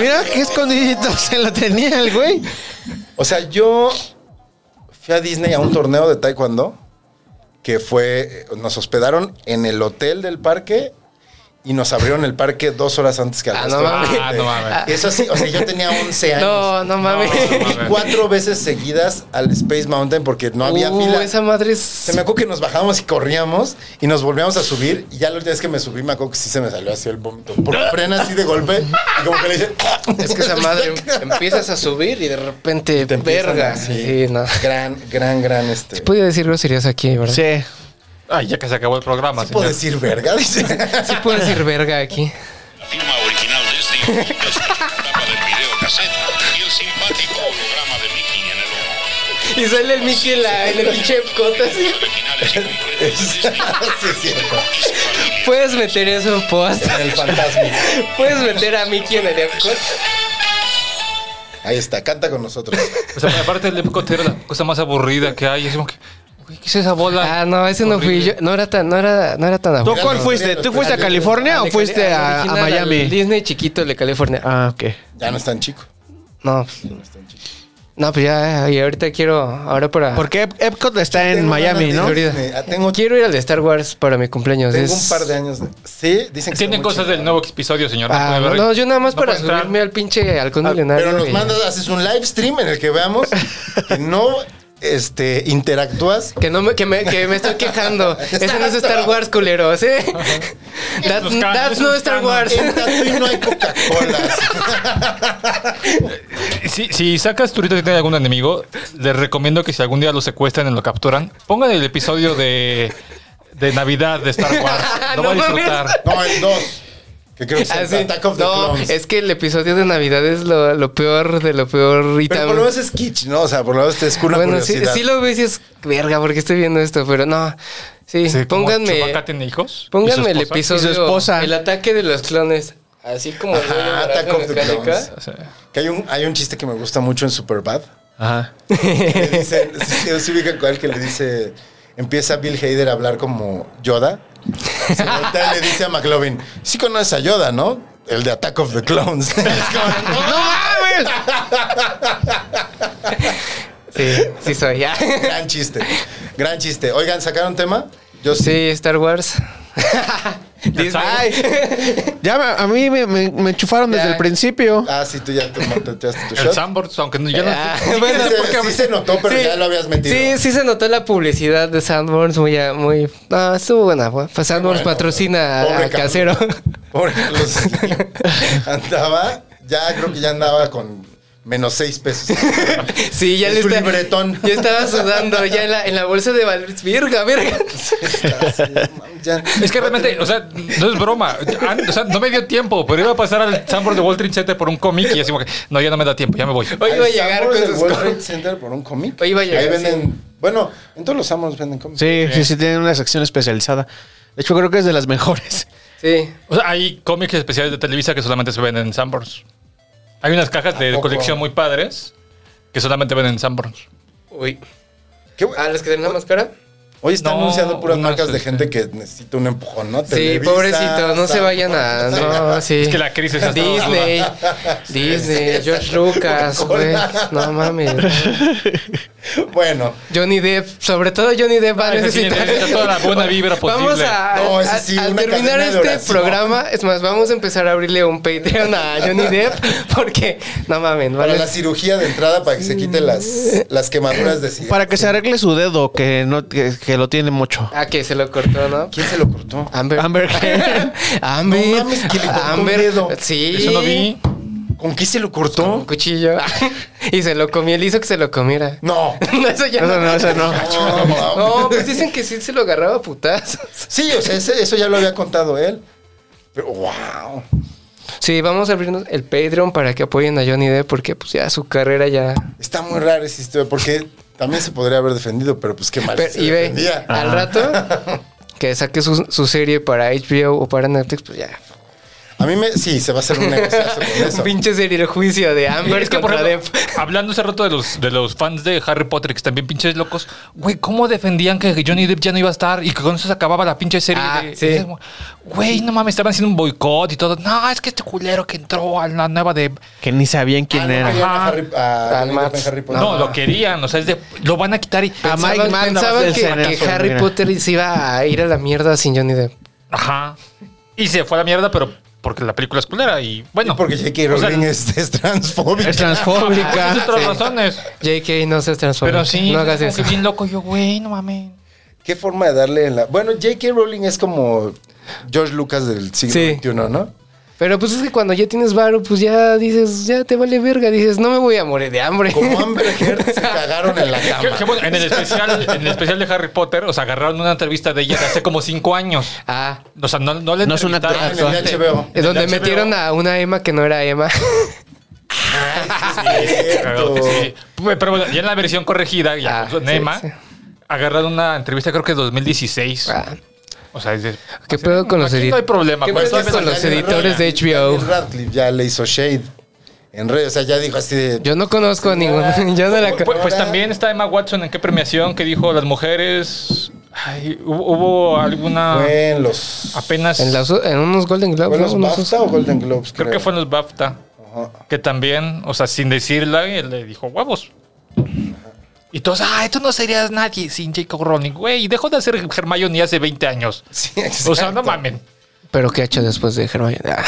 F: Mira qué escondidito se lo tenía el güey.
E: O sea, yo fui a Disney a un torneo de taekwondo que fue, nos hospedaron en el hotel del parque y nos abrieron el parque dos horas antes que al
G: Ah,
E: resto
G: no
E: de la
G: mames.
E: gente.
H: Ah, no mames.
E: Eso sí, o sea, yo tenía 11 años.
G: No, no mames.
H: no mames.
E: Y cuatro veces seguidas al Space Mountain porque no había
G: Uh,
E: fila.
G: esa madre es...
E: Se me acuerdo que nos bajábamos y corríamos y nos volvíamos a subir. Y ya la última vez que me subí, me acuerdo que sí se me salió así el vómito. Porque frena así de golpe y como que le dice.
G: Es que esa madre empiezas a subir y de repente
E: Te empiezan
G: verga.
E: así.
G: Sí, no.
E: Gran, gran, gran este.
G: Sí podía decir groserías aquí, ¿verdad? Sí.
F: Sí.
H: Ay, ya que se acabó el programa.
E: ¿Puedo
H: señor.
E: decir verga? Dice.
G: puedo decir verga aquí.
I: firma original de este podcast, tapa del video cassette y el simpático holograma de Mickey en el ojo.
G: Y sale el Mickey en, la, en el pinche cota así.
I: Originales y completos.
E: sí, es cierto.
G: Puedes meter eso en post.
E: El fantasma.
G: Puedes meter a Mickey en el Epcot.
E: Ahí está, canta con nosotros.
H: O sea, aparte el Epcot era la cosa más aburrida que hay. Es como que, güey, ¿qué es esa bola?
G: Ah, no, ese no fui yo.
H: Horrible.
G: No era tan, no era, no era tan
F: ¿Tú
G: aburrido.
F: cuál fuiste? ¿Tú fuiste a California o
G: Al Ah, de
F: fuiste
G: Cali- al
F: a, a
G: original, al
F: Miami?
G: Disney chiquito el de California. Ah,
F: Ah, ok.
E: Ya no es tan chico.
G: no. No, pues ya, y ahorita quiero, ahora para...
F: Porque Ep- Epcot está en
E: Tengo ganas
F: Miami,
E: de
F: ¿no?
E: Florida. Ah, Tengo,
G: Quiero ir al de Star Wars para mi cumpleaños.
E: tengo
G: Pues es-
E: un par de años. de- Sí, dicen que está
H: Tienen
E: muy
H: cosas
E: chico.
H: del nuevo episodio, señor.
G: Ah, no, no, yo nada más
H: No
G: para
H: puede entrar.
G: subirme al pinche halcón
E: Ah,
G: milenario.
E: Pero nos
G: y-
E: mandas, haces un live stream en el que veamos que no este, interactúas.
G: Que, no me, que, me, que me estoy quejando. Ese no es Star Wars, culeros, ¿eh? That-
H: Esos canos,
G: that's no
H: esos
G: Star
H: canos.
G: Wars.
E: En Tatooine no hay Coca-Cola.
H: Si, si sacas turito que tiene algún enemigo, les recomiendo que si algún día lo secuestran y lo capturan, pongan el episodio de, de Navidad de Star Wars. Lo va a
G: No mames.
H: disfrutar.
E: No, el dos. Que creo que es
G: Ah,
E: el
G: sí.
E: Attack of the
G: No,
E: Clones.
G: es que el episodio de Navidad es lo, lo peor de lo peor. Y
E: Pero por
G: tam-
E: lo menos es kitsch, ¿no? O sea, por lo menos te es una
G: bueno, sí,
E: curiosidad.
G: sí lo ves y es verga, porque estoy viendo esto, pero no. Sí,
H: Sí, como
G: pónganme.
H: Chewbacca tiene hijos? ¿Y su
G: Pónganme el
H: esposa?
G: episodio.
F: Y su esposa.
G: El ataque de los clones. Así como el
E: Ajá,
G: rollo naranja
E: Attack of the
G: mecánica.
E: Clones.
H: O sea,
E: Que hay un, hay un chiste que me gusta mucho en Superbad.
F: Ajá.
E: Que le dice, se, se ubica cuál que le dice, empieza Bill Hader a hablar como Yoda. Se voltea y le dice a McLovin, sí conoces a Yoda, ¿no? El de Attack of the Clones. Es como,
F: ¡No mames!
G: Sí, sí soy. ya.
E: gran chiste, gran chiste. Oigan, ¿sacaron tema? Yo sí.
G: Sí, Star Wars. Disney.
F: Ya me- a mí me, me- me enchufaron desde
G: Ya.
F: el principio.
E: Ah, sí, tú ya te mataste tu
H: El
E: shot.
H: Sanborns, aunque no- ya no.
G: Ah,
E: Sí,
G: bueno,
E: se-
G: porque-
E: sí se notó, pero ya lo habías metido.
G: Sí, sí se notó la publicidad de Sandborns muy, a- muy. Ah, estuvo buena. Pues Sandborns
E: Bueno,
G: patrocina
E: pobre
G: al casero.
E: Pobre Carlos. andaba, ya creo que ya andaba con menos seis pesos.
G: Sí, ya
E: Es
G: le
E: un
G: está-
E: libretón.
G: Ya estaba sudando, ya en la, en la bolsa de Valverde. Virga, virga.
E: Está así, no mames, ya.
H: Es que realmente, o sea, no es broma. An- O sea, no me dio tiempo, pero iba a pasar al Sanborns de Wall Street Center por un cómic y así como que, no, ya no me da tiempo, ya me voy.
G: Hoy iba a
E: Al
G: llegar
E: Sanborns
G: con
E: del
G: sus
E: World
G: co-
E: Trade Center por un cómic.
G: Hoy iba a llegar,
E: Ahí venden. Bueno, en todos los Samos venden cómics.
F: Sí, sí, sí, tienen una sección especializada. De hecho, creo que es de las mejores.
G: Sí.
H: O sea, hay cómics especiales de Televisa que solamente se venden en Sanborns. Hay unas cajas de
E: poco?
H: colección muy padres que solamente venden en Sanborns.
G: Uy. Ah,
E: Qué bu-
G: ¿A los que tienen la máscara?
E: Hoy están
H: No,
E: anunciando puras
H: no
E: marcas
H: sé.
E: de gente que necesita un empujón, ¿no?
G: Sí, pobrecitos, no se vayan a. No, sí.
H: Es que la crisis ha estado
G: Disney, Disney, George Lucas, güey. No mames.
E: Bueno,
G: Johnny Depp, sobre todo Johnny
E: Ah,
G: Depp va a
H: Ay, ese sí
G: necesitar
H: necesita toda la buena vibra posible.
G: Vamos a,
E: No, ese
G: a-
E: sí,
G: al
E: una
G: terminar
E: cadena de
G: este
E: oración.
G: programa, es más, vamos a empezar a abrirle un Patreon a Johnny Depp porque no mames,
E: para
G: ¿vale?
E: la cirugía de entrada, para que se quite las, las quemaduras de sida.
F: Para que se arregle su dedo, que no, que, que lo tiene mucho.
G: Ah, que se lo cortó, ¿no?
E: ¿Quién se lo cortó?
G: Amber.
F: Amber Heard.
G: Amber.
E: No mames, que le cortó un
G: Amber.
E: dedo.
G: Sí.
H: Eso no vi.
E: ¿Con qué se lo
G: Un
E: cortó?
G: cuchillo. y se lo comió, él hizo que se lo comiera.
E: No.
G: No, eso ya
F: Eso no, eso no.
E: No, no.
G: No, pues dicen que sí se lo agarraba a putazos.
E: Sí, o sea, ese- eso ya lo había contado él. Pero, wow.
G: Sí, vamos a abrirnos el Patreon para que apoyen a Johnny Depp porque pues ya su carrera ya...
E: Está muy rara esa historia porque también se podría haber defendido, pero pues qué mal.
G: Pero-
E: se
G: y ve, ah,
E: defendía.
G: al rato que saque su, su serie para HBO o para Netflix, pues ya.
E: A mí me. Sí, se va a hacer un negociazo con eso. Ah,
G: Pinche serie el juicio de Amber
H: Es que, por
G: contra
H: ejemplo,
G: Depp.
H: hablando hace rato de los, de los fans de Harry Potter, que están bien pinches locos, güey, ¿cómo defendían que Johnny Depp ya no iba a estar y que con eso se acababa la pinche serie?
G: Ah,
H: de-
G: sí.
H: de- Güey, no mames, estaban haciendo un boicot y todo. No, es que este culero que entró a la nueva de...
F: Que ni sabían quién
E: Ah, no,
F: era.
E: querían a Harry- a
G: Al
E: Johnny Depp en
G: Matt.
E: Harry Potter.
H: No, lo querían, o sea, es de... Lo van a quitar y...
F: A Mike
G: Pensaban-
F: Mann nada
G: pensaban
F: más
G: que,
F: del
G: que
F: Senado,
G: Harry
F: mira.
G: Potter se iba a ir a la mierda sin Johnny Depp.
H: Ajá. Y se fue a la mierda, pero porque la película es culera y bueno.
E: Y porque J.K.
H: O sea,
E: Rowling es, es transfóbica.
F: Es
H: ah, pues,
F: transfóbica.
H: otras
G: Sí.
H: razones.
G: JK no se transforma.
H: Pero sí,
G: no
H: no
G: hagas eso.
H: bien loco yo, güey, no mames.
E: ¿Qué forma de darle en la.? Bueno, J.K. Rowling es como George Lucas del siglo
G: Sí.
E: XXI, ¿no?
G: Pero pues es que cuando ya tienes varo, pues ya dices, ya te vale verga. Dices, no me voy a morir de hambre.
E: Como Amber Heard se cagaron en la
H: Que-
E: cama.
H: que bueno, en el especial, en el especial de Harry Potter, o sea, agarraron una entrevista de ella de hace como cinco años.
G: Ah,
H: O sea, no, no le
F: No es una
E: Ah, en
H: entrevistaron.
E: el de HBO.
G: es
H: Del
G: donde
H: HBO.
G: metieron a una Emma que no era Emma.
H: Cagado que sí. Pero bueno, ya en la versión corregida, ya
G: Ah,
H: con
G: sí,
H: Emma,
G: sí.
H: agarraron una entrevista creo que de 2016.
G: Ah,
H: O sea, dices,
G: ¿Qué pedo con los
H: aquí no hay
G: editores?
H: problema.
G: ¿Qué
H: pues,
G: pedo
H: ¿sabes?
G: con los
E: Daniel
G: editores de
E: Radcliffe- Daniel
G: HBO?
E: Radcliffe ya le hizo shade en redes. O sea, ya dijo así de.
G: Yo no conozco a ninguno. Yo no la
H: Pues,
G: conozco.
H: pues también está Emma Watson en qué premiación que dijo las mujeres. Ay, hubo, hubo alguna.
E: fue en los.
H: apenas.
G: En, las- en unos Golden
E: ¿Fue
G: Globes.
E: en los
G: ¿no? Unos-
E: BAFTA o Golden Globes?
H: creo que fue en los BAFTA.
E: Ajá.
H: Que también, o sea, sin decirla, él le dijo huevos. Y todos, ay, tú no serías nadie sin Jacob Rowling, güey. Y dejó de hacer Hermione hace 20 años.
E: Sí,
H: O sea, no
E: exacto.
H: mamen.
G: Pero ¿qué ha hecho después de Hermione? Ah,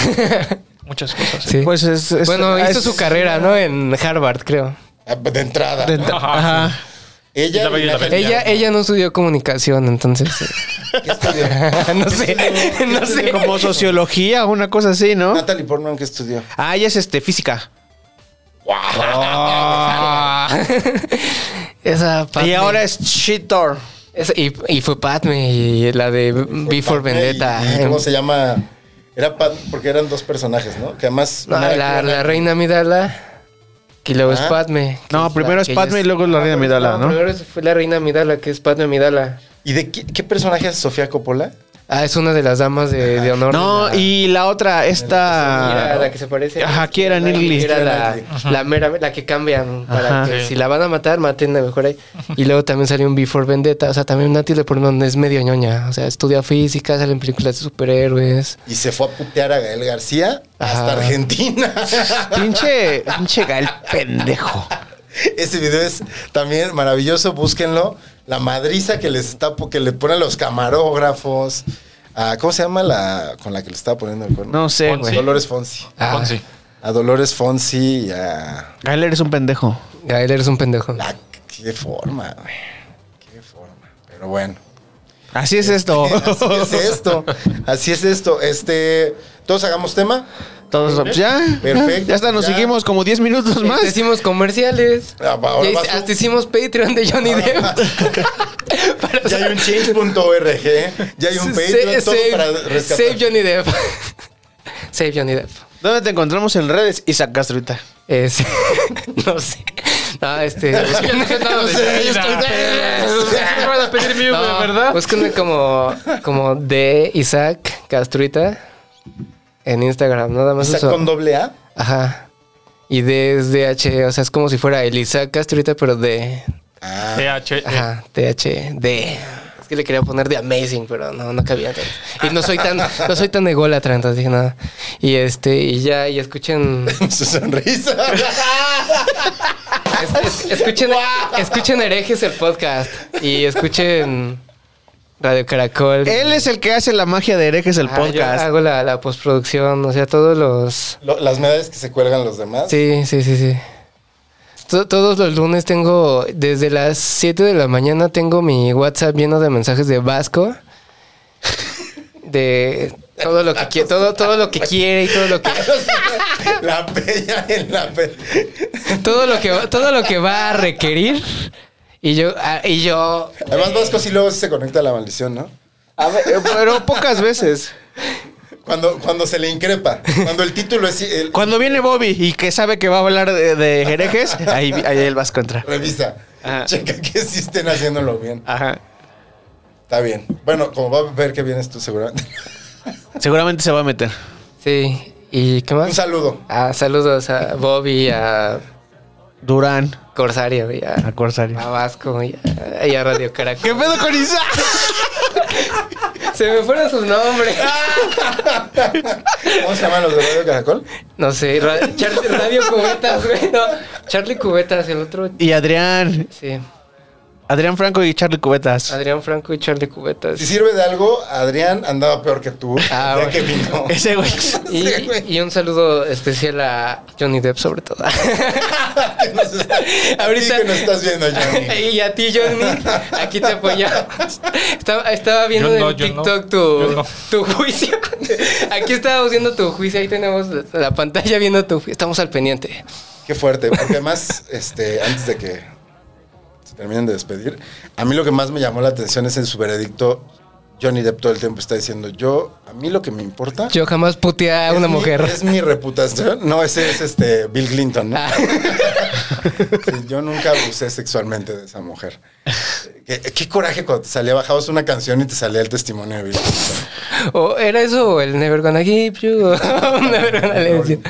H: Muchas cosas.
G: sí.
F: Pues es, es-
G: bueno,
F: es-
G: hizo su carrera, ¿no? En Harvard, creo.
E: Ah, De entrada.
F: de- ajá.
H: Ajá.
E: Ella.
H: La Bella y la Bestia.
G: Ella, ella no estudió comunicación, entonces. eh,
E: ¿Qué estudió?
G: no sé, no sé.
F: Como sociología o una cosa así, ¿no?
E: Natalie Portman, ¿qué estudió?
F: Ah, ella es este, física.
G: Esa Padme.
F: Y ahora es cheater.
G: Esa- y, y fue Padme y la de Before
E: Padme
G: Mm, Vendetta.
E: y- y ¿Cómo se llama? Era Padme, porque eran dos personajes, ¿no? Que además.
G: No,
E: una
G: la,
E: era
G: la
E: clona.
G: reina Midala. Y luego es
E: Ah.
G: Padme. que
F: No,
G: es
F: primero
G: la-
F: es
G: que
F: Padme
G: ella
F: y
G: es-
F: luego es la reina
G: pues,
F: Midala, ¿no?
G: Primero es- fue la reina Midala, que es Padme Midala.
E: ¿Y de qué, qué personaje es Sofía Coppola?
G: Ah, es una de las damas de, de honor.
F: No,
G: de la-
F: y la otra,
G: Mira,
F: esta.
G: la que se parece.
F: Ajá,
G: que
F: Keira Knightley.
G: Era la, la mera, la que cambian para
F: Ajá.
G: que
H: Sí.
G: si la van a matar, maten la mejor ahí. Y luego también salió un Before Vendetta. O sea, también Natalie Portman es medio ñoña. O sea, estudia física, salen películas de superhéroes.
E: Y se fue a putear a Gael García hasta
G: Ah.
E: Argentina.
F: Pinche, pinche Gael pendejo.
E: Ese video es también maravilloso, búsquenlo. La madriza que les está que le ponen los camarógrafos. Ah, ¿Cómo se llama la con la que le estaba poniendo el cuerno?
F: No sé, güey.
E: Dolores Fonsi.
G: Ah.
H: Fonsi.
E: A Dolores Fonsi y a
F: Gael eres un pendejo.
G: Gael, eres un pendejo.
E: la Ah, qué forma, güey. Qué forma. Pero bueno.
F: Así es
E: Así
F: esto.
E: es esto. Así es esto. Este, todos hagamos tema.
F: Todos, pues, ya.
E: Perfecto,
F: Ya hasta nos
E: ya.
F: seguimos como 10 minutos
G: Hasta
F: más.
G: hicimos comerciales.
E: Ah, va, ahora
G: Ya
E: vas
G: hice-
E: tú.
G: hasta hicimos Patreon de Johnny Depp. Para-
E: Ya hay un change.org, ya hay un
G: Sa-
E: Patreon, todo
G: save-
E: para rescatar.
G: Save Johnny Depp. Save Johnny Depp.
F: ¿Dónde te encontramos en redes? Isaac Castruita.
G: Es- no sé. No, este.
H: No sé, yo estoy- Me van a pedir mi Uber,
G: No, pues,
H: ¿verdad?
G: Búsquenme como, como de Isaac Castruita en Instagram, nada más
E: Isaac
G: eso.
E: con doble A.
G: Ajá. Y de es DH, o sea, es como si fuera el Isaac Castruita, pero de.
E: Ah,
H: TH.
G: Ajá, TH, de. Es que le quería poner de Amazing, pero no, no cabía. entonces. Y no soy tan, no soy tan ególatra, entonces dije nada. Y este, y ya, y escuchen.
E: su sonrisa.
G: Es- es- escuchen, escuchen herejes el podcast y escuchen Radio Caracol.
F: Él es el que hace la magia de herejes el
G: Ah, yo
F: podcast.
G: hago la, la postproducción, o sea, todos los...
E: Lo- las medallas que se cuelgan los demás.
G: Sí, sí, sí, sí. To- Todos los lunes tengo, desde las 7 de la mañana tengo mi WhatsApp lleno de mensajes de Vasco. De todo lo que quiere, todo, todo lo que quiere y todo lo que
E: La bella en la pe-
G: todo lo que todo lo que va a requerir. Y yo, ah, y yo
E: Además, Vasco sí luego sí se conecta a la maldición, ¿no?
F: A ver, eh, pero pocas veces.
E: Cuando, cuando se le increpa. Cuando el título es. el-
F: Cuando viene Bobby y que sabe que va a hablar de, de herejes, ahí, ahí él vas contra.
E: Revisa.
G: Ah.
F: Ajá.
E: Checa que sí estén haciéndolo bien.
F: Ajá.
E: Está bien. Bueno, como va a ver que vienes tú seguramente.
F: Seguramente se va a meter.
G: Sí. ¿Y qué
E: Un
G: más?
E: saludo.
G: Ah, saludos a Bobby, a
F: Durán,
G: Corsario, güey, a,
F: a Corsario.
G: a Vasco y a, y a Radio Caracol.
F: ¿Qué pedo con Isa?
G: Se me fueron sus nombres.
E: ¿Cómo se llaman los de Radio Caracol?
G: No sé, ra- Char- Radio Cubetas, güey. No, Charlie Cubetas, el otro.
F: Y Adrián.
G: Sí.
F: Adrián Franco y Charlie Cubetas.
G: Adrián Franco y Charlie Cubetas.
E: Si sirve de algo, Adrián andaba peor que tú.
G: Ah,
E: ya que
G: bueno.
E: vino.
F: Ese güey.
G: Y,
E: Sí, güey.
G: y un saludo especial a Johnny Depp, sobre todo.
E: Que nos está-
G: Ahorita-
E: a ti que nos estás viendo, Johnny.
G: y a ti, Johnny. Aquí te apoyamos. Estaba, estaba viendo
H: Yo no,
G: en
H: yo no.
G: TikTok
H: Yo
G: tu,
H: no.
G: tu juicio. Aquí estábamos viendo tu juicio. Ahí tenemos la- la pantalla viendo tu juicio. Estamos al pendiente.
E: Qué fuerte, porque además, este, antes de que se terminen de despedir, a mí lo que más me llamó la atención es en su veredicto, Johnny Depp todo el tiempo está diciendo, yo, a mí lo que me importa...
G: Yo jamás puteé a
E: es
G: una
E: mi-
G: mujer.
E: Es mi reputación. No, ese es este Bill Clinton, ¿no?
G: Ah.
E: Sí, yo nunca abusé sexualmente de esa mujer. Qué, qué coraje cuando te salía, bajabas una canción y te salía el testimonio de Bill Clinton.
G: ¿O Oh, era eso o el Never Gonna Give You? o Never Gonna Let You.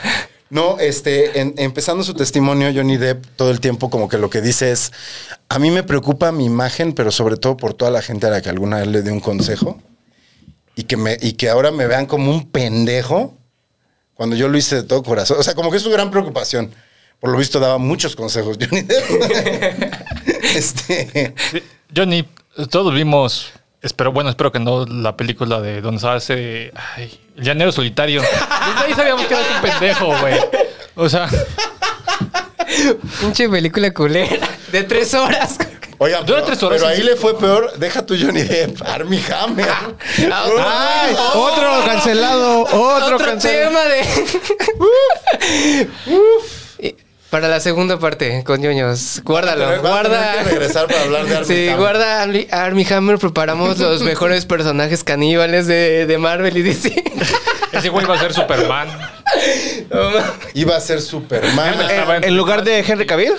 E: No, este, en- empezando su testimonio, Johnny Depp todo el tiempo como que lo que dice es, a mí me preocupa mi imagen, pero sobre todo por toda la gente a la que alguna vez le di un consejo y que, me, y que ahora me vean como un pendejo cuando yo lo hice de todo corazón. O sea, como que es su gran preocupación. Por lo visto daba muchos consejos, Johnny Depp. este,
H: Johnny, todos vimos, espero, bueno, espero que no la película de donde se hace ay, El Llanero Solitario. Desde ahí sabíamos que eras un pendejo, güey. O sea,
G: Pinche película culera de tres horas.
E: oigan,
H: Dura
E: pero,
H: tres horas,
E: pero
H: sí,
E: ahí
H: sí.
E: le fue peor. Deja tu Johnny Depp, Army Hammer.
H: Ah,
F: ¡Ay! Otro cancelado. Otro,
G: Otro,
F: cancelado.
G: tema de. Y Para la segunda parte, con ñoños. Guárdalo,
E: Vamos a tener- vamos a tener
G: guarda.
E: que regresar para hablar de Armie
G: Sí,
E: Hammer.
G: guarda Armie, Armie Hammer. Preparamos los mejores personajes caníbales de, de Marvel y DC.
H: ese güey va a ser Superman.
G: No mames.
E: Iba a ser Superman.
H: Hammer estaba
F: Eh, ¿En, en lugar de Henry Cavill?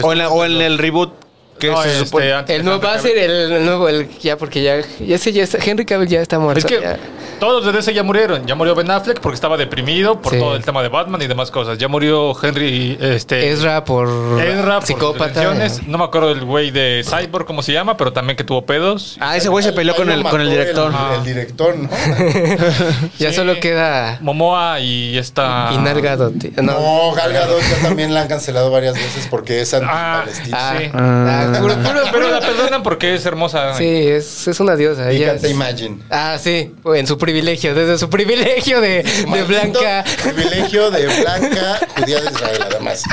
F: ¿O en, la- o en el reboot? Que
H: No,
F: se
H: este,
F: supone-
H: antes
G: El
H: de
G: nuevo va a
H: Henry
G: ser el, el nuevo, el, ya, porque ya, ya, ese ya está- Henry Cavill ya está
H: Cavill.
G: muerto.
H: Es que
G: ya.
H: todos los de DC ya murieron. Ya murió Ben Affleck porque estaba deprimido por
G: Sí.
H: todo el tema de Batman y demás cosas. Ya murió Henry, este...
G: Ezra por
H: Ezra por
G: psicópata.
H: detenciones. No me acuerdo el güey de Cyborg cómo se llama, pero también que tuvo pedos.
F: Ah, ese güey se peleó
E: Ahí
F: con
E: lo
F: el,
E: mató
F: con el director.
H: Ah.
E: El, el director, ¿no?
G: Ya
H: Sí. Ah.
G: solo queda
H: Momoa y esta...
G: Inalgado, tío. No.
E: No, Gal Gadot ya también la han cancelado varias veces porque es
H: Ah,
E: antipalestina.
G: Ah,
H: Sí.
G: ah, puro- puro-
H: Pero la perdonan porque es hermosa.
G: Sí, es, es una diosa.
E: You
G: ella
E: can't
G: es-
E: imagine.
G: Ah, sí, en su privilegio, desde su privilegio de, de
E: Maldito
G: blanca.
E: Privilegio de blanca judía de Israel, además.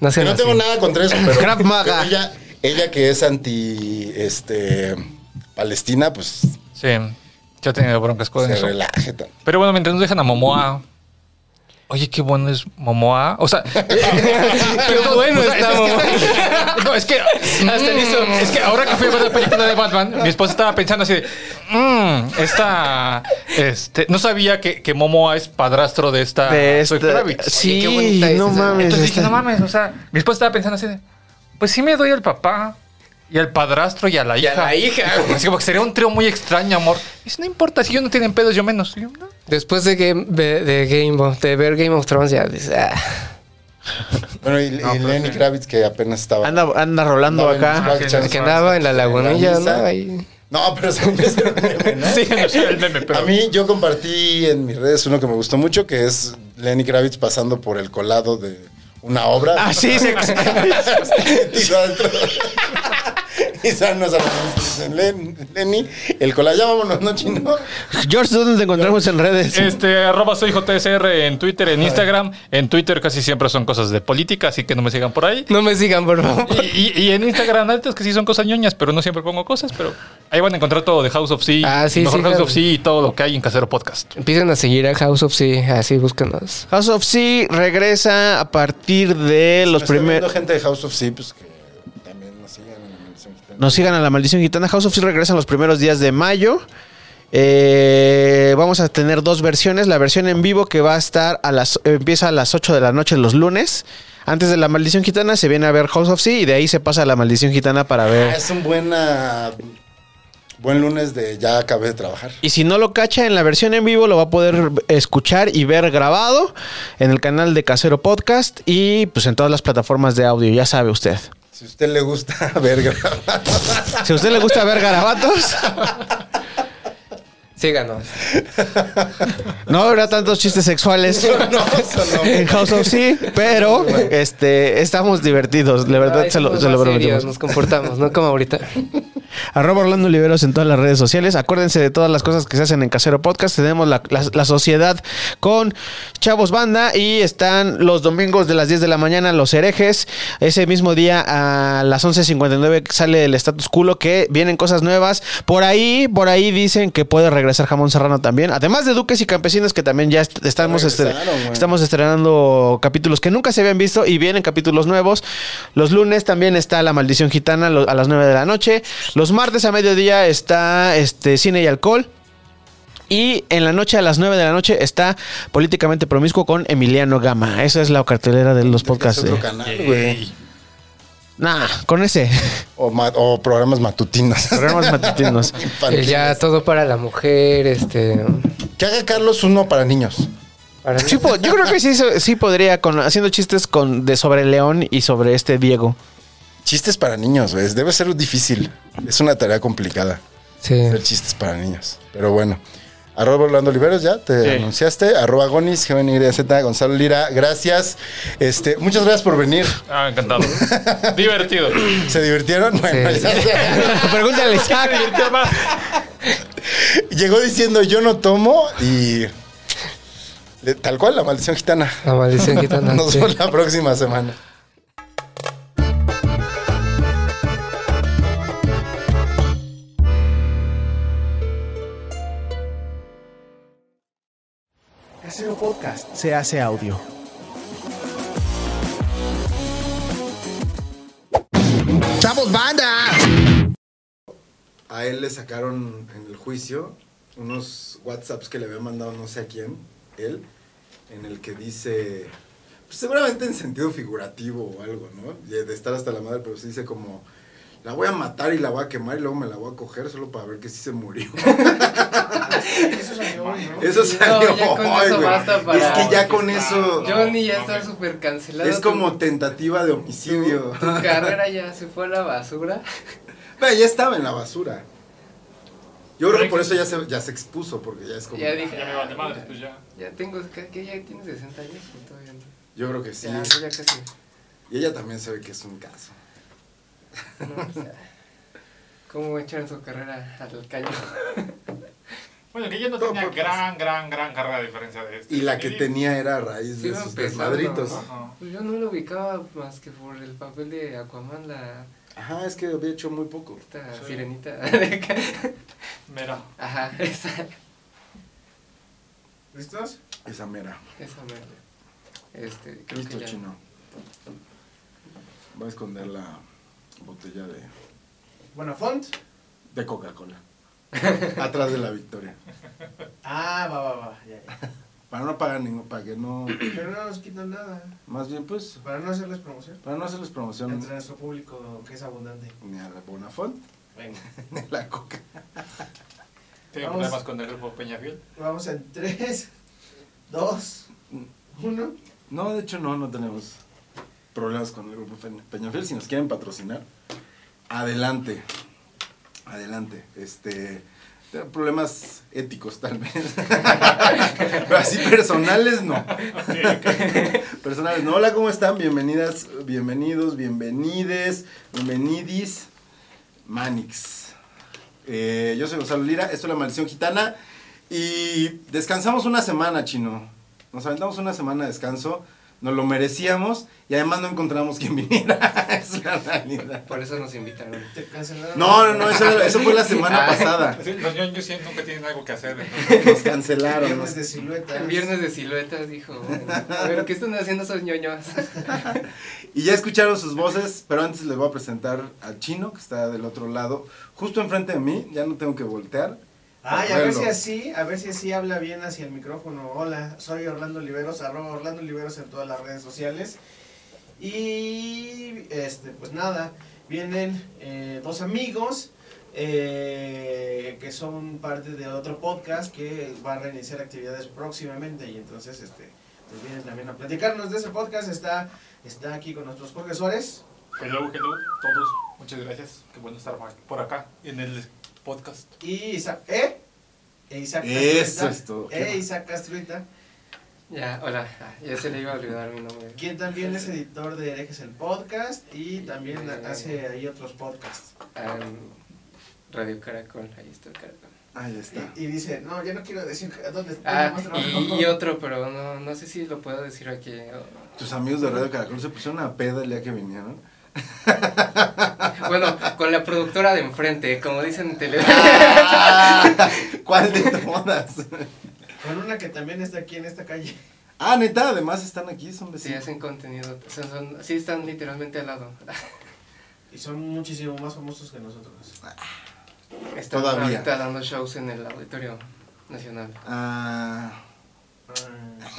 G: No sean
E: Que no
G: así.
E: tengo nada contra eso, pero.
F: Krav Maga.
E: pero Ella, ella que es anti. Este. Palestina, pues.
H: Sí, yo he tenido broncas con
E: Se
H: eso.
E: relaje tan-
H: Pero bueno, mientras nos dejan a Momoa. Oye, qué bueno es Momoa. O sea, qué
G: bueno
H: estamos. no, es que. Hasta listo. Es que ahora que fui a ver la película de Batman, mi esposa estaba pensando así de. "Mm, esta. Este, no sabía que, que Momoa es padrastro de esta.
F: De
H: Zoe
F: esta-
H: Ah, Kravitz".
G: Oye, qué
F: Sí,
G: bonita es
F: no
G: esa.
F: mames. este.
H: Entonces dije,
F: está-
H: no mames, o sea, mi esposa estaba pensando así de, pues sí me doy al papá y al padrastro y a la
G: Y
H: hija.
G: a la hija.
H: Así como que sería un trío muy extraño, amor. Dice, no importa, si ellos no tienen pedos, yo menos. Y yo, "No".
G: Después de Game, de, de Game of, de ver Game of Thrones, ya dices, ah,
E: Bueno, y, y
H: pero
E: Lenny
H: sí.
E: Kravitz, que apenas estaba.
F: Anda, anda rolando
E: andaba en
F: acá.
E: Volkswagen Charles
G: que andaba en la lagunilla, ¿no? Ahí.
E: No, pero se me hizo un meme, ¿no?
H: Sí, no sé, el meme, pero-
E: A mí yo compartí en mis redes uno que me gustó mucho, que es Lenny Kravitz pasando por el colado de una obra.
F: Ah, sí, se-
E: Metido adentro. Y salen los amigos y dicen, "Len- Lenny, el colado, ya vámonos, ¿no, chino?
F: George, ¿dónde te encontramos en redes?
H: Este, arroba soy JSR en Twitter, en Instagram. En Twitter casi siempre son cosas de política, así que no me sigan por ahí.
G: No me sigan, por favor.
H: Y, y- y en Instagram, antes que sí son cosas ñoñas, pero no siempre pongo cosas, pero ahí van a encontrar todo de House of Sea,
G: Ah, sí,
H: mejor
G: sí,
H: House
G: claro.
H: of Sea y todo lo que hay en Casero Podcast.
G: Empiecen a seguir a House of Sí, así búscanos.
F: House of C regresa a partir de los
E: Me está viendo
F: primeros.
E: gente de House of Sea, pues que también nos sigan en la mención.
F: Nos sigan a la maldición gitana. House of C regresa en los primeros días de mayo. Eh, vamos a tener dos versiones. La versión en vivo que va a estar a las empieza a las 8 de la noche los lunes. Antes de la maldición gitana se viene a ver House of Sea y de ahí se pasa a la maldición gitana para
E: Ah,
F: ver.
E: es un buen, ah, buen lunes de ya acabé de trabajar.
F: Y si no lo cacha en la versión en vivo, lo va a poder escuchar y ver grabado en el canal de Casero Podcast y pues en todas las plataformas de audio, ya sabe usted.
E: Si a usted le gusta ver grabados.
F: Si a usted le gusta ver garabatos,
G: Síganos.
F: no habrá tantos chistes sexuales
E: No, eso no.
F: en House of Sea, pero este, estamos divertidos, de verdad
G: Ay,
F: se lo,
G: somos
F: se lo
G: más serios,
F: prometimos.
G: Nos comportamos, no como ahorita.
F: Arroba Orlando Oliveros en todas las redes sociales. Acuérdense de todas las cosas que se hacen en Casero Podcast. Tenemos la, la- la sociedad con Chavos Banda y están los domingos de las 10 de la mañana los herejes. Ese mismo día a las 11.59 sale el status culo que vienen cosas nuevas. Por ahí, por ahí dicen que puede regresar Jamón Serrano también. Además de Duques y Campesinos que también ya est- estamos,
E: regresaron,
F: estre-
E: güey.
F: estamos estrenando capítulos que nunca se habían visto y vienen capítulos nuevos. Los lunes también está La Maldición Gitana lo- a las 9 de la noche. Los martes a mediodía está este, Cine y Alcohol. Y en la noche a las 9 de la noche está Políticamente Promiscuo con Emiliano Gama. Esa es la cartelera de los podcasts.
E: Es otro
F: eh.
E: canal, güey.
F: Nah, con ese.
E: O, ma- o programas matutinos.
F: Programas matutinos.
G: El
E: Infantiles.
G: ya todo para la mujer, este.
E: Que haga Carlos uno para niños.
G: para-
F: Sí, po- yo creo que sí, so- sí podría, con, haciendo chistes con, de sobre León y sobre este Diego.
E: Chistes para niños, güey. Debe ser difícil. Es una tarea complicada.
G: Sí.
E: Hacer chistes para niños. Pero bueno. Arroba Orlando Oliveros, ya te anunciaste. Arroba Gonis, GNYZ, Gonzalo Lira. Gracias. Este, muchas gracias por venir.
H: Ah, encantado. Divertido.
E: ¿Se divirtieron? Bueno,
G: Sí.
E: ya-
F: Pregúntale, Isaac.
H: Divirtió más.
E: Llegó diciendo yo no tomo y le- tal cual la maldición gitana.
G: La maldición gitana.
E: Nos
G: Ah, sí.
E: vemos la próxima semana.
B: Casero Podcast.
F: Se hace audio.
D: ¡Chavos, banda!
E: A él le sacaron en el juicio unos WhatsApps que le había mandado no sé a quién, él, en el que dice, pues, seguramente en sentido figurativo o algo, ¿no? De de estar hasta la madre, pero se dice como, la voy a matar y la voy a quemar y luego me la voy a coger solo para ver que sí se murió. Eso salió
G: ya con
E: hoy,
G: eso
E: güey.
G: basta para-
E: Es que ya con eso...
G: Johnny ya está súper cancelado.
E: Es
G: tu-
E: como tentativa de
G: tu,
E: homicidio.
G: tu carrera ya se fue a la basura.
E: Pero ya estaba en la basura. Yo creo que por eso ya se, ya se expuso, porque ya es como...
G: Ya dije. "Ah,
H: Ya me vale madre, pues ya.
G: Ya tengo. ¿qué- qué? ya tienes 60 años? Pues, todavía no.
E: Yo creo que sí.
G: Ya, ya casi.
E: Y ella también sabe que es un caso.
G: No, o sea, ¿Cómo echar su carrera al caño?
H: Bueno, que yo no tenía gran, gran, gran carrera a diferencia de este.
E: Y la que tenía era a raíz de
G: Iba
E: sus
G: empezando,
E: desmadritos.
G: ¿no? Pues yo no lo ubicaba más que por el papel de Aquaman, la
E: Ajá, es que había hecho muy poco.
G: esta
H: Sí.
G: sirenita. de acá.
H: Mira.
G: Ajá, esa,
B: ¿Listos?
E: Esa mera.
G: esa mierda. Este, creo
E: Listo,
G: que ya.
E: chino. Voy a esconder la botella de,
B: Buena font.
E: de Coca-Cola. Atrás de la victoria.
B: Ah, va, va, va. Ya, ya.
E: Para no pagar ningún, para que no...
B: Pero no nos quitan nada.
E: Más bien, pues,
B: Para no hacerles promoción.
E: para no hacerles promoción
B: Entre nuestro público que es abundante.
E: ni a la Bonafont,
B: Venga.
E: ni a la Coca.
H: Tengo
B: Vamos.
H: problemas con el grupo Peñafiel.
B: Vamos en 3, 2, 1.
E: No, de hecho no, no tenemos problemas con el grupo Peña- Peñafiel. Si nos quieren patrocinar, adelante. Adelante. Este. tengo Problemas éticos tal vez. Pero así personales no. personales no. Hola, ¿cómo están? Bienvenidas, bienvenidos, bienvenides, bienvenidis, Manix. Eh, yo soy Gonzalo Lira, esto es La Maldición Gitana y descansamos una semana, chino. Nos aventamos una semana de descanso, nos lo merecíamos y además no encontramos quien viniera. es la realidad.
G: Por eso nos invitaron.
B: Te cancelaron.
E: No, no, no, eso, eso fue la semana pasada.
H: Sí, Los ñoños sí nunca tienen algo que hacer. entonces.
E: Nos cancelaron.
B: Viernes de
E: nos-
B: silueta.
G: En viernes de siluetas dijo, a ver, ¿qué están haciendo esos ñoños?
E: Y ya escucharon sus voces, pero antes les voy a presentar al chino que está del otro lado, justo enfrente de mí. Ya no tengo que voltear.
B: Ay, a ver
E: Orlando.
B: si así, a ver si así habla bien hacia el micrófono. Hola, soy Orlando Oliveros, arroba Orlando Oliveros en todas las redes sociales. Y este, pues nada, vienen eh, dos amigos eh, que son parte de otro podcast que va a reiniciar actividades próximamente. Y entonces, este, pues vienen también a platicarnos de ese podcast. Está, está aquí con nuestros Jorge Suárez.
H: Hello, hello, todos. Muchas gracias. Qué bueno estar por acá en el podcast.
B: Y Isaac, ¿eh? E Isaac
E: Eso
B: Castruita.
E: es todo.
B: E Isaac Castruita,
G: Ya, hola. Ah, Ya se le iba a olvidar mi nombre.
B: quien también es editor de Herejes el Podcast y también
G: Eh.
B: hace ahí otros podcasts.
G: Ah, Radio Caracol, ahí está el caracol.
E: Ahí está.
B: Y, y dice, no, yo no quiero decir que- dónde está.
G: Ah, y, y otro, pero no, no sé si lo puedo decir aquí.
E: Tus amigos de Radio Caracol se pusieron una peda el día que vinieron.
G: Bueno, con la productora de enfrente, como dicen en tele. Ah.
E: ¿Cuál de todas?
B: Con una que también está aquí en esta calle.
E: ah, neta, además están aquí, son
G: Sí,
E: vecinos.
G: hacen contenido. o sea, son- sí, están literalmente al lado.
B: Y son muchísimo más famosos que nosotros.
E: Ah,
G: Están
E: Todavía.
G: ahorita dando shows en el Auditorio Nacional.
E: Ah,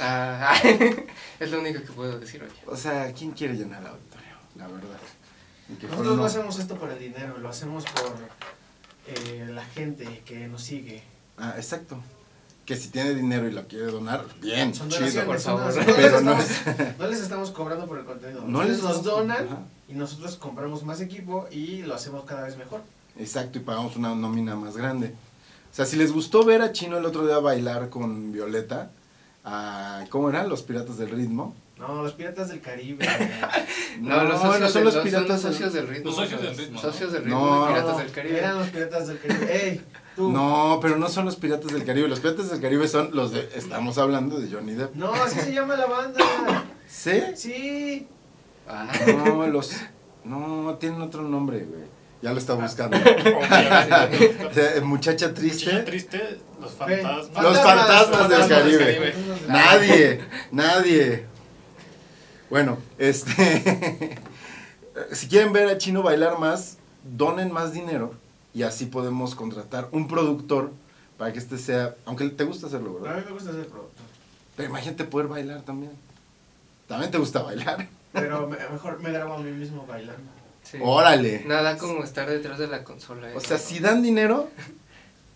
B: Ah,
G: Ah, es lo único que puedo decir hoy.
E: o sea, ¿quién quiere llenar el auditorio? La verdad. Y que
B: Nosotros no
E: fueron-
B: hacemos esto por el dinero, lo hacemos por eh, la gente que nos sigue.
E: Ah, exacto. Que si tiene dinero y lo quiere donar, bien,
B: Son
E: chido.
B: donaciones,
G: por
B: son
G: favor.
B: donaciones.
E: Pero
B: no,
E: no
B: les estamos, no les estamos cobrando por el contenido.
E: No
B: No
E: les
B: les nos
E: estamos-
B: donan
E: Ajá.
B: y nosotros compramos más equipo y lo hacemos cada vez mejor.
E: Exacto, y pagamos una nómina más grande. O sea, si les gustó ver a Chino el otro día bailar con Violeta, a, ¿cómo eran? Los Piratas del Ritmo.
B: No, los piratas del Caribe.
G: No, los socios,
E: no son
G: del-
E: los
G: los-
E: piratas
G: son
E: del-
G: socios del ritmo.
H: Los socios del ritmo, ¿no?
G: Socios del
E: No.
G: ritmo y piratas del Caribe.
B: Eran los piratas del Caribe. ¡Ey! Tú.
E: No, pero no son los Piratas del Caribe. Los Piratas del Caribe son los de. Estamos hablando de Johnny Depp.
B: No, así se llama la banda.
E: ¿Sí?
B: Sí.
G: Ah,
E: No, los. No, tienen otro nombre, güey. Ya lo está buscando. O sea, muchacha
H: Chile
E: triste.
H: triste, los
B: Ey,
H: fantasmas.
E: Los fantasmas del Caribe.
B: Fantasmas del
E: Nadie, nadie. Bueno, este. si quieren ver a Chino bailar más, donen más dinero y así podemos contratar un productor para que este sea. Aunque te gusta hacerlo,
B: Pero A
E: ¿verdad?
B: mí me gusta ser productor.
E: Pero imagínate poder bailar también. También te gusta bailar.
B: Pero me- mejor me grabo a mí mismo bailando.
G: sí.
E: Órale.
G: Nada como estar detrás de la consola. eh.
E: O sea, si dan dinero,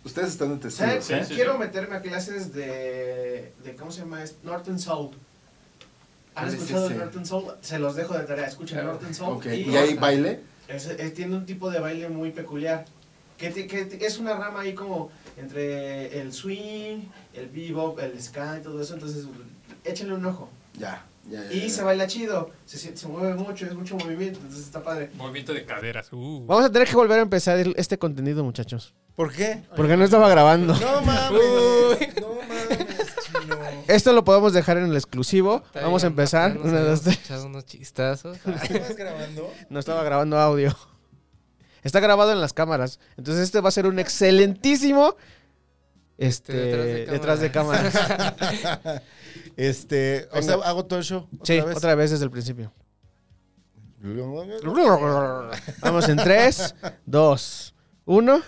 E: ustedes están de testigos,
B: ¿Sabes?
E: ¿eh?
B: Quiero meterme a clases de, de. ¿Cómo se llama? Es Norton Soul. ¿Han
E: ¿Cuál es
B: escuchado
E: ese?
B: el Norton Soul? Se los dejo de tarea. Escuchen
G: Claro.
B: Norton Soul.
E: Ok, y ahí baile.
B: Es- es- tiene un tipo de baile muy peculiar. Que, te- que te- es una rama ahí como entre el swing, el bebop, el ska y todo eso. Entonces, échenle un ojo.
E: Ya, ya, ya.
B: Y
E: ya.
B: se baila chido. Se, sien- se mueve mucho, es mucho movimiento. Entonces está padre.
H: Movimiento de caderas. Uh.
F: Vamos a tener que volver a empezar el- este contenido, muchachos.
E: ¿Por qué?
F: Porque no estaba grabando.
E: No mames. No mames, chino.
F: Esto lo podemos dejar en el exclusivo.
G: Está
F: Vamos a
G: bien,
F: empezar.
G: apenas
F: Una,
G: habíamos
F: dos, tres.
G: echado unos chistazos.
E: ¿Estás grabando?
F: No estaba grabando audio. Está grabado en las cámaras. Entonces este va a ser un excelentísimo este,
G: Detrás de
F: detrás de cámaras.
G: cámaras.
E: Este, o sea, hago todo el show.
F: sí, otra vez desde el principio.
E: vez.
F: Vamos en tres, dos, uno.